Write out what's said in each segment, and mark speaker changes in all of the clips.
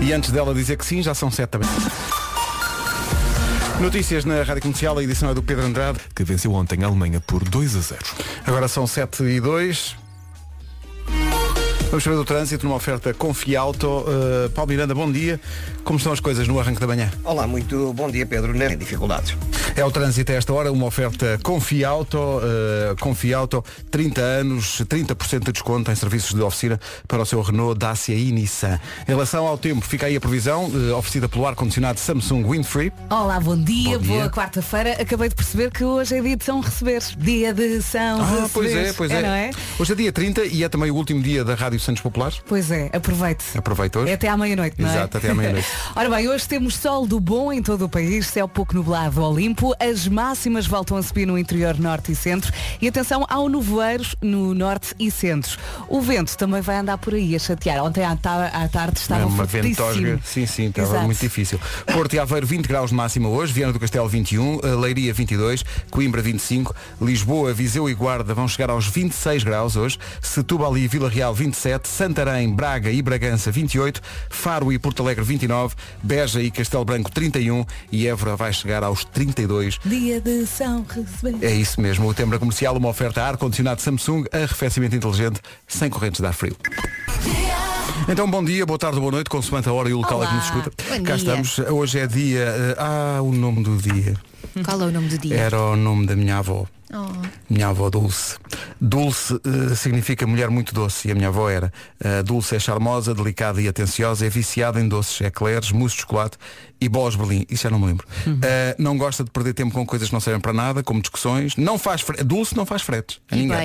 Speaker 1: E antes dela dizer que sim, já são sete também. Notícias na Rádio Comercial, a edição é do Pedro Andrade.
Speaker 2: que venceu ontem a Alemanha por 2 a 0.
Speaker 1: Agora são 7 e 2. Vamos saber do trânsito numa oferta Confiauto. Uh, Paulo Miranda, bom dia. Como estão as coisas no arranque da manhã?
Speaker 3: Olá, muito bom dia, Pedro. Não é dificuldades.
Speaker 1: É o trânsito a esta hora, uma oferta Confiauto, eh, Confiauto, 30 anos, 30% de desconto em serviços de oficina para o seu Renault, Dacia e Nissan. Em relação ao tempo, fica aí a previsão, eh, oferecida pelo ar-condicionado Samsung Windfree.
Speaker 4: Olá, bom dia,
Speaker 1: Bom dia.
Speaker 4: boa quarta-feira. Acabei de perceber que hoje é dia de São Receber. Dia de São Receber.
Speaker 1: pois é, pois é.
Speaker 4: Não é?
Speaker 1: Hoje é dia 30 e é também o último dia da Rádio Santos Populares.
Speaker 4: Pois é, aproveite.
Speaker 1: Aproveita hoje.
Speaker 4: É até à meia-noite, não é?
Speaker 1: Exato, até à meia-noite.
Speaker 4: Ora bem, hoje temos sol do bom em todo o país, céu pouco nublado ao limpo, as máximas voltam a subir no interior norte e centro e atenção ao nevoeiros no norte e centro. O vento também vai andar por aí a chatear. Ontem à, ta- à tarde estava
Speaker 1: É uma
Speaker 4: fortíssimo.
Speaker 1: ventosa. Sim, sim, estava
Speaker 4: Exato.
Speaker 1: muito difícil. Porto e Aveiro 20 graus de máxima hoje, Viana do Castelo 21, eh, Leiria 22, Coimbra 25, Lisboa, Viseu e Guarda vão chegar aos 26 graus hoje, Setúbal e Vila Real 27, Santarém, Braga e Bragança 28, Faro e Porto Alegre 29, Beja e Castelo Branco 31 e Évora vai chegar aos 32
Speaker 4: Dia de São Receber.
Speaker 1: é isso mesmo, o tema comercial, uma oferta a ar-condicionado Samsung, arrefecimento inteligente, sem correntes de ar frio. Então, bom dia, boa tarde, boa noite, consoante a hora e o local
Speaker 5: Olá,
Speaker 1: a que nos escuta.
Speaker 5: bom dia.
Speaker 1: Cá estamos, hoje é dia. eh, ah, o nome do dia.
Speaker 5: Qual é o nome do dia?
Speaker 1: Era o nome da minha avó.
Speaker 5: Oh.
Speaker 1: Minha avó Dulce. Dulce eh, significa mulher muito doce e a minha avó era. Eh, Dulce é charmosa, delicada e atenciosa, é viciada em doces, eclairs, mousse de chocolate e bolas de Berlim. Isso já não me lembro.
Speaker 5: Uhum.
Speaker 1: Eh, não gosta de perder tempo com coisas que não servem para nada, como discussões. Não faz fre... a Dulce não faz fretes. A
Speaker 5: E
Speaker 1: ninguém.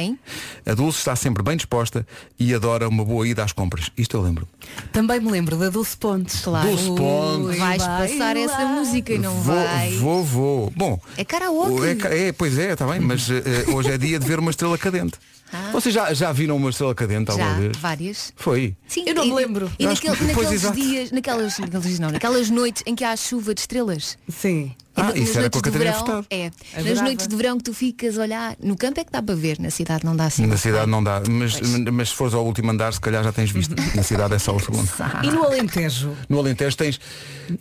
Speaker 5: bem?
Speaker 1: A Dulce está sempre bem disposta e adora uma boa ida às compras. Isto eu lembro.
Speaker 4: Também me lembro da Dulce Pontes.
Speaker 5: Claro.
Speaker 1: Dulce Pontes.
Speaker 5: Vais
Speaker 4: Vai
Speaker 5: passar
Speaker 4: lá.
Speaker 5: essa música e não
Speaker 1: vou,
Speaker 5: vai.
Speaker 1: vou, vou. Bom.
Speaker 5: É karaoke.
Speaker 1: o- É, ca- é, pois é, está bem, mas eh, eh, hoje é dia de ver uma estrela cadente.
Speaker 5: Ah.
Speaker 1: Vocês já, já viram uma estrela cadente alguma
Speaker 5: Já,
Speaker 1: vez?
Speaker 5: várias.
Speaker 1: Foi.
Speaker 5: Sim,
Speaker 4: Eu não me
Speaker 5: e-
Speaker 4: lembro.
Speaker 5: E
Speaker 1: Eu acho que-
Speaker 5: naquele-
Speaker 1: pois,
Speaker 5: naqueles
Speaker 1: exato.
Speaker 5: dias, naquelas, naqueles dias não, naquelas noites em que há chuva de estrelas.
Speaker 4: Sim.
Speaker 5: E
Speaker 1: Ah,
Speaker 5: na-
Speaker 1: isso
Speaker 5: nas
Speaker 1: era com
Speaker 5: noites
Speaker 1: a
Speaker 5: de
Speaker 1: Catarina
Speaker 5: verão,
Speaker 1: Furtado.
Speaker 5: É. Nas
Speaker 4: Adorava.
Speaker 5: noites de verão que tu ficas a olhar, no campo é que dá para ver, na cidade não dá assim.
Speaker 1: Na cidade não dá, mas, mas se fores ao último andar, se calhar já tens visto. Na cidade é só o segundo.
Speaker 5: Ah.
Speaker 4: E no Alentejo?
Speaker 1: No Alentejo tens.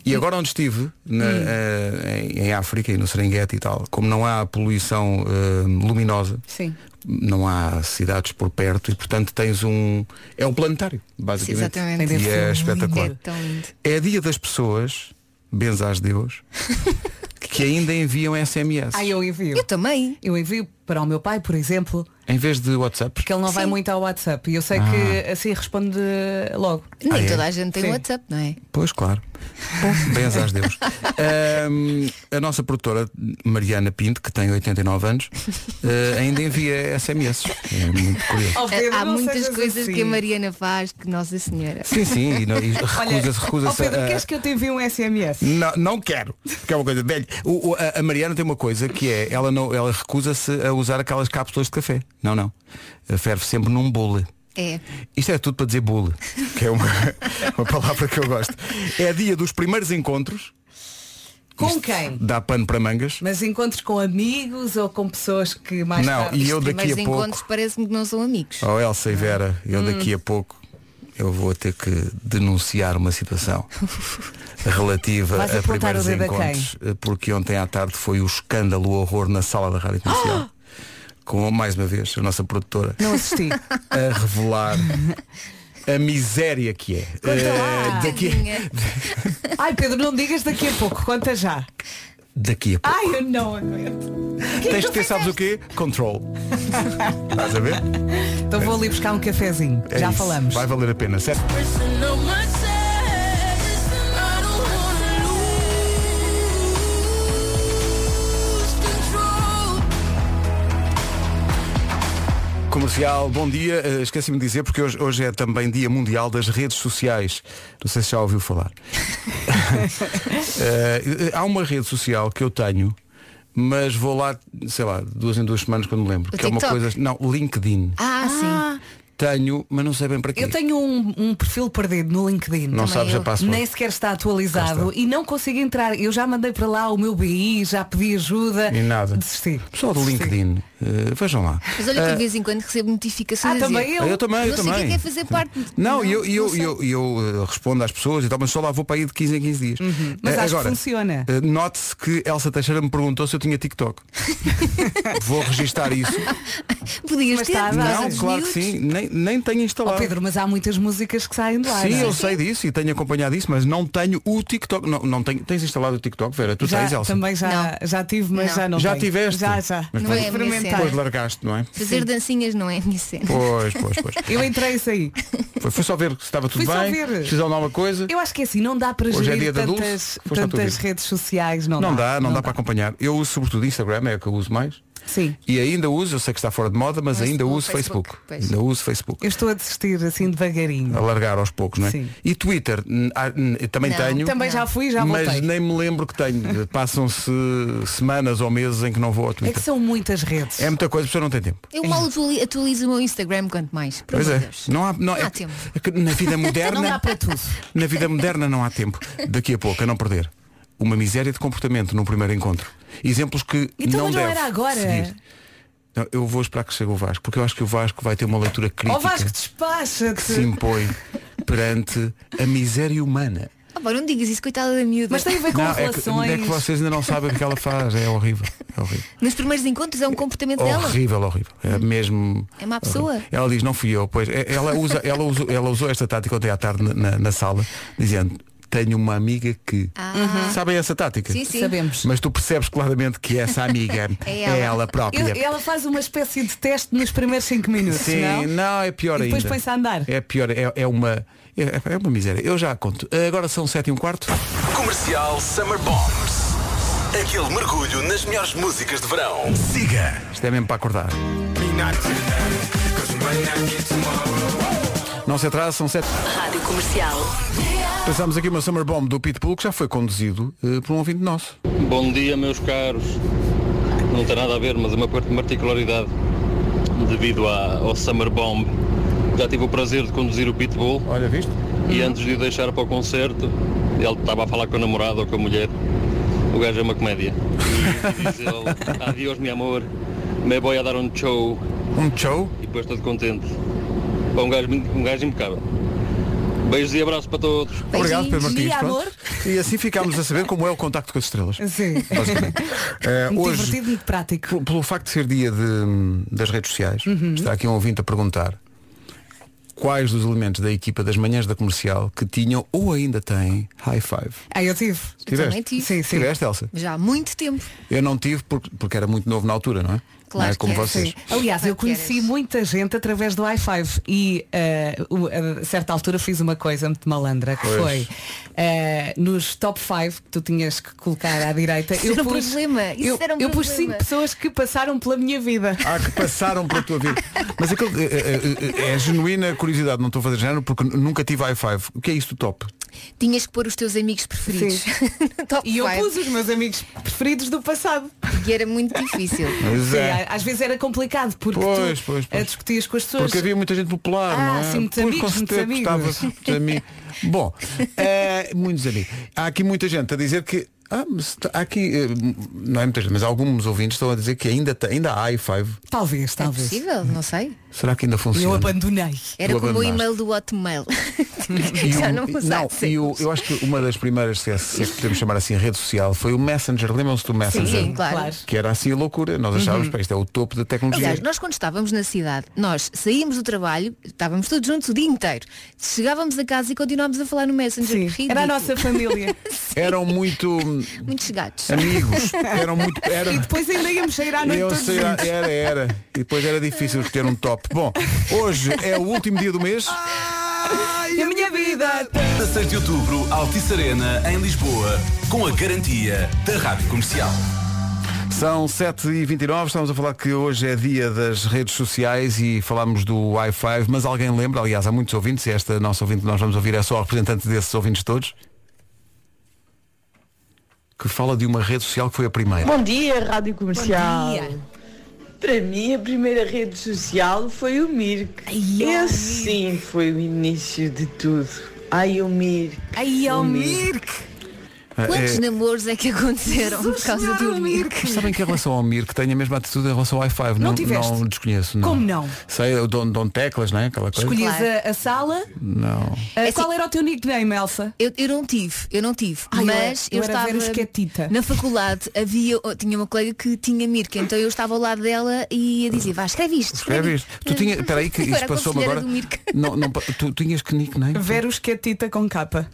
Speaker 1: E agora onde estive, na-
Speaker 5: Hum.
Speaker 1: eh, em, em África e no Serengeti e tal, como não há poluição eh, luminosa,
Speaker 4: Sim.
Speaker 1: não há cidades por perto e portanto tens um. É um planetário,
Speaker 5: Sim,
Speaker 1: basicamente.
Speaker 5: exatamente.
Speaker 4: Deve
Speaker 1: E
Speaker 4: ser um
Speaker 1: é
Speaker 4: lindo.
Speaker 1: espetacular.
Speaker 5: É tão lindo.
Speaker 1: É dia das pessoas, benzás Deus, que ainda enviam SMS.
Speaker 4: Ah, eu envio.
Speaker 5: Eu também.
Speaker 4: Eu envio para o meu pai, por exemplo,
Speaker 1: Em vez de WhatsApp.
Speaker 4: porque ele não vai
Speaker 5: Sim.
Speaker 4: muito ao WhatsApp e eu sei que assim responde logo.
Speaker 5: Nem
Speaker 1: Ah, é?
Speaker 5: toda a gente tem
Speaker 4: Sim.
Speaker 5: WhatsApp, não é?
Speaker 1: Pois, claro. Bom, benzás Deus. Ahm, a nossa produtora, Mariana Pinto, que tem 89 anos, eh, ainda envia SMS. É muito curioso.
Speaker 4: Ó, Pedro,
Speaker 5: Há
Speaker 4: não
Speaker 5: muitas
Speaker 4: sejas
Speaker 5: coisas
Speaker 4: assim.
Speaker 5: que a Mariana faz que Nossa Senhora.
Speaker 1: Sim, sim, e, não- e
Speaker 4: Olha,
Speaker 1: recusa-se, eh,
Speaker 4: ó,
Speaker 1: recusa-se
Speaker 4: Pedro,
Speaker 1: a-
Speaker 4: queres que eu te envie um SMS?
Speaker 1: Não, não quero, porque é uma coisa de velho. O- o- a, a Mariana tem uma coisa que é, ela, não- ela recusa-se a usar aquelas cápsulas de café. Não, não. Ferve sempre num bule.
Speaker 5: É.
Speaker 1: Isto é tudo para dizer bule, que é uma, uma palavra que eu gosto. É dia dos primeiros encontros.
Speaker 4: Com
Speaker 1: Isto
Speaker 4: quem?
Speaker 1: Dá pano para mangas.
Speaker 4: Mas encontros com amigos ou com pessoas que mais
Speaker 1: Não,
Speaker 4: tarde-
Speaker 1: e eu daqui a
Speaker 5: Primeiros encontros
Speaker 1: pouco.
Speaker 5: parece-me que não são amigos.
Speaker 1: Oh Elsa e Vera, eu daqui a pouco eu vou ter que denunciar uma situação relativa
Speaker 4: Vais
Speaker 1: a
Speaker 4: apontar
Speaker 1: primeiros
Speaker 4: o dedo a
Speaker 1: encontros, eh, porque ontem à tarde foi o escândalo, o horror na sala da Rádio Comercial. Com mais uma vez a nossa produtora
Speaker 4: Não assisti.
Speaker 1: a revelar a miséria que é. Eh,
Speaker 4: lá.
Speaker 1: daqui,
Speaker 5: Tadinha.
Speaker 4: Ai Pedro, não digas daqui a pouco, conta já.
Speaker 1: daqui a pouco.
Speaker 4: Ai, eu não aguento. é
Speaker 1: Tens de ter, sabes o quê? Control. Estás a ver?
Speaker 4: Então vou ali buscar um cafezinho.
Speaker 1: É
Speaker 4: já
Speaker 1: isso.
Speaker 4: falamos.
Speaker 1: Vai valer a pena, certo? Comercial, bom dia. Eh, Esqueci-me de dizer porque hoje, hoje é também dia mundial das redes sociais. Não sei se já ouviu falar. Eh, eh, há uma rede social que eu tenho, mas vou lá, sei lá, duas em duas semanas quando me lembro. que é uma
Speaker 5: TikTok?
Speaker 1: coisa. Não, LinkedIn.
Speaker 5: Ah, sim.
Speaker 1: Tenho, mas não sei bem para quê.
Speaker 4: Eu tenho um, um perfil perdido no LinkedIn.
Speaker 1: não
Speaker 5: também
Speaker 1: sabes a
Speaker 5: eu.
Speaker 1: password.
Speaker 4: Nem sequer está atualizado e não consigo entrar. Eu já mandei para lá o meu BI, já pedi ajuda.
Speaker 1: E nada.
Speaker 4: Desisti.
Speaker 1: Pessoal do
Speaker 4: Desisti.
Speaker 1: LinkedIn, Eh, vejam lá.
Speaker 5: Mas olha que de vez em quando recebo notificações.
Speaker 4: Ah,
Speaker 5: a dizer,
Speaker 4: também eu.
Speaker 1: Eu, também, eu
Speaker 5: não sei
Speaker 1: também.
Speaker 5: o que é que é fazer parte de-
Speaker 1: Não, e eu,
Speaker 5: não
Speaker 1: e eu,
Speaker 5: sei.
Speaker 1: e eu, e eu, eh, respondo às pessoas e tal, mas só lá vou para aí de 15 em 15 dias.
Speaker 4: Uhum. Mas
Speaker 1: Eh,
Speaker 4: acho que funciona.
Speaker 1: eh, Note-se que Elsa Teixeira me perguntou se eu tinha TikTok. vou registar isso.
Speaker 5: Podias
Speaker 4: Mas tá, está a
Speaker 5: ter, por causa
Speaker 1: não,
Speaker 5: dos
Speaker 1: claro que
Speaker 5: miúdos.
Speaker 1: sim. Nem, nem tenho
Speaker 4: Ó
Speaker 1: instalado.
Speaker 4: Oh, Pedro, mas há muitas músicas que saem de lá.
Speaker 1: Sim,
Speaker 4: não é?
Speaker 1: eu sei disso e tenho acompanhado isso, mas não tenho o TikTok. Não, não tenho, tens instalado o TikTok, Vera? Tu
Speaker 4: já,
Speaker 1: tens, Elsa?
Speaker 4: Também já,
Speaker 5: Não.
Speaker 4: já tive, mas
Speaker 5: Não.
Speaker 4: já não
Speaker 1: Já
Speaker 4: tenho.
Speaker 1: tiveste?
Speaker 4: Já, já.
Speaker 1: Mas
Speaker 5: Não é a minha
Speaker 4: Experimentar.
Speaker 5: cena.
Speaker 1: Depois largaste, não é?
Speaker 5: Fazer dancinhas não é a minha cena.
Speaker 1: Pois, pois, pois.
Speaker 4: Eu entrei e saí.
Speaker 1: Foi, fui só ver se estava
Speaker 4: Fui
Speaker 1: tudo
Speaker 4: só
Speaker 1: bem,
Speaker 4: ver.
Speaker 1: precisava de alguma coisa.
Speaker 4: Eu acho que é assim, não dá para
Speaker 1: Hoje é
Speaker 4: gerir
Speaker 1: dia da Dulce,
Speaker 4: tantas,
Speaker 1: foste à tua
Speaker 4: tantas
Speaker 1: vida.
Speaker 4: redes sociais. Não,
Speaker 1: Não, dá, não, dá, para acompanhar. Eu uso sobretudo Instagram, é o que eu uso mais.
Speaker 4: Sim.
Speaker 1: E ainda uso, eu sei que está fora de moda, mas
Speaker 5: Mas
Speaker 1: ainda
Speaker 5: o
Speaker 1: uso Facebook.
Speaker 5: Facebook, pois.
Speaker 1: Ainda uso Facebook.
Speaker 4: Eu estou a desistir assim devagarinho.
Speaker 1: A largar aos poucos, não é?
Speaker 4: Sim.
Speaker 1: E Twitter, n- ah, n- também
Speaker 5: Não,
Speaker 1: tenho.
Speaker 4: Também já fui, já voltei.
Speaker 1: mas nem me lembro que tenho. Passam-se semanas ou meses em que não vou ao
Speaker 4: É que
Speaker 1: Twitter.
Speaker 4: são muitas redes.
Speaker 1: É muita coisa, a pessoa não tem tempo.
Speaker 5: Eu mal atuali- atualizo o meu Instagram quanto mais. por
Speaker 1: Pois
Speaker 5: amor de
Speaker 1: é.
Speaker 5: Deus.
Speaker 1: Não há, não,
Speaker 5: Não
Speaker 1: é
Speaker 5: há
Speaker 1: que-
Speaker 5: tempo.
Speaker 1: é que na vida moderna.
Speaker 4: Não dá para tudo.
Speaker 1: Na vida moderna não há tempo. Daqui a pouco, a não perder. Uma miséria de comportamento num primeiro encontro. Exemplos que
Speaker 4: Então,
Speaker 1: não
Speaker 4: mas não
Speaker 1: deve
Speaker 4: era agora?
Speaker 1: seguir. Não, eu vou esperar que chegue o Vasco, porque eu acho que o Vasco vai ter uma leitura
Speaker 4: Ó
Speaker 1: crítica
Speaker 4: Vasco,
Speaker 1: que se
Speaker 4: despacha-te.
Speaker 1: impõe perante a miséria humana.
Speaker 5: Ah, pá, não digas isso, coitada da miúda.
Speaker 4: Mas tem a ver com
Speaker 1: não, é que,
Speaker 4: relações.
Speaker 1: é que vocês ainda não sabem o que ela faz. É horrível. É horrível.
Speaker 5: Nos primeiros encontros é um comportamento dela.
Speaker 1: Horrível, horrível. É mesmo.
Speaker 5: É má pessoa.
Speaker 1: horrível. Ela diz, não fui eu. Pois, é- ela, usa, ela, usou, ela usou esta tática ontem à tarde na, na- na sala, dizendo, tenho uma amiga que. Sabem essa tática?
Speaker 5: Sim, sim.
Speaker 4: Sabemos.
Speaker 1: Mas tu percebes claramente que essa amiga é,
Speaker 5: É
Speaker 1: ela.
Speaker 5: ela.
Speaker 1: própria.
Speaker 4: Eu- ela faz uma espécie de teste nos primeiros 5 minutos,
Speaker 1: Sim, não?
Speaker 4: não?
Speaker 1: é pior
Speaker 4: E
Speaker 1: ainda.
Speaker 4: depois põe-se a andar.
Speaker 1: É pior, é, é uma. É, é uma miséria. Eu já conto. Agora são sete e um quarto.
Speaker 6: Comercial Summer Bombs. Aquele mergulho nas melhores músicas de verão. Siga.
Speaker 1: Isto é mesmo para acordar. Não se atrasa, são sete.
Speaker 7: Rádio Comercial.
Speaker 1: Passámos aqui uma Summer Bomb do Pitbull que já foi conduzido eh, por um ouvinte nosso.
Speaker 8: Bom dia, meus caros. Não tem nada a ver, mas é uma parte- particularidade devido à- ao Summer Bomb. Já tive o prazer de conduzir o Pitbull
Speaker 1: Olha, viste? Uhum.
Speaker 8: e antes de o deixar para o concerto, ele estava a falar com a namorada ou com a mulher. O gajo é uma comédia. E diz ele, adiós, meu amor, me vou a dar um show
Speaker 1: Um show.
Speaker 8: e depois todo contente. Pá, Um gajo, muito- um gajo impecável. Beijos e abraços para todos.
Speaker 1: Obrigado,
Speaker 5: é.
Speaker 1: Pedro
Speaker 4: Beijinhos.
Speaker 1: Martins.
Speaker 4: Dia,
Speaker 1: pronto.
Speaker 4: amor.
Speaker 1: E assim ficámos a saber como é o contacto com as estrelas.
Speaker 4: Sim.
Speaker 1: Eh,
Speaker 4: Muito
Speaker 1: hoje,
Speaker 4: divertido, muito prático.
Speaker 1: Pelo, pelo facto de ser dia de- das redes sociais,
Speaker 4: Uhum.
Speaker 1: está aqui um ouvinte a perguntar quais dos elementos da equipa das manhãs da comercial que tinham ou ainda têm high five.
Speaker 4: Ah, eu tive.
Speaker 5: Também tive.
Speaker 4: Sim, sim.
Speaker 1: Tiveste, Elsa?
Speaker 5: Já há muito tempo.
Speaker 1: Eu não tive porque, porque era muito novo na altura, não é?
Speaker 5: Claro
Speaker 1: não é
Speaker 5: que
Speaker 1: como
Speaker 5: é,
Speaker 1: vocês.
Speaker 5: sim.
Speaker 4: Aliás, eu
Speaker 5: Claro é que
Speaker 4: conheci
Speaker 5: eras.
Speaker 4: muita gente através do i5 e eh, o- a certa altura fiz uma coisa muito malandra, que
Speaker 1: Pois.
Speaker 4: foi eh, nos top 5 que tu tinhas que colocar à direita.
Speaker 5: Isso era um problema, isso
Speaker 4: eu,
Speaker 5: era um
Speaker 4: eu pus
Speaker 5: problema.
Speaker 4: 5 pessoas que passaram pela minha vida.
Speaker 1: Há que passaram pela tua vida. Mas aquilo, eh, eh, eh, é, genuína curiosidade, não estou a fazer género, porque nunca tive high five. O que é isto do top?
Speaker 5: Tinhas que pôr os teus amigos preferidos. no Top
Speaker 4: E eu
Speaker 5: five.
Speaker 4: pus os meus amigos preferidos do passado.
Speaker 5: E era muito difícil.
Speaker 1: Pois
Speaker 4: Sim,
Speaker 1: é.
Speaker 4: a- às vezes era complicado porque
Speaker 1: Pois,
Speaker 4: tu
Speaker 1: pois, pois.
Speaker 4: eh, discutias com as pessoas.
Speaker 1: Porque havia muita gente popular,
Speaker 4: Ah,
Speaker 1: não é?
Speaker 4: sim, muitos
Speaker 1: Pois,
Speaker 4: amigos,
Speaker 1: com certeza,
Speaker 4: muitos
Speaker 1: gostava
Speaker 4: amigos.
Speaker 1: de amigos. Bom, eh, muitos amigos. Há aqui muita gente a dizer que. Ah, mas t- há aqui, eh, não é muita gente, mas alguns ouvintes estão a dizer que ainda, tem- ainda há i5.
Speaker 4: Talvez,
Speaker 5: É
Speaker 4: talvez.
Speaker 5: possível, não sei.
Speaker 1: Será que ainda
Speaker 4: eu
Speaker 1: funciona?
Speaker 4: abandonei.
Speaker 5: Era
Speaker 1: Tu
Speaker 5: como o
Speaker 1: abandonaste.
Speaker 5: e-mail do Hotmail.
Speaker 1: E o-
Speaker 5: Já não
Speaker 1: não,
Speaker 5: usaste.
Speaker 1: e o- eu acho que uma das primeiras, se é se é que podemos chamar assim, rede social, foi o Messenger. Lembram-se do Messenger?
Speaker 5: sim, claro. Uhum.
Speaker 1: Que era assim a loucura. Nós achávamos, pá, isto é o topo da tecnologia.
Speaker 5: Aliás, nós quando estávamos na cidade, nós saímos do trabalho, estávamos todos juntos o dia inteiro. Chegávamos a casa e continuávamos a falar no Messenger.
Speaker 4: Sim.
Speaker 5: Ridículo.
Speaker 4: Era a nossa família.
Speaker 1: Eram muito hum,
Speaker 5: Muitos gatos.
Speaker 1: amigos. Eram muito. Eram...
Speaker 4: e depois ainda íamos sair à noite
Speaker 1: Eu
Speaker 4: todos
Speaker 1: sei,
Speaker 4: juntos.
Speaker 1: era, era. E depois era difícil ter um top. Bom, hoje é o último dia do mês.
Speaker 5: Ah,
Speaker 4: E a minha vida.
Speaker 6: 16 de outubro, Altice Arena, em Lisboa, com a garantia da Rádio Comercial.
Speaker 1: São 7h29, estamos a falar que hoje é dia das redes sociais e falámos do Wi-Fi, mas alguém lembra, aliás, há muitos ouvintes, e esta nossa ouvinte que nós vamos ouvir é só a representante desses ouvintes todos, que fala de uma rede social que foi a primeira.
Speaker 9: Bom dia, Rádio Comercial. Para mim, a primeira rede social foi o Mirk.
Speaker 4: ó, Mirk.
Speaker 9: Esse sim foi o início de tudo. Ai, o Mirk.
Speaker 4: Ai,
Speaker 9: O
Speaker 4: ao
Speaker 9: Mirk.
Speaker 4: Mirk.
Speaker 5: Quantos
Speaker 1: É-
Speaker 5: namoros é que aconteceram por causa do Mir?
Speaker 1: Mas sabem que em relação ao Mir, que tem a mesma atitude em relação ao i5. Não,
Speaker 4: tiveste?
Speaker 1: não desconheço. Não.
Speaker 4: Como não?
Speaker 1: Sei, eu dou, dou teclas, não é? Aquela coisa.
Speaker 4: Escolhias
Speaker 5: Claro.
Speaker 4: a, a sala.
Speaker 1: Não.
Speaker 4: Ah,
Speaker 5: assim-
Speaker 4: Qual era o teu nickname, Elsa?
Speaker 5: Eu, eu não tive, eu não tive,
Speaker 4: Ah, eu
Speaker 5: mas
Speaker 4: era- eu
Speaker 5: eu,
Speaker 4: era é
Speaker 5: estava
Speaker 4: Vera Esquetita.
Speaker 5: na faculdade, havia, oh, tinha uma colega que tinha Mirka, então eu estava ao lado dela e a dizer, vá, escreve isto.
Speaker 1: Escreve É isto. Tu tinha, espera aí que
Speaker 5: Eu era
Speaker 1: isso passou-me
Speaker 5: conselheira
Speaker 1: agora.
Speaker 5: do Mirka.
Speaker 1: Não, não, pa- tu tinhas que nickname?
Speaker 4: Vero Esquetita com capa.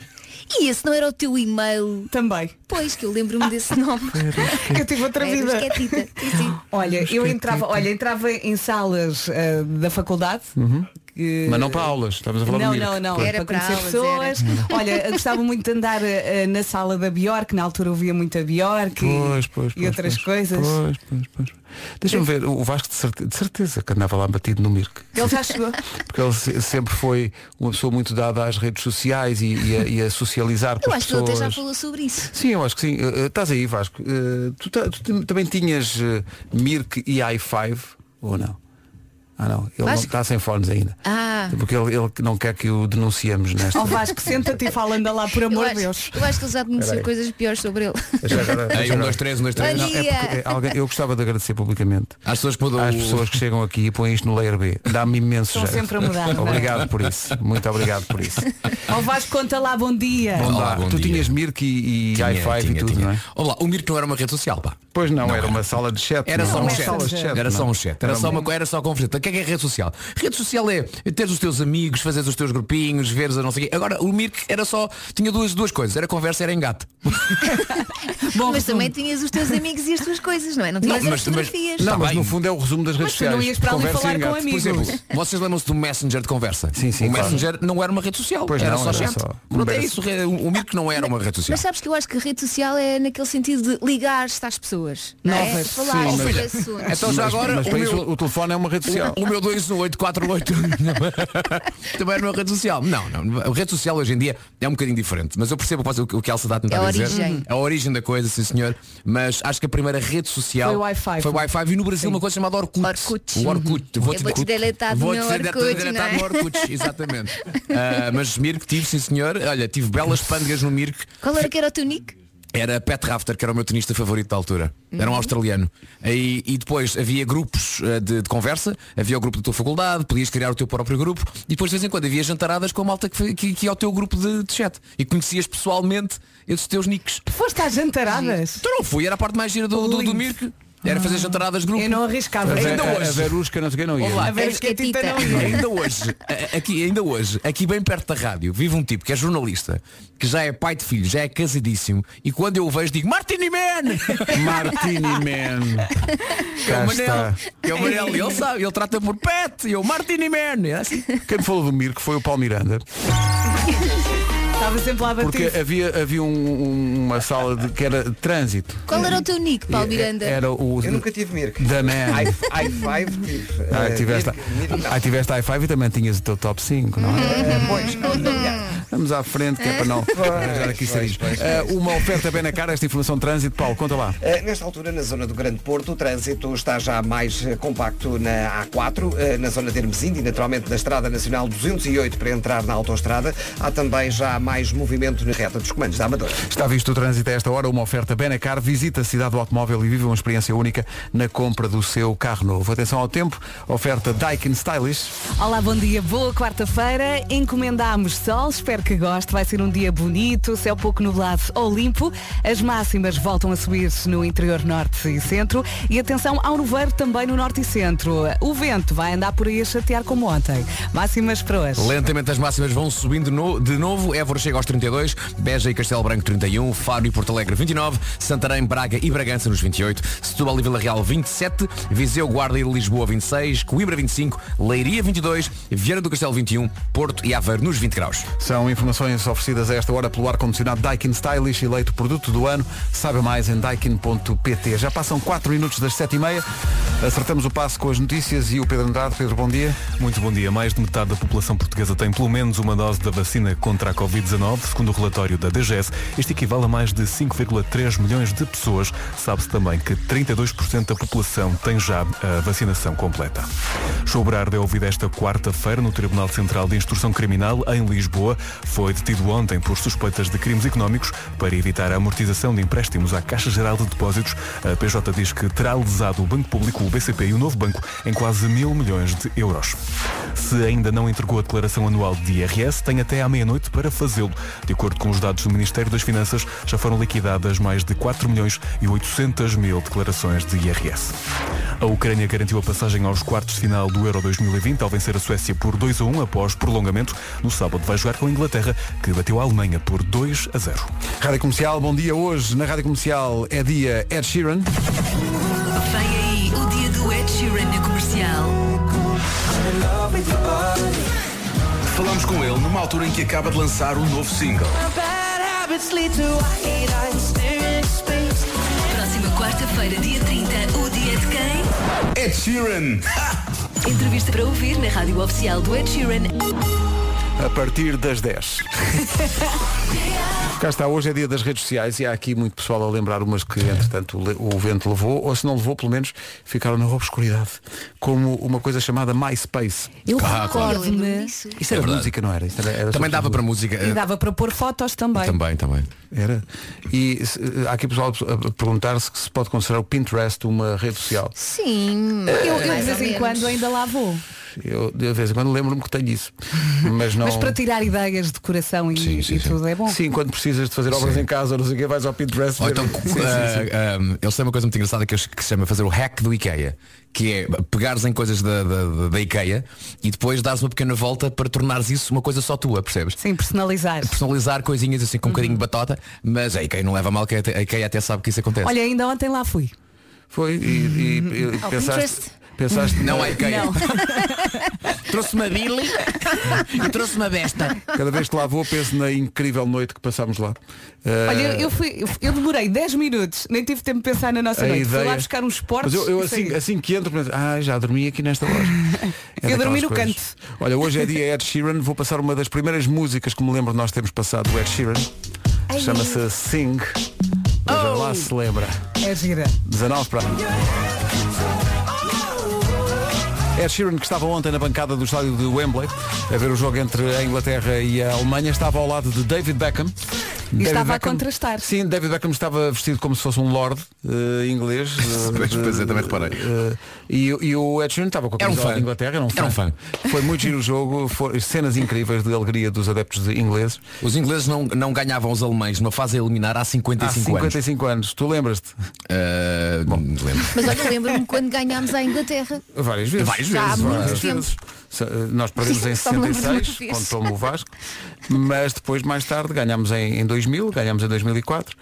Speaker 5: E esse não era o teu e-mail?
Speaker 4: Também.
Speaker 5: Pois, que eu lembro-me desse nome.
Speaker 4: Eu tive outra
Speaker 5: Era
Speaker 4: vida.
Speaker 5: Esquetita. Sim, sim.
Speaker 4: Olha, eu entrava, olha, entrava em salas ah, da faculdade. que-
Speaker 1: Uhum. Mas não para aulas, estamos a falar
Speaker 4: não,
Speaker 1: do Mirko.
Speaker 4: não, não,
Speaker 5: Pois.
Speaker 4: era
Speaker 5: Era
Speaker 4: para
Speaker 5: para
Speaker 4: conhecer
Speaker 5: aulas,
Speaker 4: pessoas. Olha, eu gostava muito de andar eh, na sala da Bjork, na altura ouvia muito a Bjork e-
Speaker 1: Pois, pois,
Speaker 4: e
Speaker 1: pois,
Speaker 4: outras
Speaker 1: pois,
Speaker 4: coisas.
Speaker 1: Pois, pois, pois. Deixa-me ver, o Vasco de certe- de certeza, que andava lá batido no Mirk.
Speaker 4: Ele já chegou.
Speaker 1: Porque ele se- sempre foi uma pessoa muito dada às redes sociais e, e a, e a socializar com
Speaker 5: Eu
Speaker 1: as
Speaker 5: acho que ele
Speaker 1: pessoas.
Speaker 5: até já falou sobre isso.
Speaker 1: Sim, eu acho que sim. Eh, eh, Estás aí, Vasco. Eh, tu, ta- tu tam- também tinhas eh, Mirk e i5 ou não? Ah não, ele não
Speaker 5: Vasco?
Speaker 1: está sem fones ainda.
Speaker 5: Ah. Oh,
Speaker 1: Porque ele, ele não quer que o denunciemos nesta.
Speaker 4: Ó Vasco, senta-te e fala anda lá, por amor
Speaker 5: eu,
Speaker 4: de Deus.
Speaker 5: acho, eu acho que ele já denunciou
Speaker 1: Peraí.
Speaker 5: coisas piores sobre ele.
Speaker 1: Deixa agora-
Speaker 7: Aí,
Speaker 1: deixa
Speaker 7: um,
Speaker 1: agora.
Speaker 7: dois, três, um, dois, três.
Speaker 5: Bom
Speaker 1: Não, é
Speaker 5: dia.
Speaker 1: porque alguém- eu gostava de agradecer publicamente
Speaker 7: As pessoas podem.
Speaker 1: às pessoas que chegam aqui e põem isto no layer B. Dá-me imenso
Speaker 4: Estão
Speaker 1: jeito.
Speaker 4: sempre a mudar, não é?
Speaker 1: Obrigado por isso. Muito obrigado por isso.
Speaker 4: Ó Vasco, conta lá, bom dia.
Speaker 1: Bom,
Speaker 7: Olá,
Speaker 1: dá.
Speaker 7: bom
Speaker 1: tu
Speaker 7: dia.
Speaker 1: tinhas Mirk e, e
Speaker 7: Tinha,
Speaker 1: i5 e
Speaker 7: tinha,
Speaker 1: tudo,
Speaker 7: tinha.
Speaker 1: não é?
Speaker 7: Vamos lá, o Mirko não era uma rede social, pá.
Speaker 1: Pois não, era uma sala de chat.
Speaker 7: Era
Speaker 1: não
Speaker 7: só
Speaker 1: é?
Speaker 7: um
Speaker 1: Uma
Speaker 7: chat.
Speaker 1: sala de chat,
Speaker 7: Era só
Speaker 1: não é?
Speaker 7: um chat. Era só uma co- era só conversa. O que é que é rede social? Rede social é teres os teus amigos, fazeres os teus grupinhos, veres a não sei o quê. Agora, o Mirk era só. Tinha duas, duas coisas. Era conversa, era engate.
Speaker 5: mas também tinhas os teus amigos e as tuas coisas, não é? Não tinhas as fotografias.
Speaker 1: Não,
Speaker 7: Tá
Speaker 1: mas
Speaker 7: bem.
Speaker 1: no fundo é o resumo das redes
Speaker 4: tu não
Speaker 1: sociais.
Speaker 4: ias para ali
Speaker 1: Conversa é, e
Speaker 4: falar com
Speaker 1: engate.
Speaker 4: amigos.
Speaker 7: Por exemplo, vocês lembram-se do Messenger de conversa?
Speaker 1: Sim, sim,
Speaker 7: O
Speaker 1: claro.
Speaker 7: Messenger não era uma rede social.
Speaker 1: Pois
Speaker 7: era
Speaker 1: não,
Speaker 7: só
Speaker 1: era
Speaker 7: chat.
Speaker 1: só
Speaker 7: Pronto, é
Speaker 1: conversa.
Speaker 7: isso. O Mirko não era uma rede social.
Speaker 5: Mas sabes que eu acho que a rede social é naquele sentido de ligar-te às pessoas. não é?
Speaker 4: Novas.
Speaker 5: Falar
Speaker 1: Sim,
Speaker 5: sobre
Speaker 7: mas-
Speaker 5: assuntos.
Speaker 7: Então já
Speaker 1: Mas-
Speaker 7: agora
Speaker 1: mas
Speaker 7: o
Speaker 1: para
Speaker 7: meu-
Speaker 1: isso o telefone é uma rede social.
Speaker 7: O meu 21848 também era uma rede social. Não, não. A rede social hoje em dia é um bocadinho diferente. Mas eu percebo o que- o que a Elsa está a tentar
Speaker 5: É a
Speaker 7: dizer. Uhum.
Speaker 5: origem.
Speaker 7: A origem da coisa, sim senhor. Mas acho que a primeira rede social
Speaker 4: Foi o Wi-Fi.
Speaker 7: Foi o Wi-Fi e no Brasil uma coisa chamada Orkut.
Speaker 5: Orkut. Uhum.
Speaker 7: O Orkut.
Speaker 5: Eu vou-te deletar do
Speaker 7: vou
Speaker 5: meu
Speaker 7: deletar-
Speaker 5: Orkut,
Speaker 7: deletar
Speaker 5: não é?
Speaker 7: do Orkut, exatamente. Ah, mas Mirk tive, sim senhor. Olha, tive belas pândegas no Mirk.
Speaker 5: Qual era que era o teu nick?
Speaker 7: Era Pat Rafter, que era o meu tenista favorito da altura. Era um australiano. E, e depois havia grupos eh, de, de conversa, havia o grupo da tua faculdade, podias criar o teu próprio grupo e depois de vez em quando havia jantaradas com a malta que, foi- que, que ia ao teu grupo de, de chat. E conhecias pessoalmente esses teus nicks.
Speaker 4: Foste às jantaradas.
Speaker 7: Então não fui, era a parte mais gira do, do, do Mirk. Era
Speaker 10: Ah.
Speaker 7: fazer jantaradas de grupo.
Speaker 4: Eu não arriscava.
Speaker 1: A Ve-
Speaker 7: Ainda
Speaker 1: a-
Speaker 7: hoje.
Speaker 1: A Verusca não sei quem não ia.
Speaker 7: Olá.
Speaker 4: A Vera
Speaker 5: A
Speaker 10: é
Speaker 5: Esquetita.
Speaker 4: Esquetita não ia.
Speaker 7: ainda hoje, a- aqui, ainda hoje, aqui bem perto da rádio, vive um tipo que é jornalista, que já é pai de filho, já é casadíssimo, e quando eu o vejo digo, Martini Man!
Speaker 1: Martini Man.
Speaker 7: Que é
Speaker 1: Cá
Speaker 7: o
Speaker 1: está.
Speaker 7: Manel. Que é o Manel. E ele sabe, ele trata por pet. E eu, Martini Man. É assim.
Speaker 1: Quem me falou do Mirko foi o Paulo Miranda.
Speaker 4: Estava sempre lá batido.
Speaker 1: Porque havia, havia um- um- uma sala de, que era de trânsito.
Speaker 5: Qual era o teu nick, Paulo Miranda?
Speaker 1: Era o
Speaker 3: Eu nunca tive Mirk.
Speaker 1: The Man.
Speaker 3: I- i5 tive.
Speaker 1: Ah,
Speaker 3: eh,
Speaker 1: tiveste,
Speaker 3: Mirk- Mirk não.
Speaker 1: ah, tiveste i5 e também tinhas o teu top 5, não é?
Speaker 7: Uhum.
Speaker 3: Eh, Pois, olha,
Speaker 1: Vamos à frente, que é para não arranjar aqui
Speaker 3: pois,
Speaker 1: sarilhos.
Speaker 3: pois,
Speaker 1: Ah, Uma oferta bem na cara, esta informação de trânsito. Paulo, conta lá.
Speaker 3: eh, Nesta altura, na zona do Grande Porto, o trânsito está já mais eh, compacto na A4, eh, na zona de Hermesinde e naturalmente na Estrada Nacional 208 para entrar na autoestrada. Há também já mais movimento na reta dos comandos da Amadora.
Speaker 1: Está visto o trânsito a esta hora, uma oferta Benacar. Visita a cidade do automóvel e vive uma experiência única na compra do seu carro novo. Atenção ao tempo, oferta Daikin Stylish.
Speaker 4: Olá, bom dia, boa quarta-feira. Encomendámos sol, espero que goste. Vai ser um dia bonito, céu pouco nublado ou limpo. As máximas voltam a subir-se no interior norte e centro. E atenção ao nevoeiro também no norte e centro. O vento vai andar por aí a chatear como ontem. Máximas para hoje.
Speaker 7: Lentamente as máximas vão subindo no- de novo. Évora chega aos 32, Beja e Castelo Branco 31, Faro e Porto Alegre 29, Santarém, Braga e Bragança nos 28, Setúbal e Vila Real 27, Viseu, Guarda e Lisboa 26, Coimbra 25, Leiria 22, Vieira do Castelo 21, Porto e Aveiro nos 20 graus.
Speaker 1: São informações oferecidas a esta hora pelo ar-condicionado Daikin Stylish, eleito produto do ano. Saiba mais em daikin.pt. Já passam 4 minutos das 7h30. Acertamos o passo com as notícias e o Pedro Andrade. Pedro, bom dia.
Speaker 2: Muito bom dia. Mais de metade da população portuguesa tem pelo menos uma dose da vacina contra a Covid-19. Segundo o relatório da DGS, este equivale a mais de 5,3 milhões de pessoas. Sabe-se também que 32% da população tem já a vacinação completa. Chobrar é ouvido esta quarta-feira no Tribunal Central de Instrução Criminal em Lisboa. Foi detido ontem por suspeitas de crimes económicos para evitar a amortização de empréstimos à Caixa Geral de Depósitos. A PJ diz que terá lesado o Banco Público, o BCP e o Novo Banco em quase mil milhões de euros. Se ainda não entregou a declaração anual de IRS, tem até à meia-noite para fazê-lo. De acordo com os dados do Ministério das Finanças, já foram liquidadas mais de 4 milhões e 800 mil declarações de IRS. A Ucrânia garantiu a passagem aos quartos de final do Euro 2020 ao vencer a Suécia por 2 a 1 após prolongamento. No sábado vai jogar com a Inglaterra, que bateu a Alemanha por 2 a 0.
Speaker 1: Rádio Comercial, bom dia. Hoje na Rádio Comercial é dia Ed Sheeran.
Speaker 11: Vem aí o dia do Ed Sheeran na comercial.
Speaker 6: Falamos com ele numa altura em que acaba de lançar um novo single.
Speaker 11: Próxima quarta-feira, dia 30, o dia de quem?
Speaker 6: Ed Sheeran!
Speaker 11: Entrevista para ouvir na rádio oficial do Ed Sheeran.
Speaker 1: a partir das 10. Cá está, hoje é dia das redes sociais e há aqui muito pessoal a lembrar umas que, entretanto, o le- o vento levou, ou se não levou, pelo menos ficaram na obscuridade, como uma coisa chamada MySpace.
Speaker 4: Eu
Speaker 7: Ah, claro.
Speaker 4: recordo-me.
Speaker 1: Isto era música, não era? Isto era- era
Speaker 7: É Também
Speaker 1: sobre
Speaker 7: dava para
Speaker 1: tudo.
Speaker 7: música. eh,
Speaker 4: E dava para pôr fotos também.
Speaker 7: Também, também.
Speaker 1: Era. E se- eh, há aqui pessoal a perguntar-se que se pode considerar o Pinterest uma rede social.
Speaker 5: Sim.
Speaker 4: Eu, eu de
Speaker 5: mais
Speaker 4: vez
Speaker 5: ou
Speaker 4: em
Speaker 5: menos.
Speaker 4: quando ainda lá vou.
Speaker 1: Eu, de vez em quando, lembro-me que tenho isso. Mas não...
Speaker 4: Mas para tirar ideias de coração e,
Speaker 7: Então- Sim, sim,
Speaker 4: e
Speaker 7: sim.
Speaker 4: tudo é bom.
Speaker 1: Sim, quando precisas de fazer obras
Speaker 7: Sim.
Speaker 1: em casa ou não sei o que, vais ao Pinterest.
Speaker 7: Ou
Speaker 1: ver-
Speaker 7: então,
Speaker 1: Sim, sim, sim.
Speaker 7: ah, ah, eles têm uma coisa muito engraçada que, eu- que se chama fazer o hack do IKEA, que é pegares em coisas da, da- da- da IKEA e depois dares uma pequena volta para tornares isso uma coisa só tua, percebes?
Speaker 4: Sim, personalizar.
Speaker 7: Personalizar coisinhas assim com um bocadinho de
Speaker 1: Uhum.
Speaker 7: batota, mas a IKEA não leva a mal, que a a IKEA até sabe que isso
Speaker 1: É.
Speaker 7: acontece.
Speaker 4: Olha, ainda ontem lá fui.
Speaker 1: Foi e, e- e
Speaker 5: Ao
Speaker 1: pensaste,
Speaker 5: Pinterest.
Speaker 1: pensaste
Speaker 7: não é. a IKEA.
Speaker 4: Não.
Speaker 7: Trouxe uma Billy e trouxe uma besta.
Speaker 1: Cada vez que lá vou penso na incrível noite que passámos lá. Eh,
Speaker 4: Olha, eu, fui, eu- eu demorei 10 minutos, nem tive tempo de pensar na nossa
Speaker 1: a
Speaker 4: noite. Fui lá
Speaker 1: ideia-
Speaker 4: buscar uns portos.
Speaker 1: Mas eu, eu
Speaker 4: e saí.
Speaker 1: assim, assim que entro, penso, ah, já dormi aqui nesta loja. É
Speaker 4: Eu dormi
Speaker 1: daquelas
Speaker 4: no
Speaker 1: coisas. Olha, hoje é dia Ed Sheeran, vou passar uma das primeiras músicas que me lembro de nós termos passado do Ed Sheeran. Chama-se Sing. Veja lá se lembra.
Speaker 4: É gira.
Speaker 1: 19 para. Ed Sheeran, que estava ontem na bancada do estádio de Wembley, a ver o jogo entre a Inglaterra e a Alemanha, estava ao lado de David Beckham. David
Speaker 4: estava a contrastar.
Speaker 1: Sim, David Beckham estava vestido como se fosse um lord eh, inglês. eh,
Speaker 7: Pois, pois, eu também reparei.
Speaker 1: eh, e, e o Ed Sheeran estava com a
Speaker 7: Era um
Speaker 1: camisola
Speaker 7: fã.
Speaker 1: da Inglaterra, era um fã.
Speaker 7: Era um fã.
Speaker 1: Foi muito giro o jogo, foi- cenas incríveis de alegria dos adeptos de ingleses.
Speaker 7: Os ingleses não, não ganhavam os alemães numa fase a eliminar há
Speaker 1: Há
Speaker 7: 55,
Speaker 1: 55 anos, tu lembras-te?
Speaker 7: anos. Bom, Ah, me lembro.
Speaker 5: Mas olha, lembro-me quando ganhámos a Inglaterra.
Speaker 1: Várias vezes.
Speaker 7: Várias
Speaker 5: Já há
Speaker 1: vezes.
Speaker 5: muito
Speaker 1: várias
Speaker 5: tempo.
Speaker 1: vezes. Se- eh, Nós perdemos em
Speaker 5: Só me lembro de uma
Speaker 1: 66,
Speaker 5: vez.
Speaker 1: quando tomou o Vasco, mas depois, mais tarde, ganhámos em, em 2000, ganhámos em 2004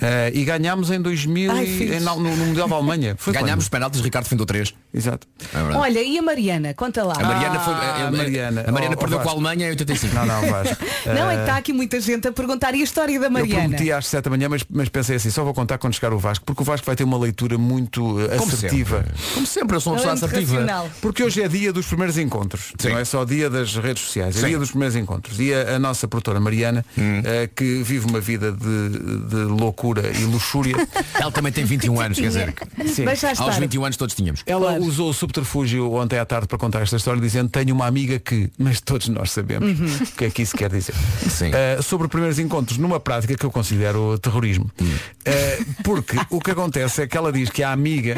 Speaker 1: eh, e ganhámos em 2000
Speaker 4: Ai,
Speaker 1: e-
Speaker 4: filhos.
Speaker 1: em- no, no Mundial da Alemanha. Foi
Speaker 7: Ganhámos os penaltis, Ricardo findou 3.
Speaker 1: quando? Exato.
Speaker 4: Olha, e a Mariana? Conta lá.
Speaker 7: É A Mariana, foi,
Speaker 1: Ah,
Speaker 7: a, a-
Speaker 1: Mariana.
Speaker 7: a Mariana
Speaker 1: Oh,
Speaker 7: perdeu com a
Speaker 1: Vasco.
Speaker 7: Alemanha em 85.
Speaker 1: Não, não, Vasco.
Speaker 4: Não, é que
Speaker 1: Eh,
Speaker 4: está aqui muita gente a perguntar e a história da
Speaker 1: Eu
Speaker 4: Mariana.
Speaker 1: prometi às 7 da manhã, mas, mas pensei assim, só vou contar quando chegar o Vasco, porque o Vasco vai ter uma leitura muito eh,
Speaker 7: Como
Speaker 1: assertiva.
Speaker 7: sempre. Como sempre, eu sou uma
Speaker 4: Ela é
Speaker 7: pessoa
Speaker 4: muito
Speaker 7: assertiva.
Speaker 4: racional.
Speaker 1: Porque hoje é dia dos primeiros encontros.
Speaker 7: Sim.
Speaker 1: Não é só dia das redes sociais, é
Speaker 7: Sim.
Speaker 1: dia dos primeiros encontros. E a, a nossa produtora Mariana, eh, que vive uma vida de, de loucura e luxúria,
Speaker 7: Ela também tem 21 anos, quer dizer.
Speaker 4: Deixa
Speaker 7: Aos
Speaker 4: estar.
Speaker 7: 21 anos todos tínhamos.
Speaker 1: ela usou o subterfúgio ontem à tarde para contar esta história, dizendo tenho uma amiga que, mas todos nós sabemos o que é que isso quer dizer.
Speaker 7: Sim.
Speaker 1: Eh, sobre primeiros encontros, numa prática que eu considero terrorismo.
Speaker 7: Hum.
Speaker 1: Eh, porque o que acontece é que ela diz que a amiga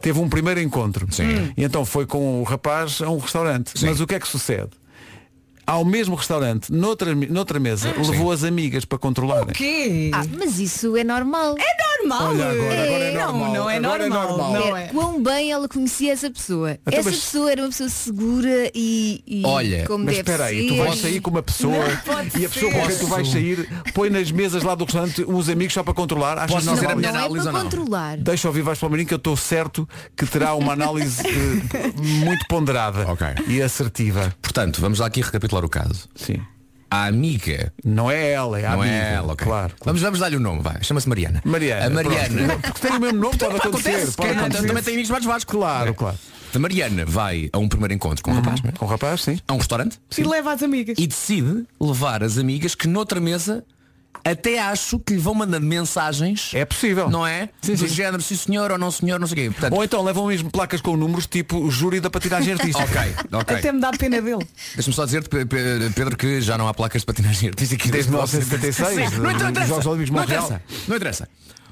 Speaker 1: teve um primeiro encontro.
Speaker 7: Hum. Sim.
Speaker 1: E então foi com o rapaz a um restaurante. Mas o que é que sucede? Ao mesmo restaurante, noutra, noutra mesa, levou as amigas para controlarem.
Speaker 4: Quê?
Speaker 5: Ah, mas isso é normal.
Speaker 4: É normal.
Speaker 1: Olha, agora- agora é normal.
Speaker 4: Não, não é
Speaker 1: Agora é
Speaker 4: normal.
Speaker 1: normal.
Speaker 4: Não
Speaker 5: É,
Speaker 4: é.
Speaker 5: Quão bem ela conhecia essa pessoa.
Speaker 1: Então,
Speaker 5: essa
Speaker 1: mas-
Speaker 5: pessoa era uma pessoa segura e, e
Speaker 7: Olha,
Speaker 5: como
Speaker 1: Mas
Speaker 5: deve
Speaker 1: espera aí, tu
Speaker 5: ser.
Speaker 1: vais sair com uma pessoa
Speaker 4: pode
Speaker 1: e a pessoa com quem tu
Speaker 7: ser.
Speaker 1: vais sair põe nas mesas lá do restaurante uns amigos só para controlar. Achas
Speaker 7: Posso dizer a
Speaker 5: Não,
Speaker 1: normal
Speaker 7: minha
Speaker 1: isso?
Speaker 5: não é
Speaker 7: análise
Speaker 5: para
Speaker 7: ou não?
Speaker 5: controlar.
Speaker 1: Deixa ouvir Vais para o Marinho que eu estou certo que terá uma análise eh, muito ponderada
Speaker 7: Ok.
Speaker 1: e assertiva.
Speaker 7: Portanto, vamos lá aqui recapitular o caso.
Speaker 1: Sim.
Speaker 7: a amiga.
Speaker 1: Não é ela, é a
Speaker 7: Não
Speaker 1: amiga.
Speaker 7: é ela, ok.
Speaker 1: Claro.
Speaker 7: Vamos, vamos dar-lhe o nome, vai. Chama-se Mariana.
Speaker 1: Mariana.
Speaker 7: A Mariana.
Speaker 1: pronto. Porque tem o mesmo nome, pode acontecer.
Speaker 7: Acontece,
Speaker 1: pode
Speaker 7: cara,
Speaker 1: acontecer.
Speaker 7: também tem amigos mais vascos.
Speaker 1: Claro, claro. Uhum.
Speaker 7: A Mariana vai a um primeiro encontro com um rapaz, não é?
Speaker 1: Com o rapaz, sim.
Speaker 7: a um restaurante
Speaker 4: E leva as amigas.
Speaker 7: e decide levar as amigas que noutra mesa até acho que lhe vão mandando mensagens,
Speaker 1: É possível.
Speaker 7: não é? Do género, sim senhor ou não senhor, não sei o quê. Portanto,
Speaker 1: Ou então levam mesmo placas com números tipo júri da patinagem artística.
Speaker 7: ok, ok.
Speaker 4: Até me dá pena dele.
Speaker 7: Deixa-me só dizer-te, Pe- Pe- Pedro, que já não há placas de patinagem artística
Speaker 1: Desde 1976,
Speaker 7: 1976. Não
Speaker 1: dos
Speaker 7: interessa.
Speaker 1: eh, Jogos Olímpicos de
Speaker 7: Não
Speaker 1: Montreal.
Speaker 7: interessa. Não interessa.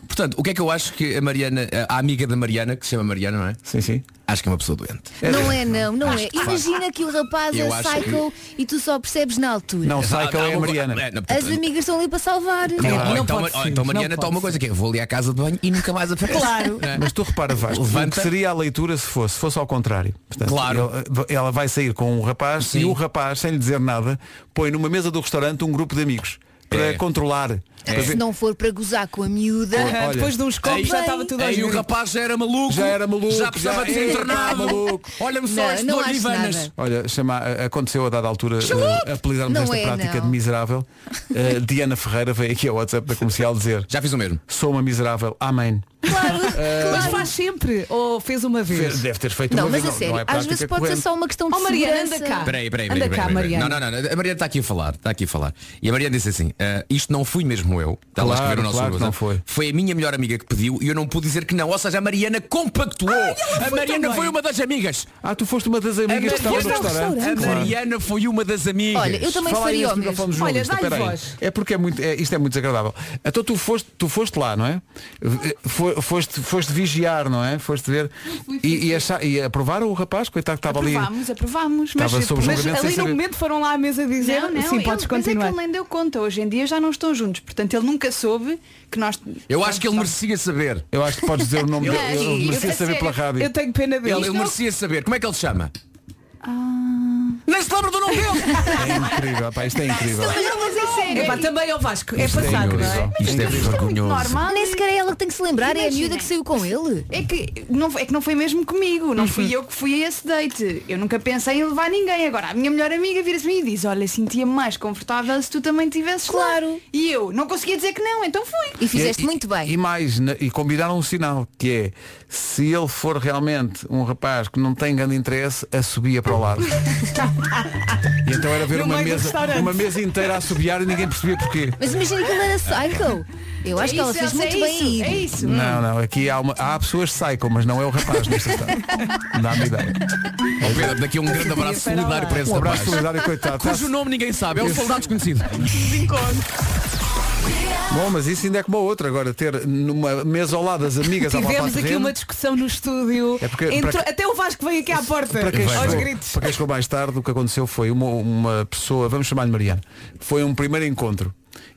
Speaker 7: Portanto, o que é que eu acho que a Mariana, a amiga da Mariana, que se chama Mariana, não é?
Speaker 1: Sim, sim.
Speaker 7: Acho que é uma pessoa doente.
Speaker 5: Não é não, não
Speaker 7: Acho
Speaker 5: é.
Speaker 7: que faz.
Speaker 5: Imagina que o rapaz é
Speaker 7: Eu acho
Speaker 5: psycho e tu só percebes na altura.
Speaker 1: Não
Speaker 7: Há-
Speaker 1: sei
Speaker 7: há
Speaker 1: qual é a
Speaker 7: uma co-
Speaker 1: Mariana.
Speaker 7: É, não,
Speaker 5: As amigas estão ali para salvar.
Speaker 7: Ou
Speaker 4: não
Speaker 7: então,
Speaker 4: pode
Speaker 7: ou
Speaker 4: ser,
Speaker 7: então
Speaker 4: não
Speaker 7: Mariana
Speaker 4: pode
Speaker 7: toma uma coisa que é, vou ali à casa de banho e nunca mais aparece.
Speaker 4: Claro.
Speaker 7: Não é?
Speaker 1: Mas tu repara, Vasco, o que
Speaker 7: Levanta.
Speaker 1: seria a leitura se fosse, se fosse ao contrário. Portanto,
Speaker 7: Claro.
Speaker 1: ele- ela vai sair com um rapaz
Speaker 7: Sim.
Speaker 1: e o rapaz, sem lhe dizer nada, põe numa mesa do restaurante um grupo de amigos para
Speaker 7: É.
Speaker 1: controlar. Para
Speaker 5: Se
Speaker 1: ver-
Speaker 5: não for para gozar com a miúda,
Speaker 1: Olha,
Speaker 4: Depois de uns
Speaker 7: Aí-
Speaker 4: copos já estava tudo a
Speaker 7: aí É, o rapaz já era maluco.
Speaker 1: Já era maluco,
Speaker 7: Já precisava
Speaker 1: já-
Speaker 7: de ser
Speaker 1: Ei,
Speaker 7: internado.
Speaker 1: tá maluco.
Speaker 7: Olha-me só
Speaker 5: Não,
Speaker 7: as
Speaker 5: não
Speaker 7: duas
Speaker 5: acho
Speaker 7: vivanas.
Speaker 5: nada.
Speaker 1: Olha, chama, a- aconteceu a dada altura eh, apelidar-nos
Speaker 5: Não
Speaker 1: esta
Speaker 5: é,
Speaker 1: prática
Speaker 5: não.
Speaker 1: de miserável. Eh, Diana Ferreira veio aqui ao WhatsApp da comercial dizer
Speaker 7: Já fiz o mesmo.
Speaker 1: sou uma miserável, amém.
Speaker 5: claro,
Speaker 4: Mas
Speaker 5: claro.
Speaker 4: faz sempre. Ou fez uma vez.
Speaker 1: Deve ter feito
Speaker 5: Não,
Speaker 1: uma
Speaker 5: mas a
Speaker 1: vez,
Speaker 5: sério,
Speaker 1: não é
Speaker 5: às
Speaker 1: prática
Speaker 5: vezes pode ser
Speaker 1: corrente.
Speaker 5: só uma questão de
Speaker 4: Oh, Mariana, anda
Speaker 5: segurança.
Speaker 4: cá.
Speaker 7: Peraí, peraí,
Speaker 4: Anda
Speaker 7: peraí, peraí,
Speaker 4: cá,
Speaker 7: peraí. Não,
Speaker 4: Mariana.
Speaker 7: não, não, não. A Mariana está aqui a falar, está aqui a falar. E a Mariana disse assim, "Ah, isto não fui mesmo eu. Está lá a
Speaker 1: Claro,
Speaker 7: escrever o nosso
Speaker 1: claro que
Speaker 7: grupo,
Speaker 1: não foi.
Speaker 7: Foi a minha melhor amiga que pediu e eu não pude dizer que não. Ou seja, a Mariana compactuou. a Mariana
Speaker 4: também.
Speaker 7: foi uma das amigas.
Speaker 1: Ah, tu foste uma das
Speaker 7: A
Speaker 1: amigas que
Speaker 7: Mariana,
Speaker 1: estava no restaurante.
Speaker 7: a
Speaker 1: Claro.
Speaker 7: Mariana foi uma das amigas.
Speaker 5: Olha, eu também
Speaker 1: Fala aí
Speaker 5: faria
Speaker 1: neste
Speaker 5: o mesmo.
Speaker 1: microfone,
Speaker 4: Olha,
Speaker 1: jornalista,
Speaker 4: dá-lhe
Speaker 1: espera aí.
Speaker 4: voz.
Speaker 1: É porque é muito, é- isto é muito desagradável. Então tu foste, tu foste lá, não é? Fo- Foste, foste vigiar, não é? Foste ver. E, e, achar- e aprovaram o rapaz, coitado, que estava ali.
Speaker 10: Aprovámos, aprovámos. Mas,
Speaker 1: Estava sob
Speaker 4: Mas
Speaker 1: julgamento
Speaker 4: ali
Speaker 1: sem
Speaker 4: no
Speaker 1: saber.
Speaker 4: momento foram lá à mesa dizer
Speaker 10: não, não,
Speaker 4: sim,
Speaker 10: ele-
Speaker 4: podes
Speaker 10: mas é que
Speaker 4: continuar.
Speaker 10: ele nem deu conta. Hoje em dia já não estão juntos. Portanto, ele nunca soube que nós.
Speaker 7: Eu acho que ele merecia saber.
Speaker 1: Eu acho que podes dizer o nome
Speaker 7: Eu-
Speaker 1: dele.
Speaker 7: eu-
Speaker 1: Eu merecia
Speaker 10: eu-
Speaker 1: saber pela
Speaker 10: sério,
Speaker 1: rádio.
Speaker 4: Eu tenho pena
Speaker 7: Ele,
Speaker 4: dele.
Speaker 7: ele merecia saber. Como é que ele se chama? Nem se lembra do nome dele.
Speaker 1: É incrível, pá, isto é incrível.
Speaker 10: Mas é sério.
Speaker 4: Epá, também ao Vasco. É passado, não é?
Speaker 7: Isto é vergonhoso.
Speaker 10: Normal.
Speaker 5: Nem sequer é ela que tem que se lembrar, é a
Speaker 10: Imaginem.
Speaker 5: miúda que saiu com ele.
Speaker 10: É que, não, é que não foi mesmo comigo, não fui eu que fui a esse date. Eu nunca pensei em levar ninguém. Agora, a minha melhor amiga vira-se a mim e diz, olha, sentia-me mais confortável se tu também tivesses lá."
Speaker 5: Claro.
Speaker 10: E eu não conseguia dizer que não, então fui.
Speaker 5: E fizeste
Speaker 1: E-
Speaker 5: muito bem.
Speaker 1: E mais, na- e combinaram um sinal, que é, se ele for realmente um rapaz que não tem grande interesse, assobia para o lado. e então era ver
Speaker 4: No
Speaker 1: uma
Speaker 4: meio do
Speaker 1: mesa,
Speaker 4: restaurante.
Speaker 1: uma mesa inteira a assobiar e ninguém percebia porquê.
Speaker 5: Mas imagina que ele era psycho. Eu acho que ela
Speaker 10: isso,
Speaker 5: fez
Speaker 10: Elsa,
Speaker 5: muito
Speaker 10: é
Speaker 5: bem
Speaker 10: isso,
Speaker 5: aí.
Speaker 10: É isso.
Speaker 1: Não, não, aqui há, uma, há pessoas psycho, mas não é o rapaz nesta cidade. Dá-me ideia.
Speaker 7: Ó Pedro, daqui um grande abraço
Speaker 4: Para lá.
Speaker 7: solidário para esse
Speaker 1: Um abraço
Speaker 7: rapaz.
Speaker 1: solidário, coitado. Tá-se-
Speaker 7: Cujo nome ninguém sabe, é um soldado desconhecido.
Speaker 1: Bom, mas isso ainda é como a outra, agora ter numa mesa ao lado as amigas à volta
Speaker 4: Tivemos
Speaker 1: ao
Speaker 4: aqui
Speaker 1: terreno.
Speaker 4: uma discussão no estúdio.
Speaker 1: É porque-
Speaker 4: Entrou-
Speaker 1: para que-
Speaker 4: Até o Vasco veio aqui à porta.
Speaker 1: Para quem,
Speaker 4: aos
Speaker 1: chegou,
Speaker 4: gritos.
Speaker 1: para quem chegou mais tarde, o que aconteceu foi uma, uma pessoa, vamos chamar-lhe Mariana, foi um primeiro encontro.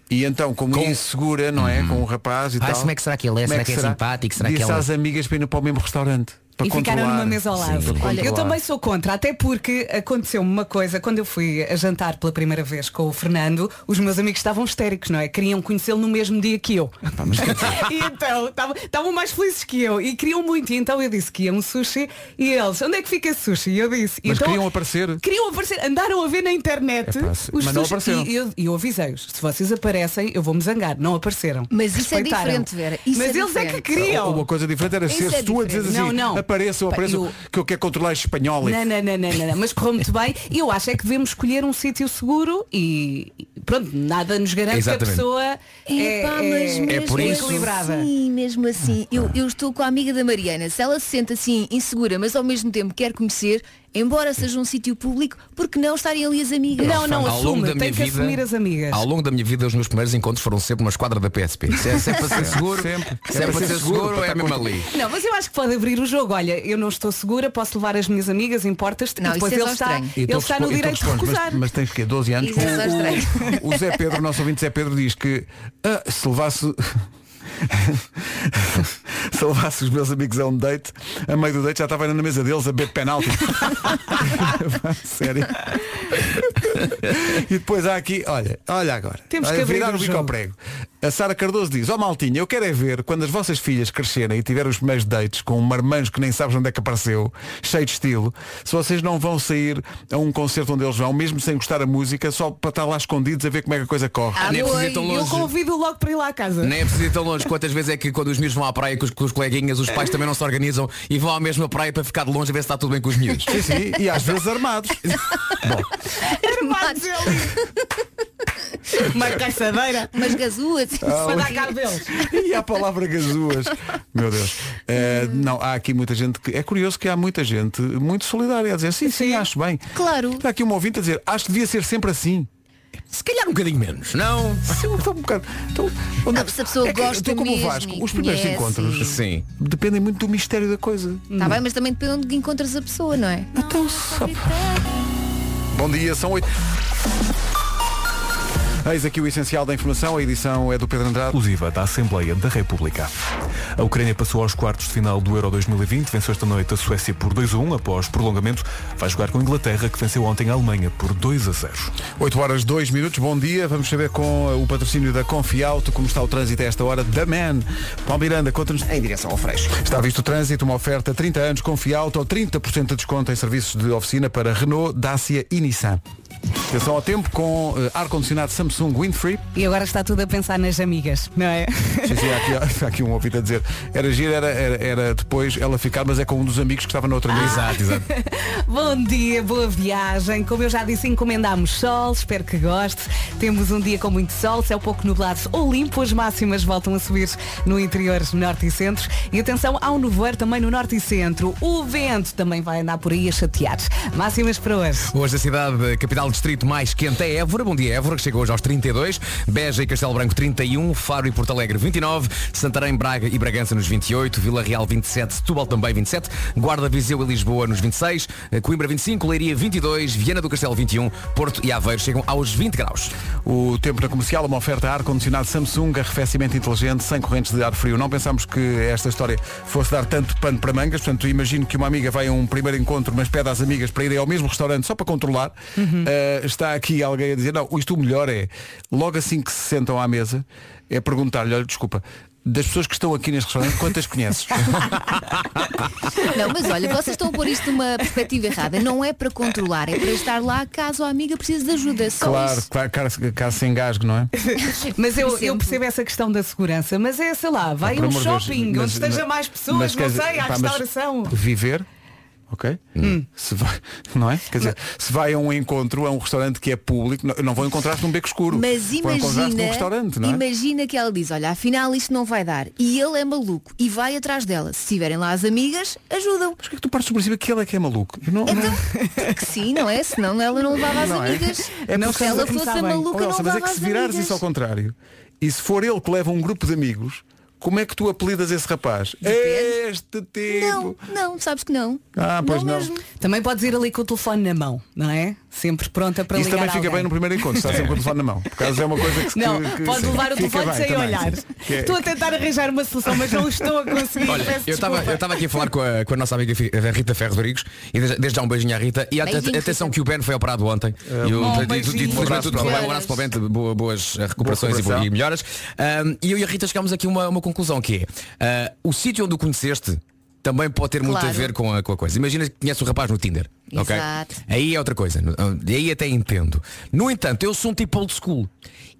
Speaker 1: E então, como insegura, não é? Com o rapaz e
Speaker 7: Uhum. Ai,
Speaker 1: tal.
Speaker 7: como é que será que ele é? Será que é simpático? Será que
Speaker 1: disse
Speaker 7: ela-
Speaker 1: às amigas para ir para o mesmo restaurante. Para
Speaker 4: E ficaram
Speaker 1: controlar.
Speaker 4: numa mesa ao lado.
Speaker 1: Sim, para
Speaker 4: Olha, eu
Speaker 1: controlar.
Speaker 4: também sou contra, até porque aconteceu-me uma coisa, quando eu fui a jantar pela primeira vez com o Fernando, os meus amigos estavam histéricos, não é? Queriam conhecê-lo no mesmo dia que eu.
Speaker 1: Ah,
Speaker 4: e então, estavam- estavam mais felizes que eu e queriam muito. E então eu disse que ia um sushi e eles, onde é que fica esse sushi? E eu disse,
Speaker 1: Mas
Speaker 4: então,
Speaker 1: queriam aparecer.
Speaker 4: Queriam aparecer, andaram a ver na internet
Speaker 1: Epá, se-
Speaker 4: os
Speaker 1: mas não
Speaker 4: sushi.
Speaker 1: apareceram.
Speaker 4: E eu, e eu avisei-os, se vocês aparecem, eu vou-me zangar. Não apareceram.
Speaker 5: Mas isso é
Speaker 4: Respeitaram.
Speaker 5: diferente, Vera, isso
Speaker 4: mas
Speaker 5: é
Speaker 4: eles é que
Speaker 5: diferente.
Speaker 4: queriam.
Speaker 1: Uma coisa diferente era
Speaker 5: Isso
Speaker 1: ser
Speaker 5: é
Speaker 1: tu a dizer assim,
Speaker 4: diferente. Não, não.
Speaker 1: apareçam,
Speaker 4: Pá,
Speaker 1: apareçam,
Speaker 4: eu-
Speaker 1: que eu quero controlar espanhol.
Speaker 4: Não, não, não, não, não, não. mas correu muito bem. Eu acho é que devemos escolher um sítio seguro e e pronto, nada nos garante que a
Speaker 7: Exatamente.
Speaker 4: pessoa é,
Speaker 5: Epá, mas
Speaker 4: é-
Speaker 5: mesmo
Speaker 7: por isso-
Speaker 4: equilibrada.
Speaker 5: assim, mesmo assim, eu, eu estou com a amiga da Mariana. Se ela se sente assim insegura, mas ao mesmo tempo quer conhecer, embora seja um sítio público, porque não estarem ali as amigas?
Speaker 4: Não, não,
Speaker 7: Ao longo
Speaker 4: assume,
Speaker 7: da
Speaker 4: tem
Speaker 7: minha
Speaker 4: que
Speaker 7: vida,
Speaker 4: assumir as amigas.
Speaker 7: Ao longo da minha vida, os meus primeiros encontros foram sempre uma esquadra da PSP. Se é sempre para ser seguro,
Speaker 1: Sempre.
Speaker 7: se é para ser seguro, é mesmo ali.
Speaker 4: Não, mas eu acho que pode abrir o jogo. Olha, eu não estou segura, posso levar as minhas amigas, importas-te, e
Speaker 5: Não,
Speaker 4: depois
Speaker 5: isso é
Speaker 4: ele
Speaker 5: só
Speaker 4: está,
Speaker 5: estranho.
Speaker 1: E
Speaker 4: ele
Speaker 1: tu
Speaker 4: está
Speaker 1: Então respo-
Speaker 4: no
Speaker 1: e tu
Speaker 4: direito de
Speaker 1: respondes,
Speaker 4: recusar.
Speaker 1: Mas, mas tens que 12 anos.
Speaker 5: Isso é só estranho.
Speaker 1: O, o- o Zé Pedro, nosso ouvinte Zé Pedro, diz que ah, se levasse. se levasse os meus amigos a um date, a meio do date já estava ainda na mesa deles a beber penalti. Sério. E depois há aqui, olha, olha agora.
Speaker 4: Temos
Speaker 1: Olha,
Speaker 4: que abrir
Speaker 1: virar
Speaker 4: o
Speaker 1: o bico
Speaker 4: jogo.
Speaker 1: ao prego. A Sara Cardoso diz, ó Maltinha, eu quero é ver quando as vossas filhas crescerem e tiverem os primeiros dates com um marmanjo que nem sabes onde é que apareceu, cheio de estilo, se vocês não vão sair a um concerto onde eles vão, mesmo sem gostar da música, só para estar lá escondidos a ver como é que a coisa corre.
Speaker 7: Ah, nem precisa ir tão
Speaker 4: Eu
Speaker 7: longe.
Speaker 4: convido logo para ir lá à casa.
Speaker 7: Nem é preciso ir tão longe. Quantas vezes é que quando os miúdos vão à praia com os, com os coleguinhas, os pais também não se organizam e vão à mesma praia para ficar de longe a ver se está tudo bem com os miúdos.
Speaker 1: Sim, sim, e às vezes armados.
Speaker 5: Armados
Speaker 4: Uma caçadeira.
Speaker 5: Umas gazuas.
Speaker 1: Para dar cabo e a palavra gazuas. Meu Deus. Eh, não, há aqui muita gente que. É curioso que há muita gente muito solidária a dizer sim, sim, acho bem.
Speaker 5: Claro.
Speaker 1: Está aqui um ouvinte a dizer, acho que devia ser sempre assim.
Speaker 7: Se calhar um bocadinho menos, não?
Speaker 1: Sim, está um bocado. Então,
Speaker 5: Não, se Ah, a pessoa
Speaker 1: é que,
Speaker 5: gosta
Speaker 1: estou como o
Speaker 5: mesmo
Speaker 1: Vasco,
Speaker 5: e
Speaker 1: os primeiros
Speaker 5: conhece.
Speaker 1: encontros
Speaker 7: Sim.
Speaker 1: dependem muito do mistério da coisa.
Speaker 5: Está Tá bem, mas também depende onde encontras a pessoa, não é?
Speaker 1: Então, sabe. Bom dia, são oito. Eis aqui o essencial da informação, a edição é do Pedro Andrade.
Speaker 2: exclusiva da Assembleia da República. A Ucrânia passou aos quartos de final do Euro 2020, venceu esta noite a Suécia por 2-1 após prolongamento, vai jogar com a Inglaterra, que venceu ontem a Alemanha por 2-0.
Speaker 1: 8 horas 2 minutos, bom dia. Vamos saber com eh, o patrocínio da Confiauto como está o trânsito a esta hora. Da Man. Paulo Miranda, conta-nos.
Speaker 3: Em direção ao Freixo.
Speaker 1: Está visto o trânsito, uma oferta 30 anos Confiauto, 30% de desconto em serviços de oficina para Renault, Dacia e Nissan. Atenção ao tempo com eh, ar-condicionado Samsung Windfree.
Speaker 4: E agora está tudo a pensar nas amigas, não é?
Speaker 1: Sim, sim, há aqui, há aqui um ouvido a dizer. Era giro, era, era, era depois ela ficar, mas é com um dos amigos que estava na outra mesa.
Speaker 7: Exato, exato.
Speaker 4: Bom dia, boa viagem. Como eu já disse, encomendámos sol, espero que goste. Temos um dia com muito sol, céu pouco nublado ou limpo. As máximas voltam a subir no interior norte e centro. E atenção ao nevoeiro também no norte e centro. O vento também vai andar por aí a chatear. Máximas para hoje.
Speaker 7: Hoje a cidade, a capital do distrito mais quente é Évora. Bom dia, Évora, que chegou hoje aos 32. Beja e Castelo Branco 31, Faro e Porto Alegre 29, Santarém, Braga e Bragança nos 28, Vila Real 27, Setúbal também 27, Guarda, Viseu e Lisboa nos 26, Coimbra 25, Leiria 22, Viana do Castelo 21, Porto e Aveiro chegam aos 20 graus.
Speaker 1: O tempo na comercial, uma oferta a ar-condicionado Samsung, arrefecimento inteligente, sem correntes de ar frio. Não pensámos que esta história fosse dar tanto pano para mangas, portanto imagino que uma amiga vai a um primeiro encontro, mas pede às amigas para irem ao mesmo restaurante só para controlar. Uh, está aqui alguém a dizer, não, isto o melhor é, logo assim que se sentam à mesa, é perguntar-lhe, olha, desculpa, das pessoas que estão aqui neste restaurante, quantas conheces?
Speaker 5: Não, mas olha, vocês estão a pôr isto numa perspectiva errada. Não é para controlar, é para estar lá caso a amiga precise de ajuda. Só
Speaker 1: claro,
Speaker 5: isso.
Speaker 1: claro, caso, caso se engasgue, não é?
Speaker 4: Mas eu,
Speaker 5: Sempre.
Speaker 4: eu percebo essa questão da segurança. Mas é, sei lá, vai a
Speaker 1: Por
Speaker 4: um
Speaker 1: amor de Deus,
Speaker 4: shopping
Speaker 1: mas-
Speaker 4: onde esteja
Speaker 1: mas-
Speaker 4: mais pessoas,
Speaker 1: mas
Speaker 4: não
Speaker 1: quer dizer,
Speaker 4: sei, à
Speaker 1: pá, mas
Speaker 4: restauração.
Speaker 1: Viver, ok?
Speaker 5: Hum.
Speaker 1: Hum. Se vai, não é? Quer dizer, se vai a um encontro, a um restaurante que é público, não, não vão encontrar-te num beco escuro.
Speaker 5: Mas
Speaker 1: Vão encontrar-te
Speaker 5: imagina,
Speaker 1: num restaurante, não é?
Speaker 5: imagina que ela diz, olha, afinal isto não vai dar. E ele é maluco e vai atrás dela. Se tiverem lá as amigas, ajudam.
Speaker 1: Mas o que é que tu partes do princípio que ele é que é maluco? Eu não-
Speaker 5: Então, porque sim, não é? Senão ela não levava as
Speaker 1: Não é?
Speaker 5: amigas.
Speaker 1: É porque
Speaker 5: se ela
Speaker 1: se-
Speaker 5: fosse
Speaker 4: está
Speaker 5: a
Speaker 4: bem.
Speaker 1: Oh,
Speaker 5: maluca, não
Speaker 1: Elsa, mas
Speaker 5: levava
Speaker 1: é que
Speaker 5: as
Speaker 1: se virares
Speaker 5: amigas.
Speaker 1: isso ao contrário, e se for ele que leva um grupo de amigos, como é que tu apelidas esse rapaz? Este tipo.
Speaker 5: Não, não, sabes que não.
Speaker 1: Ah, pois não.
Speaker 5: mesmo.
Speaker 4: Também podes ir ali com o telefone na mão, não é? Sempre pronta para
Speaker 1: Isso
Speaker 4: ligar
Speaker 1: também fica
Speaker 4: alguém.
Speaker 1: bem no primeiro encontro, está sempre com o telefone na mão. Por causa é uma coisa que se
Speaker 4: Não,
Speaker 1: que, que
Speaker 4: pode
Speaker 1: sim,
Speaker 4: levar o
Speaker 1: fica
Speaker 4: telefone
Speaker 1: bem
Speaker 4: sem
Speaker 1: também,
Speaker 4: olhar.
Speaker 1: sim. Que é-
Speaker 4: Estou a tentar arranjar uma solução, mas não estou a conseguir.
Speaker 7: Olha,
Speaker 4: peço
Speaker 7: eu estava
Speaker 4: desculpa.
Speaker 7: eu estava aqui a falar com a, com a nossa amiga fi- a Rita Ferro Rodrigues e desde, desde já um beijinho à Rita e a,
Speaker 5: Beijinho,
Speaker 7: atenção
Speaker 5: Rita.
Speaker 7: que o Ben foi operado ontem e o,
Speaker 4: bom,
Speaker 7: e- e- e-
Speaker 4: beijinho.
Speaker 7: e- felizmente tudo correu bem.
Speaker 5: Melhoras.
Speaker 7: um abraço para o Ben, de boa- boas eh, recuperações
Speaker 1: Boa recuperação.
Speaker 7: e, bo- e melhoras Ahm, e eu e a Rita chegámos aqui a uma, uma conclusão que é ah, o sítio onde o conheceste também pode ter muito a
Speaker 5: Claro.
Speaker 7: ver com a, com a coisa imagina que conheces um rapaz no Tinder ok?
Speaker 5: Exato.
Speaker 7: Aí é outra coisa. No- Aí até entendo. No entanto, eu sou um tipo old school.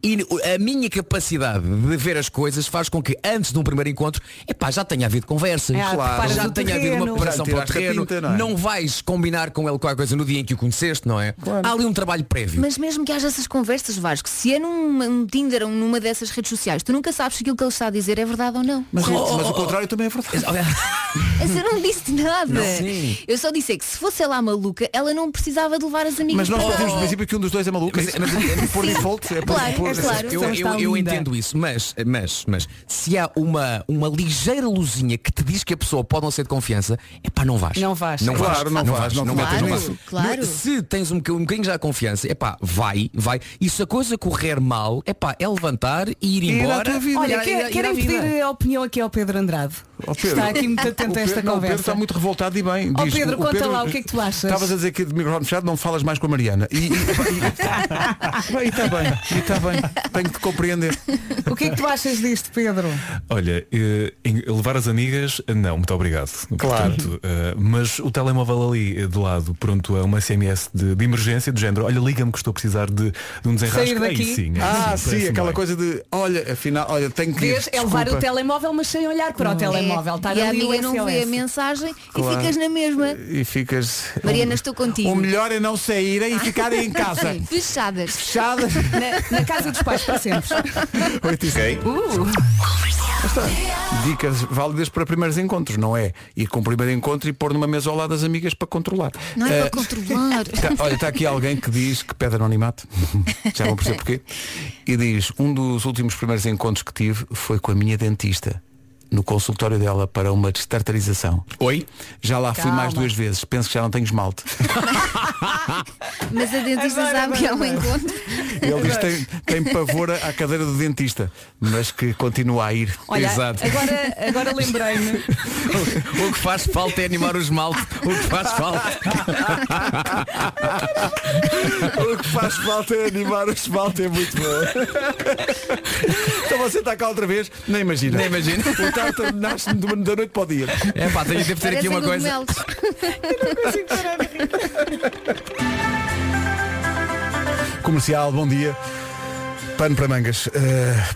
Speaker 7: E n- a minha capacidade de ver as coisas faz com que antes de um primeiro encontro, epá, já tenha havido conversas,
Speaker 4: Ah, preparas
Speaker 7: já
Speaker 4: o
Speaker 7: tenha havido
Speaker 4: terreno.
Speaker 7: uma preparação
Speaker 1: Já
Speaker 7: para o
Speaker 1: tiraste a
Speaker 7: terreno,
Speaker 1: tinta, não
Speaker 7: não,
Speaker 1: é?
Speaker 7: vais combinar com ele qualquer coisa no dia em que o conheceste, não é? Há ali um trabalho prévio.
Speaker 5: Mas mesmo que haja essas conversas, Vasco, se é num um Tinder ou numa dessas redes sociais, tu nunca sabes se aquilo que ele está a dizer é verdade ou não.
Speaker 1: Mas,
Speaker 7: Oh, oh,
Speaker 1: mas o
Speaker 7: oh,
Speaker 1: contrário também é verdade.
Speaker 5: Mas eu não disse nada.
Speaker 7: sim.
Speaker 5: Eu só disse é que se fosse ela a maluca, ela não precisava de levar as amigas
Speaker 1: Mas
Speaker 4: oh.
Speaker 1: nós
Speaker 5: para
Speaker 1: partimos
Speaker 5: lá.
Speaker 1: do princípio que um dos dois é maluco.
Speaker 7: Mas- mas-
Speaker 4: eh,
Speaker 1: é por
Speaker 5: Sim.
Speaker 1: default. É por,
Speaker 5: Claro,
Speaker 1: por-
Speaker 5: é claro.
Speaker 7: Eu,
Speaker 4: Essa
Speaker 7: eu,
Speaker 4: questão
Speaker 7: eu
Speaker 4: linda.
Speaker 7: entendo isso, mas, mas, mas se há uma, uma ligeira luzinha que te diz que a pessoa pode não ser de confiança, é pá, não vais.
Speaker 4: Não vais.
Speaker 7: Não
Speaker 1: Claro,
Speaker 7: vais.
Speaker 1: não vais, não
Speaker 7: não
Speaker 1: convém.
Speaker 7: vais, não
Speaker 1: Claro,
Speaker 7: vais.
Speaker 5: claro.
Speaker 7: No- Se tens um bocadinho, um bocadinho já de confiança, é pá, vai, vai. E se a coisa correr mal, é pá, é levantar e ir
Speaker 1: à
Speaker 7: embora.
Speaker 1: tua vida.
Speaker 7: Ir
Speaker 4: Olha,
Speaker 7: à-
Speaker 4: que-
Speaker 7: ir à- ir à
Speaker 4: querem
Speaker 7: vida.
Speaker 4: pedir a opinião aqui ao Pedro Andrade.
Speaker 1: Ó,
Speaker 4: que Está aqui muito
Speaker 1: O
Speaker 4: atento a
Speaker 1: Oh, Pedro-
Speaker 4: esta
Speaker 1: não, O Pedro tá
Speaker 4: conversa.
Speaker 1: está muito revoltado e bem.
Speaker 4: Ó
Speaker 1: Diz,
Speaker 4: Pedro, conta lá, o que é que tu achas?
Speaker 1: Estavas a dizer que de microfone fechado não falas mais com a Mariana. E está bem, e está bem. Tenho que compreender.
Speaker 4: O que é que tu achas disto, Pedro?
Speaker 2: Olha, eh, em- levar as amigas, não, muito obrigado.
Speaker 1: Claro.
Speaker 2: Portanto, eh, mas o telemóvel ali eh, de lado, pronto, é uma SMS de, de emergência, do género, olha, liga-me que estou a precisar de, de um desenrasco.
Speaker 4: Sair daqui.
Speaker 2: Aí sim, aí
Speaker 1: Ah,
Speaker 2: parece
Speaker 1: sim, aquela
Speaker 2: bem.
Speaker 1: coisa de, olha, afinal, olha, tenho que ir.
Speaker 4: Vês? É levar o
Speaker 1: desculpa. Hum.
Speaker 4: telemóvel, mas sem olhar para o telemóvel. Estar
Speaker 5: e a
Speaker 4: ali o
Speaker 5: amiga não vê a
Speaker 4: SOS.
Speaker 5: mensagem
Speaker 1: Claro.
Speaker 5: e ficas na mesma.
Speaker 1: E ficas.
Speaker 5: Mariana, estou contigo.
Speaker 1: O melhor é não saírem e ficarem em casa.
Speaker 5: Fechadas.
Speaker 1: Fechadas.
Speaker 4: Na, na casa dos pais para sempre.
Speaker 1: Oito e seis. Uh. Dicas válidas para primeiros encontros, não é? Ir com o primeiro encontro e pôr numa mesa ao lado das amigas para controlar.
Speaker 5: Não é
Speaker 1: Eh,
Speaker 5: para controlar.
Speaker 1: Tá- olha, está aqui alguém que diz que pede anonimato, já vão perceber porquê, e diz, um dos últimos primeiros encontros que tive foi com a minha dentista, no consultório dela para uma destartarização. Oi? Já lá fui mais
Speaker 5: Calma.
Speaker 1: duas vezes, penso que já não tenho esmalte.
Speaker 5: Mas a dentista sabe que é um encontro.
Speaker 1: Ele diz que tem, tem pavor à cadeira do dentista, mas que continua a ir.
Speaker 4: Olha, agora, agora lembrei-me.
Speaker 7: O que faz falta é animar os malte. O que faz falta.
Speaker 1: O que faz falta é animar o esmalte, é muito bom. Então você está cá outra vez, nem imagina.
Speaker 7: Nem imagina.
Speaker 1: O tartar nasce de uma- da noite para o dia.
Speaker 7: É pá, tenho de ter aqui uma
Speaker 4: um
Speaker 7: coisa.
Speaker 1: Comercial, bom dia. Pano para mangas. Uh,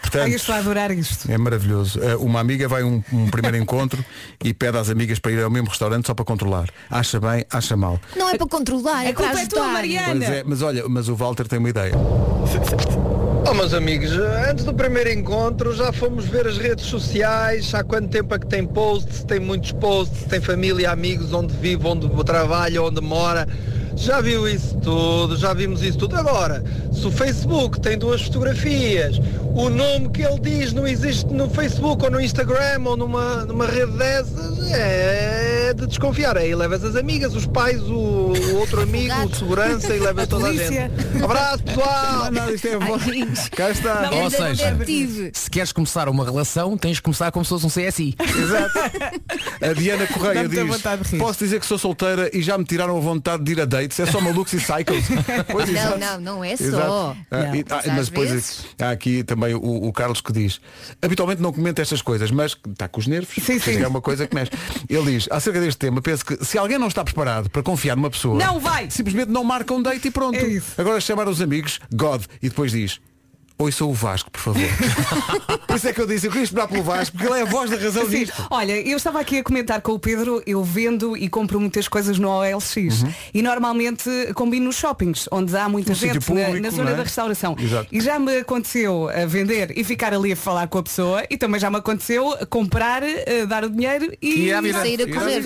Speaker 1: portanto,
Speaker 4: Ai, eu estou a adorar isto.
Speaker 1: é maravilhoso. Uh, uma amiga vai a um, um primeiro encontro e pede às amigas para ir ao mesmo restaurante só para controlar. Acha bem, acha mal.
Speaker 5: Não é para controlar, é
Speaker 4: A culpa
Speaker 5: para
Speaker 4: é tua,
Speaker 5: ajudar.
Speaker 1: Pois
Speaker 4: Mariana.
Speaker 1: é, mas olha, mas o Walter tem uma ideia.
Speaker 12: Oh, meus amigos, antes do primeiro encontro já fomos ver as redes sociais, há quanto tempo é que tem posts, tem muitos posts, tem família, amigos, onde vive, onde trabalha, onde mora. Já viu isso tudo, já vimos isso tudo. Agora, se o Facebook tem duas fotografias, o nome que ele diz não existe no Facebook ou no Instagram ou numa, numa rede dessas, é de desconfiar. Aí levas as amigas, os pais, o, o outro amigo, o segurança e levas toda a gente. Abraço pessoal!
Speaker 1: Não, isto é bom. Cá está.
Speaker 7: Ou seja, se queres começar uma relação, tens de começar como se fosse um CSI.
Speaker 1: A Diana
Speaker 7: Dá-me
Speaker 1: Correia diz,
Speaker 7: vontade de rir.
Speaker 1: posso dizer que sou solteira e já me tiraram a vontade de ir a dates, é só malucos e cycles. Pois,
Speaker 5: Não,
Speaker 1: exato.
Speaker 5: não, não é só.
Speaker 1: Exato. Ah,
Speaker 5: Não.
Speaker 1: e- ah,
Speaker 5: Mas às
Speaker 1: mas depois
Speaker 5: vezes-
Speaker 1: há aqui também o, o Carlos que diz, habitualmente não comenta estas coisas, mas está com os nervos,
Speaker 4: sim.
Speaker 1: é uma coisa que mexe. Ele diz, acerca deste tema, penso que se alguém não está preparado para confiar numa pessoa,
Speaker 4: Não vai.
Speaker 1: simplesmente não marca um date e pronto.
Speaker 4: É isso.
Speaker 1: Agora chamar os amigos, God, e depois diz. Oi, sou o Vasco, por favor. por isso é que eu disse, eu queria esperar pelo Vasco, porque ele é a voz da razão
Speaker 4: Sim.
Speaker 1: disto.
Speaker 4: Olha, eu estava aqui a comentar com o Pedro, eu vendo e compro muitas coisas no OLX
Speaker 1: Uhum.
Speaker 4: e normalmente combino nos shoppings, onde há muita
Speaker 1: Um
Speaker 4: gente
Speaker 1: sítio
Speaker 4: na- na,
Speaker 1: público,
Speaker 4: zona
Speaker 1: não é?
Speaker 4: da restauração.
Speaker 1: Exato.
Speaker 4: E já me aconteceu a vender e ficar ali a falar com a pessoa e também já me aconteceu a comprar, a dar o dinheiro e,
Speaker 7: E à vida.
Speaker 5: Sair a correr.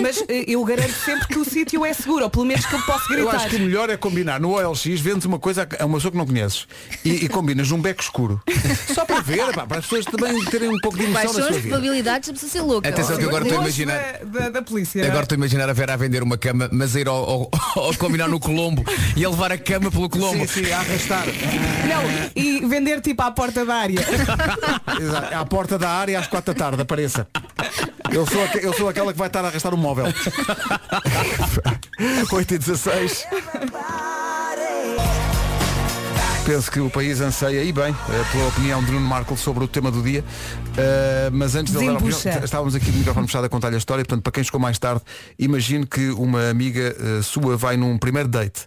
Speaker 4: Mas eh, eu garanto sempre que o sítio é seguro, ou pelo menos que eu posso
Speaker 1: Eu
Speaker 4: gritar.
Speaker 1: acho que o melhor é combinar no OLX, vendes uma coisa a uma pessoa que não conheces e, e combinas um beco escuro. Só para ver, pá, para as pessoas também terem um pouco de
Speaker 5: Quais
Speaker 1: emoção da
Speaker 5: são
Speaker 1: sua
Speaker 5: as
Speaker 1: vida.
Speaker 5: probabilidades de a pessoa ser louca?
Speaker 7: Atenção que agora estou a
Speaker 4: Longe
Speaker 7: imaginar.
Speaker 4: da, da- da polícia. não é?
Speaker 7: Agora estou a imaginar a Vera a vender uma cama, mas a ir ao, ao- ao combinar no Colombo e a levar a cama pelo Colombo.
Speaker 1: Sim, sim, a arrastar.
Speaker 4: Não, e vender tipo à porta da área.
Speaker 1: Exato. é À porta da área às quatro da tarde, apareça. Eu sou, aque- eu sou aquela que vai estar a arrastar um móvel. 8 e 16. Penso que o país anseia, e bem, eh, pela opinião de Nuno Marco sobre o tema do dia. Eh, mas antes de ele dar a opinião,
Speaker 4: Desembucha.
Speaker 1: t- estávamos aqui de microfone fechado a contar-lhe a história. Portanto, para quem chegou mais tarde, imagino que uma amiga eh, sua vai num primeiro date,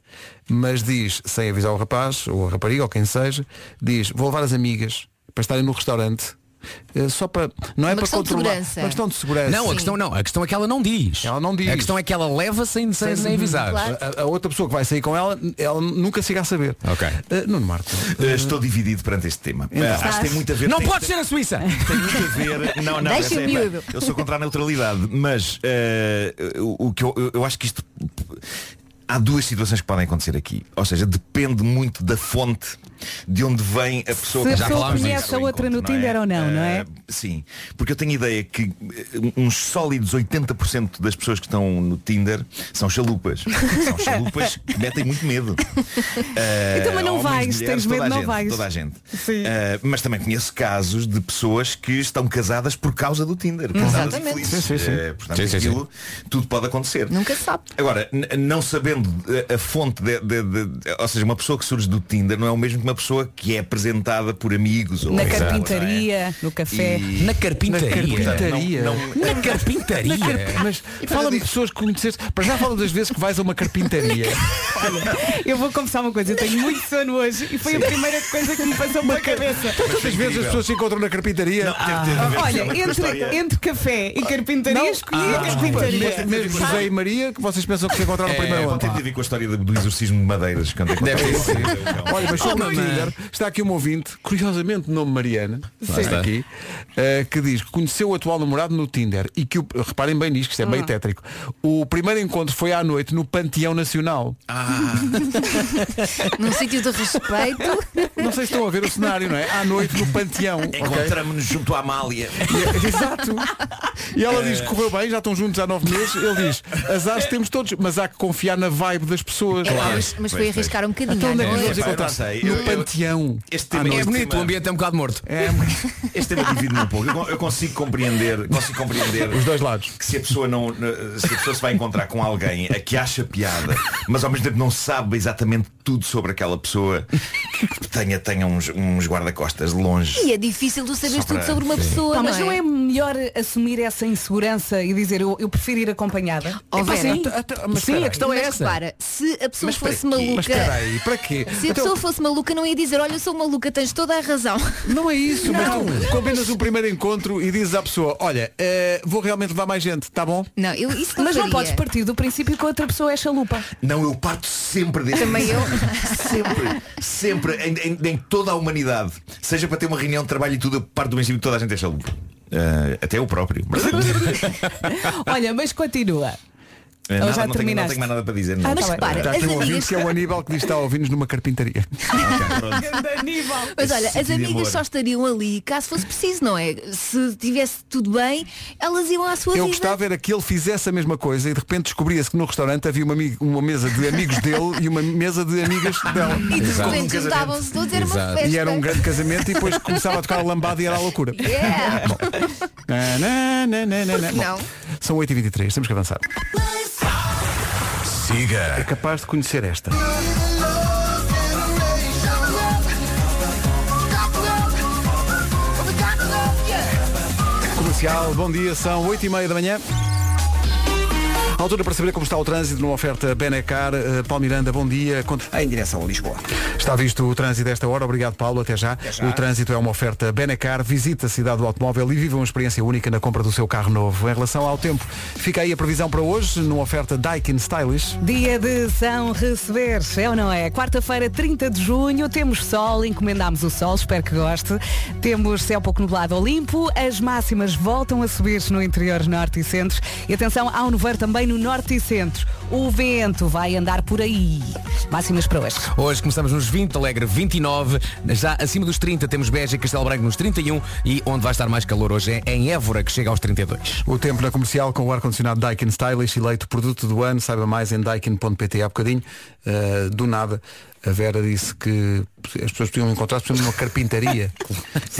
Speaker 1: mas diz, sem avisar o rapaz, ou a rapariga, ou quem seja, diz, vou levar as amigas para estarem no restaurante. eh, Só para. Não é
Speaker 5: Uma
Speaker 1: para
Speaker 5: questão de
Speaker 1: controlar.
Speaker 5: segurança.
Speaker 1: Uma questão de segurança.
Speaker 7: Não, a
Speaker 5: Sim.
Speaker 7: questão não. A questão é que ela não diz.
Speaker 1: Ela não diz.
Speaker 7: A questão é que ela leva sem, sem, sem avisar.
Speaker 5: Claro.
Speaker 1: A, a outra pessoa que vai sair com ela, ela nunca chega a saber.
Speaker 7: Ok.
Speaker 1: Eh, Nuno Marco.
Speaker 13: Eh, Estou dividido perante este tema. Eh, acho que tem muito a ver.
Speaker 7: Não
Speaker 13: tem,
Speaker 7: pode ser a Suíça!
Speaker 13: tem muito a ver. Não, não,
Speaker 5: Deixa
Speaker 13: essa é-
Speaker 5: miúdo.
Speaker 13: eu sou contra a neutralidade, mas eh, o, o que eu, eu- eu acho que isto há duas situações que podem acontecer aqui. Ou seja, depende muito da fonte de onde vem a pessoa
Speaker 4: Se
Speaker 13: que
Speaker 4: a pessoa conhece a outra no Tinder ou não, não
Speaker 13: Ah,
Speaker 4: é?
Speaker 13: Eh, Sim, porque eu tenho ideia que eh, uns sólidos 80% das pessoas que estão no Tinder são chalupas. são chalupas que metem muito medo. Eh,
Speaker 4: Então, mas não
Speaker 13: homens,
Speaker 4: vais,
Speaker 13: mulheres,
Speaker 4: tens
Speaker 13: toda
Speaker 4: medo,
Speaker 13: a
Speaker 4: não
Speaker 13: gente,
Speaker 4: vais.
Speaker 13: Toda a gente.
Speaker 4: Sim.
Speaker 13: Eh, mas também conheço casos de pessoas que estão casadas por causa do
Speaker 4: Hum.
Speaker 13: Tinder. Casadas e
Speaker 5: Exatamente.
Speaker 13: felizes.
Speaker 5: Sim, sim, sim.
Speaker 13: Eh, portanto,
Speaker 7: Sim, sim, sim.
Speaker 13: aquilo, tudo pode acontecer.
Speaker 5: Nunca se sabe.
Speaker 13: Agora, n- não sabendo eh, a fonte, de- de- de- ou seja, uma pessoa que surge do Tinder não é o mesmo que uma pessoa que é apresentada por amigos ou
Speaker 4: Na
Speaker 13: Exato. é?
Speaker 4: carpintaria, no café.
Speaker 13: E-
Speaker 1: Na carpintaria.
Speaker 13: Não, não-
Speaker 1: Na carpintaria. Mas fala-me de pessoas que conheceste. Para já fala das vezes que vais a uma carpintaria.
Speaker 4: Eu vou confessar uma coisa, eu tenho muito sono hoje e foi a primeira coisa que me passou pela cabeça.
Speaker 7: é
Speaker 1: Quantas vezes as pessoas se encontram na carpintaria?
Speaker 4: Ah. Olha, entre, entre café e carpintaria, escolhi
Speaker 13: Ah,
Speaker 7: Ah.
Speaker 4: a carpintaria.
Speaker 1: Mesmo José e Maria, que vocês pensam que se encontraram
Speaker 13: É,
Speaker 1: primeiro
Speaker 13: pode ter a ver com a história do, do exorcismo de madeiras. Quando
Speaker 1: Deve
Speaker 13: acontece.
Speaker 1: ter sido. Olha, mas sobre
Speaker 13: Oh,
Speaker 1: o
Speaker 13: mamãe.
Speaker 1: Tinder, está aqui um ouvinte, curiosamente, nome Mariana,
Speaker 13: Sim.
Speaker 1: está aqui, eh, que diz que conheceu o atual namorado no Tinder e que, o, reparem bem nisto, que isto é meio tétrico, o primeiro encontro foi à noite no Panteão Nacional.
Speaker 5: Num sítio de respeito.
Speaker 1: Não sei se estão a ver o cenário, não é? À noite no Panteão.
Speaker 6: é.
Speaker 1: ok?
Speaker 13: Encontramos-nos junto à Amália.
Speaker 1: E- Exato. E ela diz que correu bem, já estão juntos há nove meses. Ele diz, azar temos todos, mas há que confiar na vibe das pessoas.
Speaker 5: Claro, mas- mas foi arriscar um bocadinho,
Speaker 1: Então, onde é que
Speaker 5: não
Speaker 1: nos
Speaker 5: é?
Speaker 1: vamos
Speaker 5: Epá, eu não
Speaker 1: encontrar?
Speaker 13: sei, eu-
Speaker 1: No
Speaker 13: eu-
Speaker 1: panteão.
Speaker 13: Este
Speaker 1: À
Speaker 13: tema
Speaker 1: noite.
Speaker 13: este tema-
Speaker 7: ambiente é um bocado morto.
Speaker 1: É,
Speaker 13: Este tema divide-me um pouco. Eu, con- eu consigo compreender, consigo compreender
Speaker 1: Os dois lados.
Speaker 13: que se a pessoa não, eh, se a pessoa se vai encontrar com alguém a que acha piada, mas ao mesmo tempo não sabe exatamente tudo sobre aquela pessoa, que tenha tenha uns, uns guarda-costas longe.
Speaker 5: E é difícil tu saberes
Speaker 13: Só para-
Speaker 5: tudo sobre uma
Speaker 13: Sim.
Speaker 5: pessoa.
Speaker 4: Pá,
Speaker 5: não
Speaker 4: mas não
Speaker 5: é?
Speaker 4: é melhor assumir essa insegurança e dizer eu, eu prefiro ir acompanhada?
Speaker 5: Oh,
Speaker 4: Epá,
Speaker 5: Vera.
Speaker 4: sim. sim, a questão é
Speaker 5: Mas
Speaker 4: essa.
Speaker 5: repara, se a pessoa
Speaker 4: Mas para
Speaker 5: fosse
Speaker 4: quê?
Speaker 5: é maluca.
Speaker 1: Mas espera aí, para quê?
Speaker 5: Se a
Speaker 1: Então,
Speaker 5: pessoa fosse maluca, não ia dizer, olha, eu sou maluca, tens toda a razão.
Speaker 1: Não é isso, mas tu combinas um primeiro encontro e dizes à pessoa, olha, eh, vou realmente levar mais gente, tá bom?
Speaker 5: Não, eu isso
Speaker 4: Mas não
Speaker 5: faria.
Speaker 4: podes partir do princípio que a outra pessoa é chalupa.
Speaker 13: Não, eu parto sempre deste
Speaker 5: Também eu.
Speaker 13: Sempre, sempre, em, em- em toda a humanidade. Seja para ter uma reunião de trabalho e tudo, eu parto do princípio que toda a gente é chalupa. Eh, até eu próprio. Mas, eh,
Speaker 4: Olha, mas continua. Ou
Speaker 13: nada,
Speaker 4: já
Speaker 13: É, não, tenho, não
Speaker 4: terminaste? Tá
Speaker 13: tenho mais nada para dizer. não.
Speaker 5: Ah, mas repara,
Speaker 1: Está
Speaker 5: as
Speaker 1: aqui um ouvinte
Speaker 5: amigas.
Speaker 1: que é o Aníbal que diz que está a ouvir-nos numa carpintaria.
Speaker 5: Mas
Speaker 1: Esse
Speaker 5: olha, as
Speaker 1: sentido de
Speaker 5: amigas
Speaker 1: amor.
Speaker 5: só estariam ali caso fosse preciso, não é? Se tivesse tudo bem, elas iam à sua
Speaker 1: Eu
Speaker 5: vida.
Speaker 1: gostava era que ele fizesse a mesma coisa e de repente descobria-se que no restaurante havia uma, ami- uma mesa de amigos dele e uma mesa de amigas dela.
Speaker 5: E de repente juntavam-se todos, era uma festa.
Speaker 1: um
Speaker 5: É
Speaker 1: E era um grande casamento e depois começava a tocar a lambada e era a loucura.
Speaker 5: Yeah.
Speaker 1: Na, na, na, na, na, na.
Speaker 5: Por que
Speaker 1: Bom,
Speaker 5: não?
Speaker 1: São 8h23, temos que avançar.
Speaker 6: Siga.
Speaker 1: É capaz de conhecer esta. Comercial, bom dia, são 8h30 da manhã. Altura para saber como está o trânsito numa oferta Benecar. Eh, Paulo Miranda, bom dia.
Speaker 3: Em direção a Lisboa.
Speaker 1: Está visto o trânsito a esta hora. Obrigado, Paulo. Até já. O trânsito é uma oferta Benecar. Visite a cidade do automóvel e viva uma experiência única na compra do seu carro novo. Em relação ao tempo, fica aí a previsão para hoje numa oferta Daikin Stylish.
Speaker 4: Dia de São Receber, é ou não é? Quarta-feira, 30 de junho, temos sol, encomendámos o sol, espero que goste. Temos céu pouco nublado ou limpo, as máximas voltam a subir no interior norte e centro. E atenção, há um nevoeiro também no norte e centro. O vento vai andar por aí. Máximas para hoje.
Speaker 7: Hoje começamos nos 20, Alegre 29, já acima dos 30 temos Beja e Castelo Branco nos 31 e onde vai estar mais calor hoje é em Évora, que chega aos 32.
Speaker 1: O tempo na comercial com o ar-condicionado Daikin Stylish, eleito produto do ano. Saiba mais em daikin.pt. Há bocadinho, eh, do nada, a Vera disse que as pessoas podiam encontrar-se por exemplo, numa carpintaria.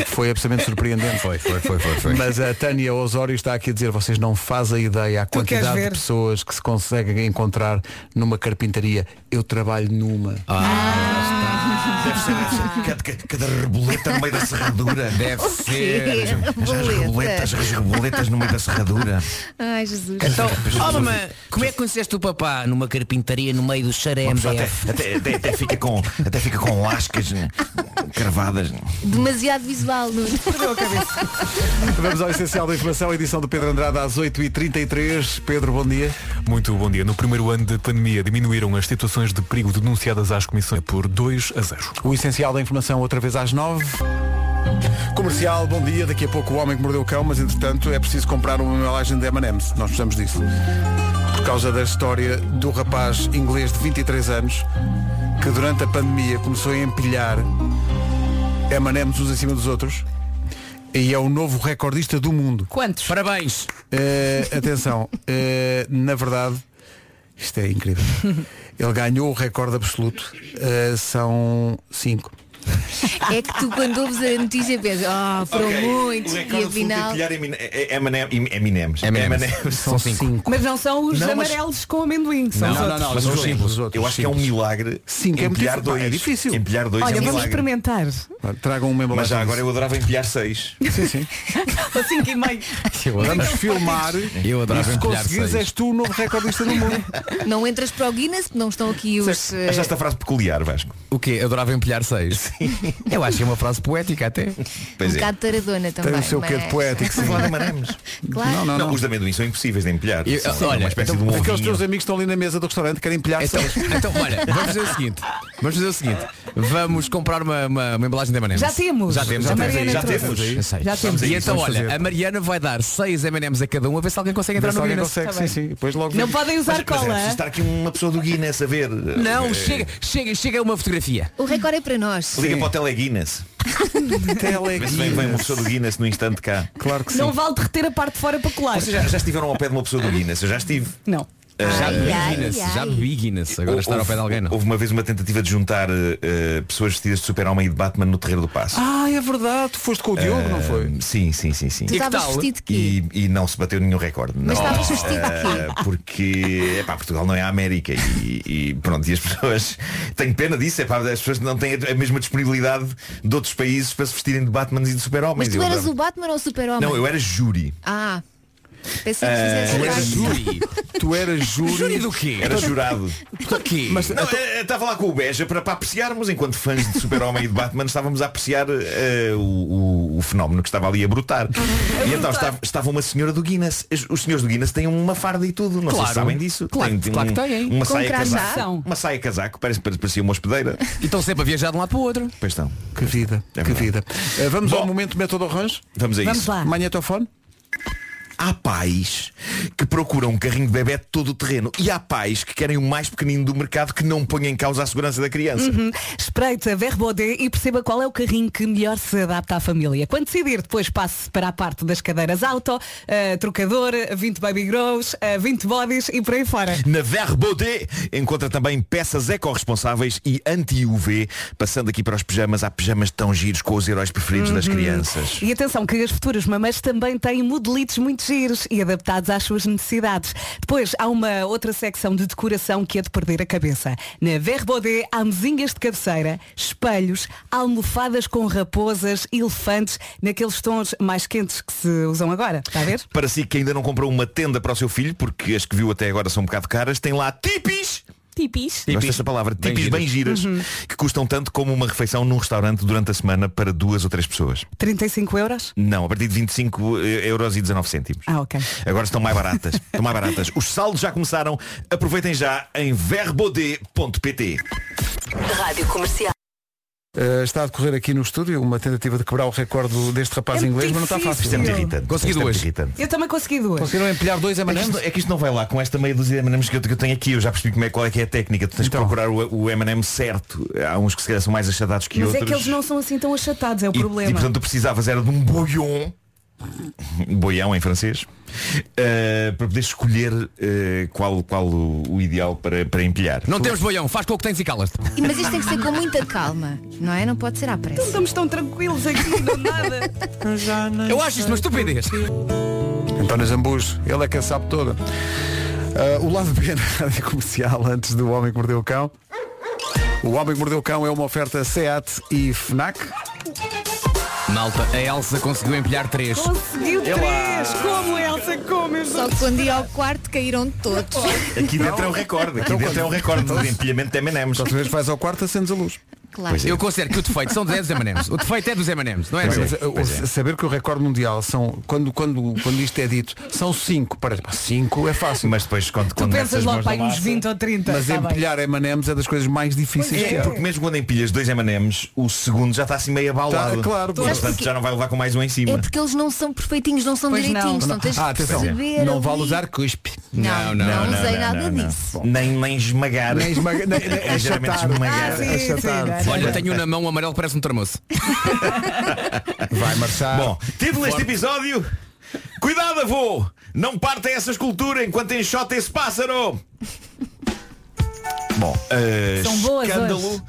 Speaker 1: foi absolutamente surpreendente.
Speaker 7: Foi, foi, foi, foi.
Speaker 1: Mas a Tânia Osório está aqui a dizer, vocês não fazem ideia a
Speaker 4: queres
Speaker 1: quantidade de
Speaker 4: ver?
Speaker 1: pessoas que se conseguem encontrar numa carpintaria. Eu trabalho numa.
Speaker 7: Ah.
Speaker 13: Deve ser, deve ser. Cada, cada- cada reboleta no meio da serradura.
Speaker 7: Deve
Speaker 5: ser.
Speaker 13: As reboletas, as reboletas no meio da serradura.
Speaker 5: Ai, Jesus.
Speaker 7: Então, oh, mamã, como é que conheceste o papá numa carpintaria no meio do xaré
Speaker 13: Uma pessoa até,
Speaker 7: MDF?
Speaker 13: até, até- até fica com, até fica com lascas né, cravadas. né.
Speaker 5: Demasiado visual, é? Nuno.
Speaker 1: Vamos ao essencial da informação, edição do Pedro Andrade às 8h33. Pedro, bom dia.
Speaker 2: Muito bom dia. No primeiro ano da pandemia diminuíram as situações de perigo denunciadas às comissões por 2 a 0.
Speaker 1: O essencial da informação outra vez às 9 Comercial, bom dia. Daqui a pouco o homem que mordeu o cão, mas entretanto é preciso comprar uma embalagem de M&M's. Nós precisamos disso. Porque causa da história do rapaz inglês de 23 anos que durante a pandemia começou a empilhar M&M's uns em cima dos outros e é o novo recordista do mundo.
Speaker 4: Quantos?
Speaker 7: Parabéns!
Speaker 1: atenção, eh, na verdade, isto é incrível. Ele ganhou o recorde absoluto. eh, são cinco.
Speaker 5: É que tu quando ouves a notícia pensas, ah, foram
Speaker 1: Um
Speaker 13: Ok,
Speaker 5: muitos,
Speaker 13: o
Speaker 5: e
Speaker 13: recorde absoluto é
Speaker 5: afinal.
Speaker 13: pilhar Emin- é- é- M&M em-
Speaker 7: M&M's.
Speaker 13: M&M's. M&M's.
Speaker 7: São cinco.
Speaker 4: Mas não são os
Speaker 13: Não, mas-
Speaker 4: amarelos com amendoim. São os outros.
Speaker 13: mas
Speaker 7: os
Speaker 13: os
Speaker 7: simples,
Speaker 13: simples. Eu acho que é um milagre
Speaker 1: Cinco é muito
Speaker 13: empilhar
Speaker 1: difícil.
Speaker 13: dois.
Speaker 1: É difícil.
Speaker 13: Empilhar dois é
Speaker 4: Olha,
Speaker 13: um
Speaker 4: vamos
Speaker 13: milagre.
Speaker 4: experimentar.
Speaker 1: Tragam uma
Speaker 13: Mas
Speaker 1: embalagem.
Speaker 13: já agora eu adorava empilhar seis.
Speaker 1: Sim, sim.
Speaker 4: Assim que meio.
Speaker 1: Vamos
Speaker 13: Então,
Speaker 1: filmar.
Speaker 7: Eu
Speaker 1: e
Speaker 7: adorava
Speaker 1: se
Speaker 7: empilhar
Speaker 1: conseguires,
Speaker 7: seis.
Speaker 1: és tu o novo recordista do mundo.
Speaker 5: Não entras para o Guinness, não estão aqui os. eh,
Speaker 13: Achaste a frase peculiar, Vasco?
Speaker 7: O quê? Adorava empilhar seis? Eu acho que é uma frase poética até.
Speaker 5: um bocado taradona também. mas- Claro.
Speaker 1: Não, não,
Speaker 13: Não,
Speaker 1: não.
Speaker 13: os da amendoim são impossíveis de empilhar.
Speaker 7: Eu-
Speaker 13: São
Speaker 7: olha,
Speaker 13: uma espécie
Speaker 7: então,
Speaker 13: de um
Speaker 1: Aqueles
Speaker 13: ovinho.
Speaker 1: teus amigos que estão ali na mesa do restaurante querem empilhar
Speaker 7: Então,
Speaker 1: seis.
Speaker 7: então, olha, vamos fazer o seguinte. Vamos fazer o seguinte. Vamos comprar uma, uma, uma embalagem de M&M's.
Speaker 4: Já temos.
Speaker 7: Já temos.
Speaker 4: A
Speaker 7: Já
Speaker 4: Mariana
Speaker 7: temos. Já
Speaker 4: trouxe.
Speaker 7: temos. Eu sei.
Speaker 4: Já temos.
Speaker 7: E
Speaker 1: Vamos
Speaker 7: então,
Speaker 1: fazer.
Speaker 7: olha, a Mariana vai dar seis M&M's a cada um a ver se alguém consegue entrar
Speaker 1: Vê se
Speaker 7: no
Speaker 1: alguém
Speaker 7: Guinness.
Speaker 1: consegue,
Speaker 4: Tá
Speaker 1: sim, sim. Depois logo
Speaker 4: Não
Speaker 1: vemos.
Speaker 4: podem usar
Speaker 13: Mas é
Speaker 4: cola.
Speaker 13: preciso estar aqui uma pessoa do Guinness a ver.
Speaker 7: Não,
Speaker 13: Eh,
Speaker 7: chega, chega, chega uma fotografia.
Speaker 5: O recorde é para nós.
Speaker 13: Liga para o Tele Guinness. Vê se vem, vem uma pessoa do Guinness no instante cá.
Speaker 1: Claro que sim.
Speaker 4: Não vale derreter a parte de fora para colar.
Speaker 13: Vocês já, já estiveram ao pé de uma pessoa do Guinness? Eu já estive.
Speaker 4: Não.
Speaker 7: Já bebi
Speaker 5: ai,
Speaker 7: Guinness.
Speaker 5: ai.
Speaker 7: Já bebi Guinness. Agora estar ao pé de alguém não.
Speaker 13: Houve uma vez uma tentativa de juntar eh, eh, pessoas vestidas de super-homem e de Batman no terreiro do passo.
Speaker 1: Ah, é verdade. Tu foste com o Diogo, não foi?
Speaker 13: Sim, sim, sim, sim.
Speaker 5: Tu estavas vestido de quê?
Speaker 13: E, e não se bateu nenhum recorde.
Speaker 5: Mas tá
Speaker 13: não.
Speaker 5: estavas vestido de quê?
Speaker 13: Ah, porque epá, Portugal não é a América e, e pronto, e as pessoas tenho pena disso, epá, as pessoas não têm a mesma disponibilidade de outros países para se vestirem de Batman e de
Speaker 5: Mas
Speaker 13: super-homens.
Speaker 5: tu
Speaker 13: Eu
Speaker 5: eras
Speaker 13: adorava-
Speaker 5: o Batman ou o Super-Homem?
Speaker 13: Não, eu era júri.
Speaker 5: Ah, pensei que
Speaker 7: Eh,
Speaker 5: fizesse
Speaker 13: tu
Speaker 5: a
Speaker 13: eras
Speaker 5: parte.
Speaker 7: Júri.
Speaker 1: Tu eras júri.
Speaker 7: Júri do quê?
Speaker 13: Era jurado.
Speaker 7: Do quê?
Speaker 1: Mas
Speaker 13: Não, eh, estava lá com o Beja para, para apreciarmos, enquanto fãs de Super-Homem e de Batman, estávamos a apreciar eh, o, o- o fenómeno que estava ali a brotar. e então estava, estava uma senhora do Guinness. Os- Os senhores do Guinness têm uma farda e tudo, não sei
Speaker 7: Claro.
Speaker 13: se sabem disso.
Speaker 7: Claro,
Speaker 13: Têm- têm
Speaker 7: claro que têm.
Speaker 13: Uma
Speaker 5: Com
Speaker 13: saia
Speaker 5: crachá.
Speaker 13: casaco. Uma saia casaco, parece, parece- parecia uma hospedeira.
Speaker 7: E estão sempre a viajar de um lado para o outro.
Speaker 13: Pois estão.
Speaker 1: que vida,
Speaker 13: É
Speaker 1: que
Speaker 13: verdade.
Speaker 1: vida. Eh, vamos
Speaker 13: Bom.
Speaker 1: ao momento método orange.
Speaker 13: Vamos a
Speaker 4: Vamos
Speaker 13: isso.
Speaker 4: lá.
Speaker 1: Magnetofone.
Speaker 13: Há pais que procuram um carrinho de bebê todo o terreno e há pais que querem o mais pequenino do mercado que não ponha em causa a segurança da criança.
Speaker 4: Espreita Verbodé e perceba qual é o carrinho que melhor se adapta à família. Quando decidir, depois passe para a parte das cadeiras auto, eh, trocadora, 20 baby grows, eh, 20 bodies e por aí fora.
Speaker 13: Na Verbaudet encontra também peças ecorresponsáveis e anti-UV, passando aqui para os pijamas, há pijamas tão giros com os heróis preferidos das crianças.
Speaker 4: E atenção que as futuras mamães também têm modelitos muito giros e adaptados às suas necessidades. Depois há uma outra secção de decoração que é de perder a cabeça. Na Verbodé há mesinhas de cabeceira, espelhos, almofadas com raposas, elefantes, naqueles tons mais quentes que se usam agora. Está a ver?
Speaker 13: Para si que ainda não comprou uma tenda para o seu filho, porque as que viu até agora são um bocado caras, tem lá tipis!
Speaker 4: Tipis.
Speaker 13: Gosto desta palavra,
Speaker 7: Bem
Speaker 13: tipis
Speaker 7: giras.
Speaker 13: bem giras, que custam tanto como uma refeição num restaurante durante a semana para duas ou três pessoas.
Speaker 4: 35 euros?
Speaker 13: Não, a partir de 25 eh, euros e 19 cêntimos.
Speaker 4: Ah, ok.
Speaker 13: Agora estão mais baratas. estão mais baratas. Os saldos já começaram. Aproveitem já em verbaudet.pt.
Speaker 11: Rádio Comercial.
Speaker 1: Eh, está a decorrer aqui no estúdio uma tentativa de quebrar o recorde do- deste rapaz
Speaker 4: É muito
Speaker 1: inglês, mas não está
Speaker 4: difícil.
Speaker 1: fácil.
Speaker 13: Isto é muito
Speaker 4: Eu-
Speaker 13: irritante.
Speaker 7: Consegui
Speaker 13: Isto é muito
Speaker 7: duas.
Speaker 13: irritante.
Speaker 4: Eu também consegui duas.
Speaker 1: Conseguiram empilhar dois
Speaker 13: É que, isto,
Speaker 1: M&M's?
Speaker 13: é que isto não vai lá com esta meia dúzia de M&M's que eu, que eu tenho aqui Eu já percebi como é, qual é que é a técnica Tu tens
Speaker 1: Então.
Speaker 13: que procurar o, o M&M certo Há uns que se calhar são mais achatados que
Speaker 4: Mas
Speaker 13: outros
Speaker 4: é que eles não são assim tão achatados, é o
Speaker 13: e,
Speaker 4: problema.
Speaker 13: e portanto tu precisavas era de um boião Boião em francês eh, Para poder escolher eh, qual, qual o, o ideal para, para empilhar
Speaker 7: Não temos boião, faz com o que tens e calas-te.
Speaker 5: E- Mas isto tem que ser com muita calma, não é? Não pode ser à pressa.
Speaker 4: Estamos tão tranquilos aqui, não nada.
Speaker 7: Eu acho isto uma estupidez.
Speaker 1: António Então, Zambujo, ele é que a sabe toda. Ah, o lado B da rádio comercial antes do Homem que Mordeu o Cão. O Homem que Mordeu o Cão é uma oferta SEAT e FNAC.
Speaker 7: Malta, a Elsa conseguiu empilhar três.
Speaker 4: Conseguiu
Speaker 13: É
Speaker 4: três! Como, Elsa? Como? Eu
Speaker 5: Só que quando ia ao quarto caíram todos.
Speaker 13: Aqui dentro é um é recorde Aqui dentro é um recorde de empilhamento de M&M's
Speaker 1: Próxima vez vais ao quarto, acendes a luz.
Speaker 5: Claro.
Speaker 1: Pois é.
Speaker 7: Eu considero que o defeito são dos M&M's. O defeito é dos M&M's, não é?
Speaker 1: Mas,
Speaker 7: meu?
Speaker 1: mas, uh,
Speaker 7: Pois é.
Speaker 1: Saber que o recorde mundial são, quando, quando, quando isto é dito, são 5. Parece, 5 é fácil.
Speaker 13: Mas depois quando,
Speaker 4: Tu pensas logo para aí uns 20 ou 30.
Speaker 1: Mas
Speaker 4: tá bem.
Speaker 1: empilhar M&M's é das coisas mais difíceis que
Speaker 13: É,
Speaker 1: há.
Speaker 13: porque mesmo quando empilhas dois M&M's, o segundo já está assim meio abalado.
Speaker 1: Tá, claro,
Speaker 13: E,
Speaker 5: Sabes
Speaker 13: portanto
Speaker 5: porquê?
Speaker 13: já não vai levar com mais um em cima.
Speaker 5: É porque eles não são perfeitinhos, não são
Speaker 4: Pois não.
Speaker 5: direitinhos. Não. tens
Speaker 1: Ah,
Speaker 5: que
Speaker 1: atenção,
Speaker 5: perceber
Speaker 1: não
Speaker 5: ali.
Speaker 1: vale usar cuspe.
Speaker 5: Não, não, não usei nada disso.
Speaker 13: Nem, nem esmagar.
Speaker 1: Nem esmaga- nem- nem-
Speaker 13: é geralmente
Speaker 1: achatar.
Speaker 13: esmagar.
Speaker 1: Ah, sim, Achatar. sim.
Speaker 7: Olha, tenho na mão um amarelo que parece um termoço.
Speaker 1: Vai marchar.
Speaker 13: Bom, título deste episódio. Cuidado, avô! Não parta essa escultura enquanto enxota esse pássaro! Bom, eh,
Speaker 4: São boas
Speaker 13: escândalo,
Speaker 4: hoje.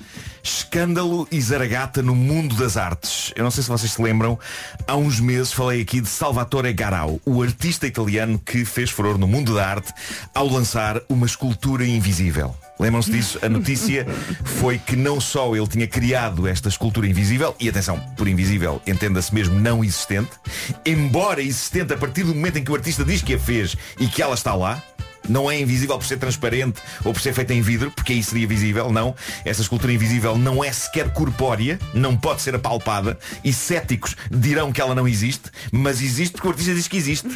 Speaker 13: escândalo e zaragata no mundo das artes. Eu não sei se vocês se lembram, há uns meses falei aqui de Salvatore Garau, o artista italiano que fez furor no mundo da arte ao lançar uma escultura invisível. Lembram-se disso? A notícia foi que não só ele tinha criado esta escultura invisível, e atenção, por invisível entenda-se mesmo não existente, embora existente a partir do momento em que o artista diz que a fez e que ela está lá, não é invisível por ser transparente ou por ser feita em vidro, porque aí seria visível, não. Essa escultura invisível não é sequer corpórea, não pode ser apalpada, e céticos dirão que ela não existe, mas existe porque o artista diz que existe.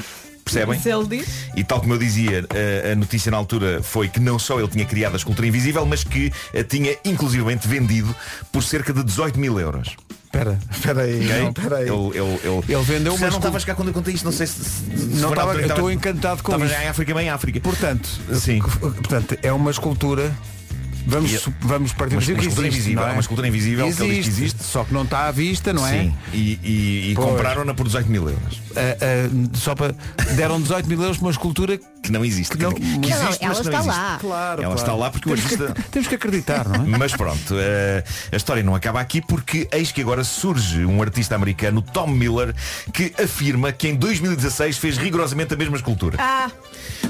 Speaker 13: Percebem?
Speaker 4: Se ele diz.
Speaker 13: E tal como eu dizia, eh, a, a notícia na altura foi que não só ele tinha criado a escultura invisível, mas que a tinha inclusivamente vendido por cerca de 18 mil euros.
Speaker 1: Espera, espera aí.
Speaker 13: Ok?
Speaker 1: não, espera aí.
Speaker 13: Ele, ele, ele...
Speaker 1: Ele vendeu
Speaker 13: Você
Speaker 1: uma
Speaker 13: não
Speaker 1: escultura-
Speaker 13: estava a chegar quando eu contei isto, não sei se... se foi
Speaker 1: Não
Speaker 13: na
Speaker 1: estava,
Speaker 13: altura
Speaker 1: eu
Speaker 13: que
Speaker 1: estou
Speaker 13: estava-
Speaker 1: encantado com
Speaker 13: estava
Speaker 1: isso.
Speaker 13: já em África, bem em África.
Speaker 1: Portanto,
Speaker 13: Sim.
Speaker 1: portanto, é uma escultura. Vamos,
Speaker 13: E-
Speaker 1: su- vamos partir do
Speaker 13: Mas
Speaker 1: princípio
Speaker 13: uma
Speaker 1: que
Speaker 13: escultura
Speaker 1: existe,
Speaker 13: invisível,
Speaker 1: não
Speaker 13: é uma escultura invisível que
Speaker 1: existe,
Speaker 13: ele diz que existe.
Speaker 1: Só que não está à vista, não é?
Speaker 13: Sim, e, e- e
Speaker 1: Pois.
Speaker 13: compraram-na por 18 mil euros.
Speaker 1: Ah, ah, só para deram 18 mil euros para uma escultura que
Speaker 13: Que não existe.
Speaker 1: não,
Speaker 5: Não, não,
Speaker 13: existe,
Speaker 5: ela
Speaker 13: mas não
Speaker 5: está
Speaker 13: existe.
Speaker 5: lá.
Speaker 1: Claro,
Speaker 13: Ela
Speaker 1: claro.
Speaker 13: está lá porque o
Speaker 1: temos que-
Speaker 13: artista-
Speaker 1: temos que acreditar, não é?
Speaker 13: Mas pronto, eh, a história não acaba aqui porque eis que agora surge um artista americano, Tom Miller, que afirma que em 2016 fez rigorosamente a mesma escultura.
Speaker 10: Ah,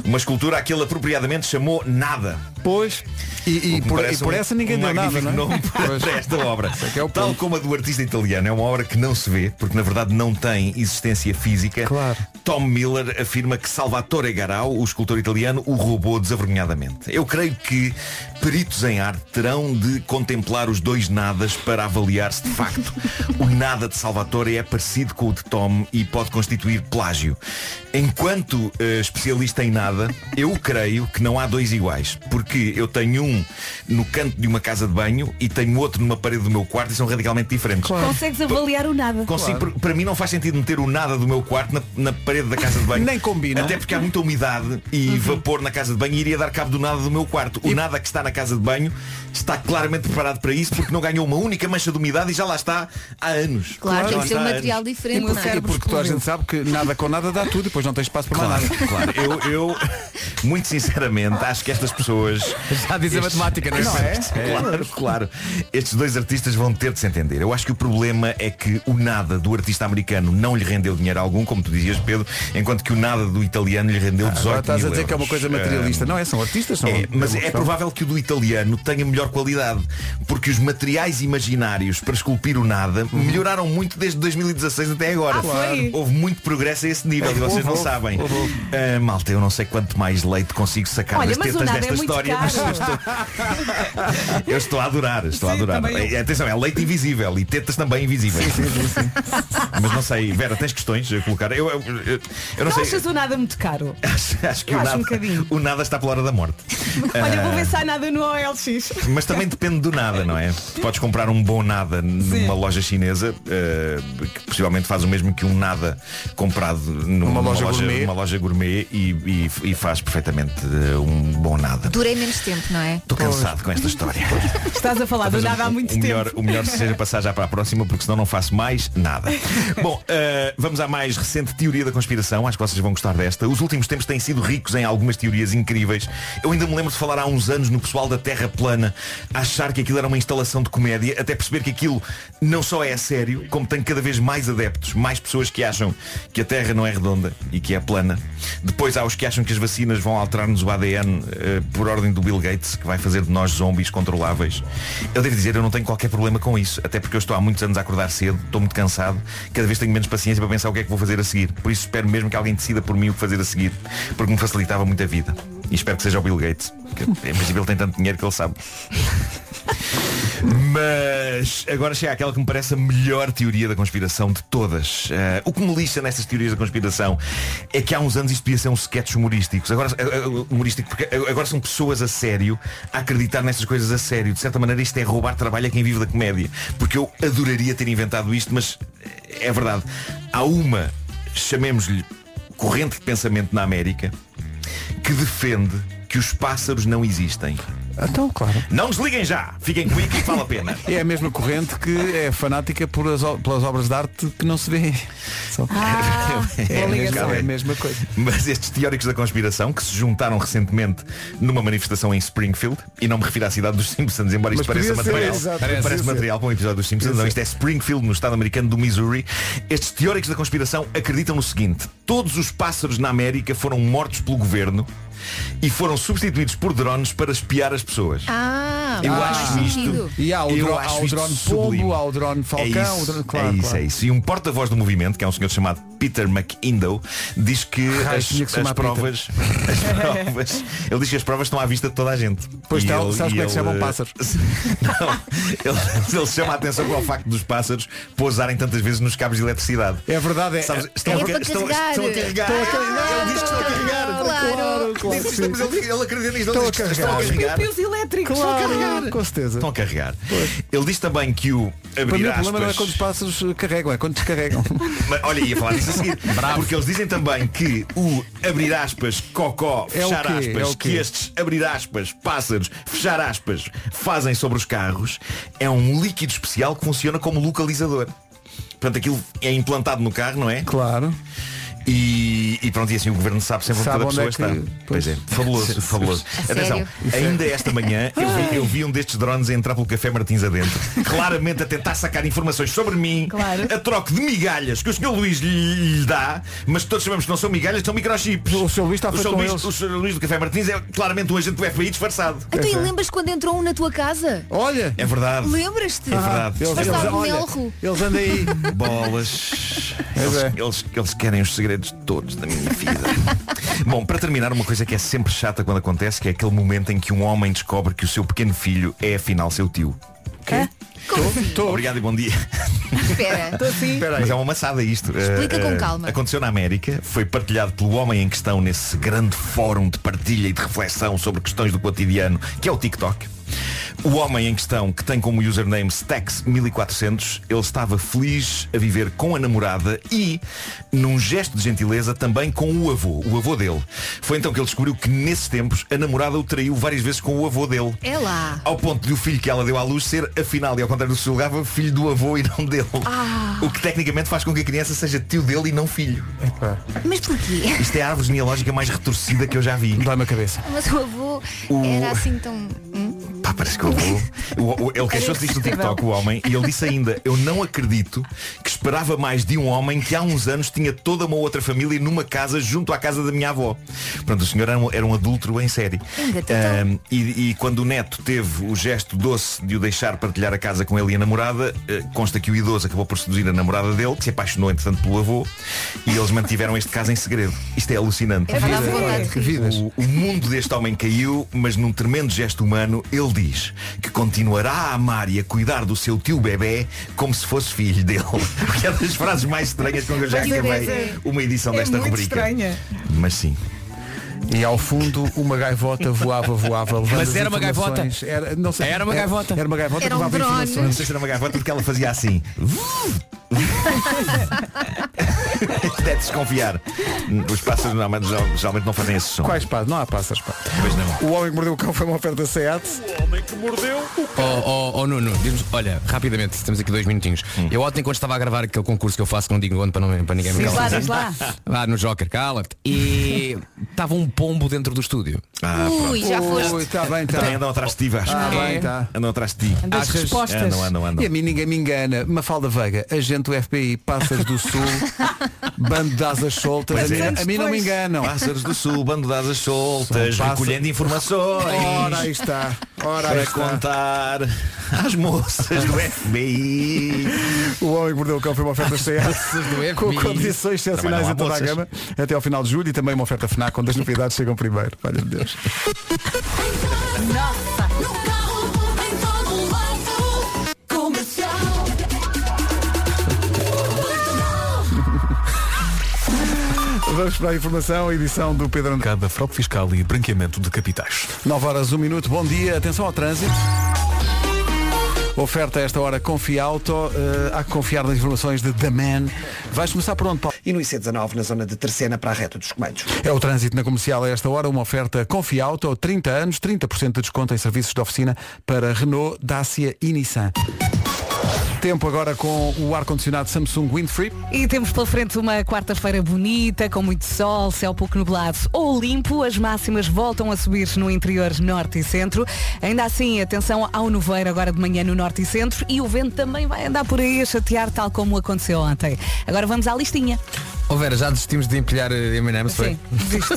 Speaker 13: Uma escultura a que ele apropriadamente chamou Nada.
Speaker 1: Pois, e, e
Speaker 13: O que me
Speaker 1: por, e
Speaker 13: parece
Speaker 1: por
Speaker 13: um-
Speaker 1: essa ninguém
Speaker 13: um
Speaker 1: deu nada,
Speaker 13: magnífico
Speaker 1: não é?
Speaker 13: nome para
Speaker 1: Pois.
Speaker 13: esta obra.
Speaker 1: que é o
Speaker 13: Tal
Speaker 1: ponto.
Speaker 13: como a do artista italiano, é uma obra que não se vê, porque na verdade não tem existência física.
Speaker 1: Claro.
Speaker 13: Tom Miller afirma que Salvatore Garau, o escultor italiano, o roubou desavergonhadamente. Eu creio que peritos em arte terão de contemplar os dois nadas para avaliar se de facto o nada de Salvatore é parecido com o de Tom e pode constituir plágio. Enquanto eh, especialista em nada, eu creio que não há dois iguais, porque eu tenho um no canto de uma casa de banho e tenho outro numa parede do meu quarto e são radicalmente diferentes.
Speaker 4: Consegues avaliar o nada.
Speaker 13: Consigo, porque para mim não faz sentido meter o nada do meu quarto na, na parede da casa de banho.
Speaker 1: Nem combina. Uhum.
Speaker 13: Até porque há muita umidade e vapor na casa de banho e iria dar cabo do nada do meu quarto. O nada que está na casa de banho está claramente preparado para isso porque não ganhou uma única mancha de umidade e já lá está há anos.
Speaker 5: Claro,
Speaker 13: Já
Speaker 5: tem
Speaker 13: lá
Speaker 5: que ser
Speaker 13: está
Speaker 5: um
Speaker 13: há
Speaker 5: material
Speaker 13: anos.
Speaker 1: E
Speaker 5: diferente. não
Speaker 1: porque,
Speaker 5: é?
Speaker 1: e porque toda a gente sabe que nada com nada dá tudo, depois não tem espaço para mais nada.
Speaker 13: Claro, claro. Eu, eu, muito sinceramente, acho que estas pessoas.
Speaker 7: Já diz a matemática, não é?
Speaker 13: Claro, claro. Estes dois artistas vão ter de se entender. Eu acho que o problema é que o nada do artista americano não lhe rendeu dinheiro algum, como tu dizias, Pedro, enquanto que o nada do italiano lhe rendeu 18
Speaker 1: Agora estás a
Speaker 13: mil
Speaker 1: dizer que é uma
Speaker 13: euros.
Speaker 1: coisa materialista.
Speaker 13: Ah,
Speaker 1: Não é? São artistas, são.
Speaker 13: é, mas
Speaker 1: uma
Speaker 13: é
Speaker 1: questão.
Speaker 13: provável que o do italiano tenha melhor qualidade, porque os materiais imaginários para esculpir o nada
Speaker 1: Uhum.
Speaker 13: melhoraram muito desde 2016 até agora.
Speaker 4: Ah,
Speaker 10: foi?
Speaker 13: Houve muito progresso a esse nível e vocês não
Speaker 1: Ah, houve,
Speaker 13: sabem.
Speaker 1: houve, houve.
Speaker 13: Ah, malta, eu não sei quanto mais leite consigo sacar
Speaker 4: Olha,
Speaker 13: das
Speaker 4: mas o
Speaker 13: tetas
Speaker 4: nada
Speaker 13: desta
Speaker 4: é muito
Speaker 13: história, mas eu
Speaker 4: caro.
Speaker 13: estou, eu estou a adorar, estou a adorar.
Speaker 4: também
Speaker 13: Atenção, é leite invisível e tetas também invisíveis. Mas não sei, Vera, tens questões a colocar? Eu, eu- eu- eu não,
Speaker 4: Não
Speaker 13: sei.
Speaker 4: achas o nada muito caro?
Speaker 13: Acho, acho que
Speaker 4: Eu
Speaker 13: o,
Speaker 4: acho
Speaker 13: nada,
Speaker 4: um bocadinho.
Speaker 13: o nada está pela hora da morte. Ah.
Speaker 4: Olha, vou ver se há nada no OLX.
Speaker 13: Mas também depende do nada, não é? Podes comprar um bom nada numa loja chinesa, eh, que possivelmente faz o mesmo que um nada comprado num-
Speaker 1: Numa
Speaker 13: numa,
Speaker 1: loja gourmet.
Speaker 13: numa loja gourmet e, e- e faz perfeitamente eh, um bom nada.
Speaker 5: Durei menos tempo, não é?
Speaker 13: Estou cansado com esta história.
Speaker 4: Estás a falar do
Speaker 13: Mas
Speaker 4: nada
Speaker 13: o-
Speaker 4: há muito
Speaker 13: o um- melhor,
Speaker 4: tempo.
Speaker 13: O melhor seja passar já para a próxima, porque senão não faço mais nada. Bom, eh, vamos à mais recente teoria da conspiração. Acho que vocês vão gostar desta. Os últimos tempos têm sido ricos em algumas teorias incríveis. Eu ainda me lembro de falar há uns anos no pessoal da Terra Plana, a achar que aquilo era uma instalação de comédia, até perceber que aquilo não só é a sério, como tem cada vez mais adeptos, mais pessoas que acham que a Terra não é redonda e que é plana. Depois há os que acham que as vacinas vão alterar-nos o ADN eh, por ordem do Bill Gates, que vai fazer de nós zombies controláveis. Eu devo dizer, eu não tenho qualquer problema com isso, até porque eu estou há muitos anos a acordar cedo, estou muito cansado, cada vez tenho menos paciência para pensar o que é que vou fazer a seguir. Por isso espero mesmo que alguém decida por mim o que fazer a seguir, porque me facilitava muito a vida. E espero que seja o Bill Gates. Que, é, mas ele tem tanto dinheiro que ele sabe. Mas agora chega àquela que me parece a melhor teoria da conspiração de todas. Eh, o que me lixa nessas teorias da conspiração é que há uns anos isto podia ser um sketch humorístico. Agora, eh, eh, humorístico porque agora são pessoas a sério a acreditar nessas coisas a sério. De certa maneira isto é roubar trabalho a quem vive da comédia. Porque eu adoraria ter inventado isto, mas é verdade. Há uma, chamemos-lhe, corrente de pensamento na América que defende que os pássaros não existem.
Speaker 1: Então, claro.
Speaker 13: Não desliguem já, fiquem comigo e vale a pena.
Speaker 1: É a mesma corrente que é fanática por as o- pelas obras de arte que não se vê. Só- é, a mesma- é a mesma coisa.
Speaker 13: Mas estes teóricos da conspiração que se juntaram recentemente numa manifestação em Springfield, e não me refiro à cidade dos Simpsons, embora isto
Speaker 1: Mas
Speaker 13: pareça
Speaker 1: podia ser,
Speaker 13: material,
Speaker 1: exato,
Speaker 13: parece,
Speaker 1: podia ser.
Speaker 13: material para um episódio dos Simpsons,
Speaker 1: Podia
Speaker 13: não, isto
Speaker 1: ser.
Speaker 13: é Springfield, no estado americano do Missouri. Estes teóricos da conspiração acreditam no seguinte, todos os pássaros na América foram mortos pelo governo e foram substituídos por drones para espiar as pessoas.
Speaker 5: Ah,
Speaker 13: Eu
Speaker 5: faz
Speaker 13: acho
Speaker 5: mais
Speaker 13: isto-
Speaker 5: sentido.
Speaker 1: E há o,
Speaker 13: Eu
Speaker 1: dro-
Speaker 13: acho
Speaker 1: há o
Speaker 13: isto
Speaker 1: drone
Speaker 13: sublime.
Speaker 1: pombo, há o drone falcão,
Speaker 13: é isso,
Speaker 1: o drone...
Speaker 13: é isso, é isso. E um porta-voz do movimento, que é um senhor chamado Peter McIndoe, diz que
Speaker 1: Ai,
Speaker 13: as,
Speaker 1: tinha que se
Speaker 13: as
Speaker 1: chamar
Speaker 13: provas, as provas, ele diz que as provas estão à vista de toda a gente.
Speaker 1: Pois
Speaker 13: E
Speaker 1: está,
Speaker 13: ele-
Speaker 1: sabes
Speaker 13: e
Speaker 1: como é que se
Speaker 13: ele,
Speaker 1: chamam
Speaker 13: eh,
Speaker 1: pássaros?
Speaker 13: Ele, ele chama a atenção com o facto dos pássaros pousarem tantas vezes nos cabos de eletricidade.
Speaker 1: É verdade, é.
Speaker 13: Sabes,
Speaker 1: é
Speaker 13: estão, a,
Speaker 1: para
Speaker 13: ca- estão,
Speaker 1: carregar.
Speaker 13: estão a carregar.
Speaker 1: Estão a carregar.
Speaker 13: Ele diz que estão a carregar.
Speaker 1: Claro, claro
Speaker 13: Diz
Speaker 1: que
Speaker 13: isto,
Speaker 1: sim.
Speaker 13: mas ele, ele acredita nisto.
Speaker 1: Estão
Speaker 13: Ele
Speaker 1: a
Speaker 13: diz que estão a
Speaker 1: carregar. Os
Speaker 13: carregar.
Speaker 1: piu-pius
Speaker 4: elétricos,
Speaker 1: Claro, estão a carregar. Então, com certeza.
Speaker 13: Estão a carregar. Ele diz também que o
Speaker 1: Para mim
Speaker 13: abrir
Speaker 1: o problema não é
Speaker 13: aspas.
Speaker 1: quando os pássaros carregam, é quando descarregam.
Speaker 13: Mas, olha, ia falar disso a seguir. Porque eles dizem também que o abrir aspas, cocó,
Speaker 1: É o
Speaker 13: fechar
Speaker 1: quê? É
Speaker 13: aspas,
Speaker 1: o quê?
Speaker 13: que estes abrir aspas, pássaros, fechar aspas, fazem sobre os carros, é um líquido especial que funciona como localizador. Portanto, aquilo é implantado no carro, não é?
Speaker 1: Claro.
Speaker 13: E, e pronto, e assim o governo sabe sempre
Speaker 1: Sabe
Speaker 13: onde cada
Speaker 1: onde
Speaker 13: pessoa
Speaker 1: é que-
Speaker 13: está.
Speaker 1: pois.
Speaker 13: Pois é, fabuloso, fabuloso.
Speaker 1: A
Speaker 13: Atenção,
Speaker 1: sério?
Speaker 13: ainda esta manhã eu vi, eu vi um destes drones a entrar pelo café Martins adentro, claramente a tentar sacar informações sobre mim, a troco de migalhas que o senhor Luís lhe lhe dá, mas todos sabemos que não são migalhas, são microchips. O senhor Luís está
Speaker 1: a fazer com eles.
Speaker 13: O Sr. Luís do Café Martins é claramente um agente do FBI disfarçado.
Speaker 5: Então, e lembras quando entrou um na tua casa?
Speaker 1: Olha!
Speaker 13: É verdade.
Speaker 5: Lembras-te?
Speaker 13: É
Speaker 1: Ah,
Speaker 13: verdade.
Speaker 5: Mas estava no Melro.
Speaker 1: Eles andam aí.
Speaker 13: Bolas. Eles, eles, eles querem os segredos todos da minha vida. Bom, para terminar, uma coisa que é sempre chata quando acontece, que é aquele momento em que um homem descobre que o seu pequeno filho é afinal seu tio. Obrigado e bom dia.
Speaker 5: assim? Espera.
Speaker 4: assim.
Speaker 13: Mas é uma maçada isto.
Speaker 5: Explica
Speaker 13: Eh,
Speaker 5: com
Speaker 13: eh,
Speaker 5: calma.
Speaker 13: Aconteceu na América, foi partilhado pelo homem em questão nesse grande fórum de partilha e de reflexão sobre questões do cotidiano, que é o TikTok. O homem em questão, que tem como username Stax1400, ele estava feliz a viver com a namorada e, num gesto de gentileza, também com o avô, o avô dele. Foi então que ele descobriu que, nesses tempos, a namorada o traiu várias vezes com o avô dele.
Speaker 5: É lá.
Speaker 13: Ao ponto de o filho que ela deu à luz ser, afinal, e ao contrário do que se julgava, filho do avô e não dele. O que tecnicamente faz com que a criança seja tio dele e não filho.
Speaker 5: Mas porquê?
Speaker 13: Isto é a árvore genealógica mais retorcida que eu já vi.
Speaker 1: Dá-me a cabeça.
Speaker 5: Mas o avô
Speaker 13: O-
Speaker 5: era assim tão. Hum?
Speaker 13: Pá, parece que eu vou. O-
Speaker 5: É
Speaker 13: o- Ele queixou-se disto do TikTok, o homem, e ele disse ainda, eu não acredito que esperava mais de um homem que há uns anos tinha toda uma outra família numa casa junto à casa da minha avó. Pronto, o senhor era um, era um adúltero em série.
Speaker 5: Ainda te
Speaker 13: Ahm, e, e quando o neto teve o gesto doce de o deixar partilhar a casa com ele e a namorada, eh, consta que o idoso acabou por seduzir a namorada dele, que se apaixonou entretanto pelo avô, e eles mantiveram este caso em segredo. Isto é alucinante.
Speaker 5: É verdade, Vidas. vontade de rir.
Speaker 13: Vidas. O, o mundo deste homem caiu, mas num tremendo gesto humano, ele diz que continuará a amar e a cuidar do seu tio bebê como se fosse filho dele. Porque é das frases mais estranhas com que eu já
Speaker 1: Pois é,
Speaker 13: acabei
Speaker 1: pois é.
Speaker 13: uma edição desta rubrica. Mas sim.
Speaker 1: E ao fundo uma gaivota voava, voava. levando
Speaker 13: Mas
Speaker 1: as
Speaker 13: era uma gaivota?
Speaker 1: informações. Era, não sei.
Speaker 13: Era uma gaivota?
Speaker 1: Era uma gaivota
Speaker 5: um
Speaker 1: que levava
Speaker 13: Não
Speaker 1: informações.
Speaker 13: sei se era uma gaivota porque ela fazia assim. Isto é de desconfiar. Os pássaros normalmente, geralmente não fazem esse som.
Speaker 1: Quais pá? Não há passas pá.
Speaker 13: Pois não.
Speaker 1: O Homem que Mordeu o Cão foi uma oferta Seat.
Speaker 7: homem que mordeu o Oh, oh, oh Nuno, diz-nos, olha, rapidamente, temos aqui dois minutinhos. Eu ontem quando estava a gravar aquele concurso que eu faço, que não digo onde para, não, para ninguém me
Speaker 14: Sim,
Speaker 7: calar.
Speaker 14: diz lá, diz lá.
Speaker 7: Vá no Joker, cala-te. E estava um pombo dentro do estúdio.
Speaker 13: Ah,
Speaker 14: Ui, pronto. já foste.
Speaker 1: Ui, tá bem, tá.
Speaker 13: Também andam atrás de ti, Vasco.
Speaker 1: Ah, bem,
Speaker 13: É.
Speaker 1: tá.
Speaker 13: Andam atrás de ti.
Speaker 1: Das respostas.
Speaker 13: Andam, andam, andam.
Speaker 1: E a mim ninguém me engana. Mafalda Veiga, agente do FBI, Passas do Sul, Bando de Asas Soltas.
Speaker 13: Pois
Speaker 1: A mim,
Speaker 13: é.
Speaker 1: a mim não me enganam.
Speaker 13: Pássaros do Sul, bando de asas soltas,
Speaker 1: São pássaros.
Speaker 13: recolhendo informações.
Speaker 1: Ora, aí está. Ora, tá. aí
Speaker 13: para
Speaker 1: está.
Speaker 13: contar às moças do FBI.
Speaker 1: O Homem que Mordeu o Cão foi uma oferta Seat
Speaker 13: do
Speaker 1: com
Speaker 13: FBI.
Speaker 1: condições
Speaker 13: Também
Speaker 1: excepcionais
Speaker 13: não há
Speaker 1: a toda a
Speaker 13: bolsas.
Speaker 1: gama até ao final de julho e também uma oferta FNAC onde as novidades chegam primeiro. Valha-me Deus.
Speaker 11: Nossa! No carro, em todo lado.
Speaker 1: Vamos para a informação, edição do Pedro Andrade.
Speaker 2: Cada fraude fiscal e branqueamento de capitais.
Speaker 1: 9 horas, 1 minuto, bom dia, atenção ao trânsito. Oferta a esta hora Confia Auto, eh, há que confiar nas informações de The Man. Vais começar por onde, Paulo?
Speaker 3: E no IC19, na zona de Terceira para a reta dos comandos.
Speaker 1: É o trânsito na comercial a esta hora, uma oferta Confia Auto, 30 anos, 30% de desconto em serviços de oficina para Renault, Dacia e Nissan. Tempo agora com o ar-condicionado Samsung Windfree.
Speaker 4: E temos pela frente uma quarta-feira bonita, com muito sol, céu pouco nublado ou limpo. As máximas voltam a subir no interior norte e centro. Ainda assim, atenção ao nevoeiro agora de manhã no norte e centro. E o vento também vai andar por aí a chatear, tal como aconteceu ontem. Agora vamos à listinha.
Speaker 7: Ô Vera, já desistimos de empilhar eh, M&M's, foi?
Speaker 4: Sim, desisto.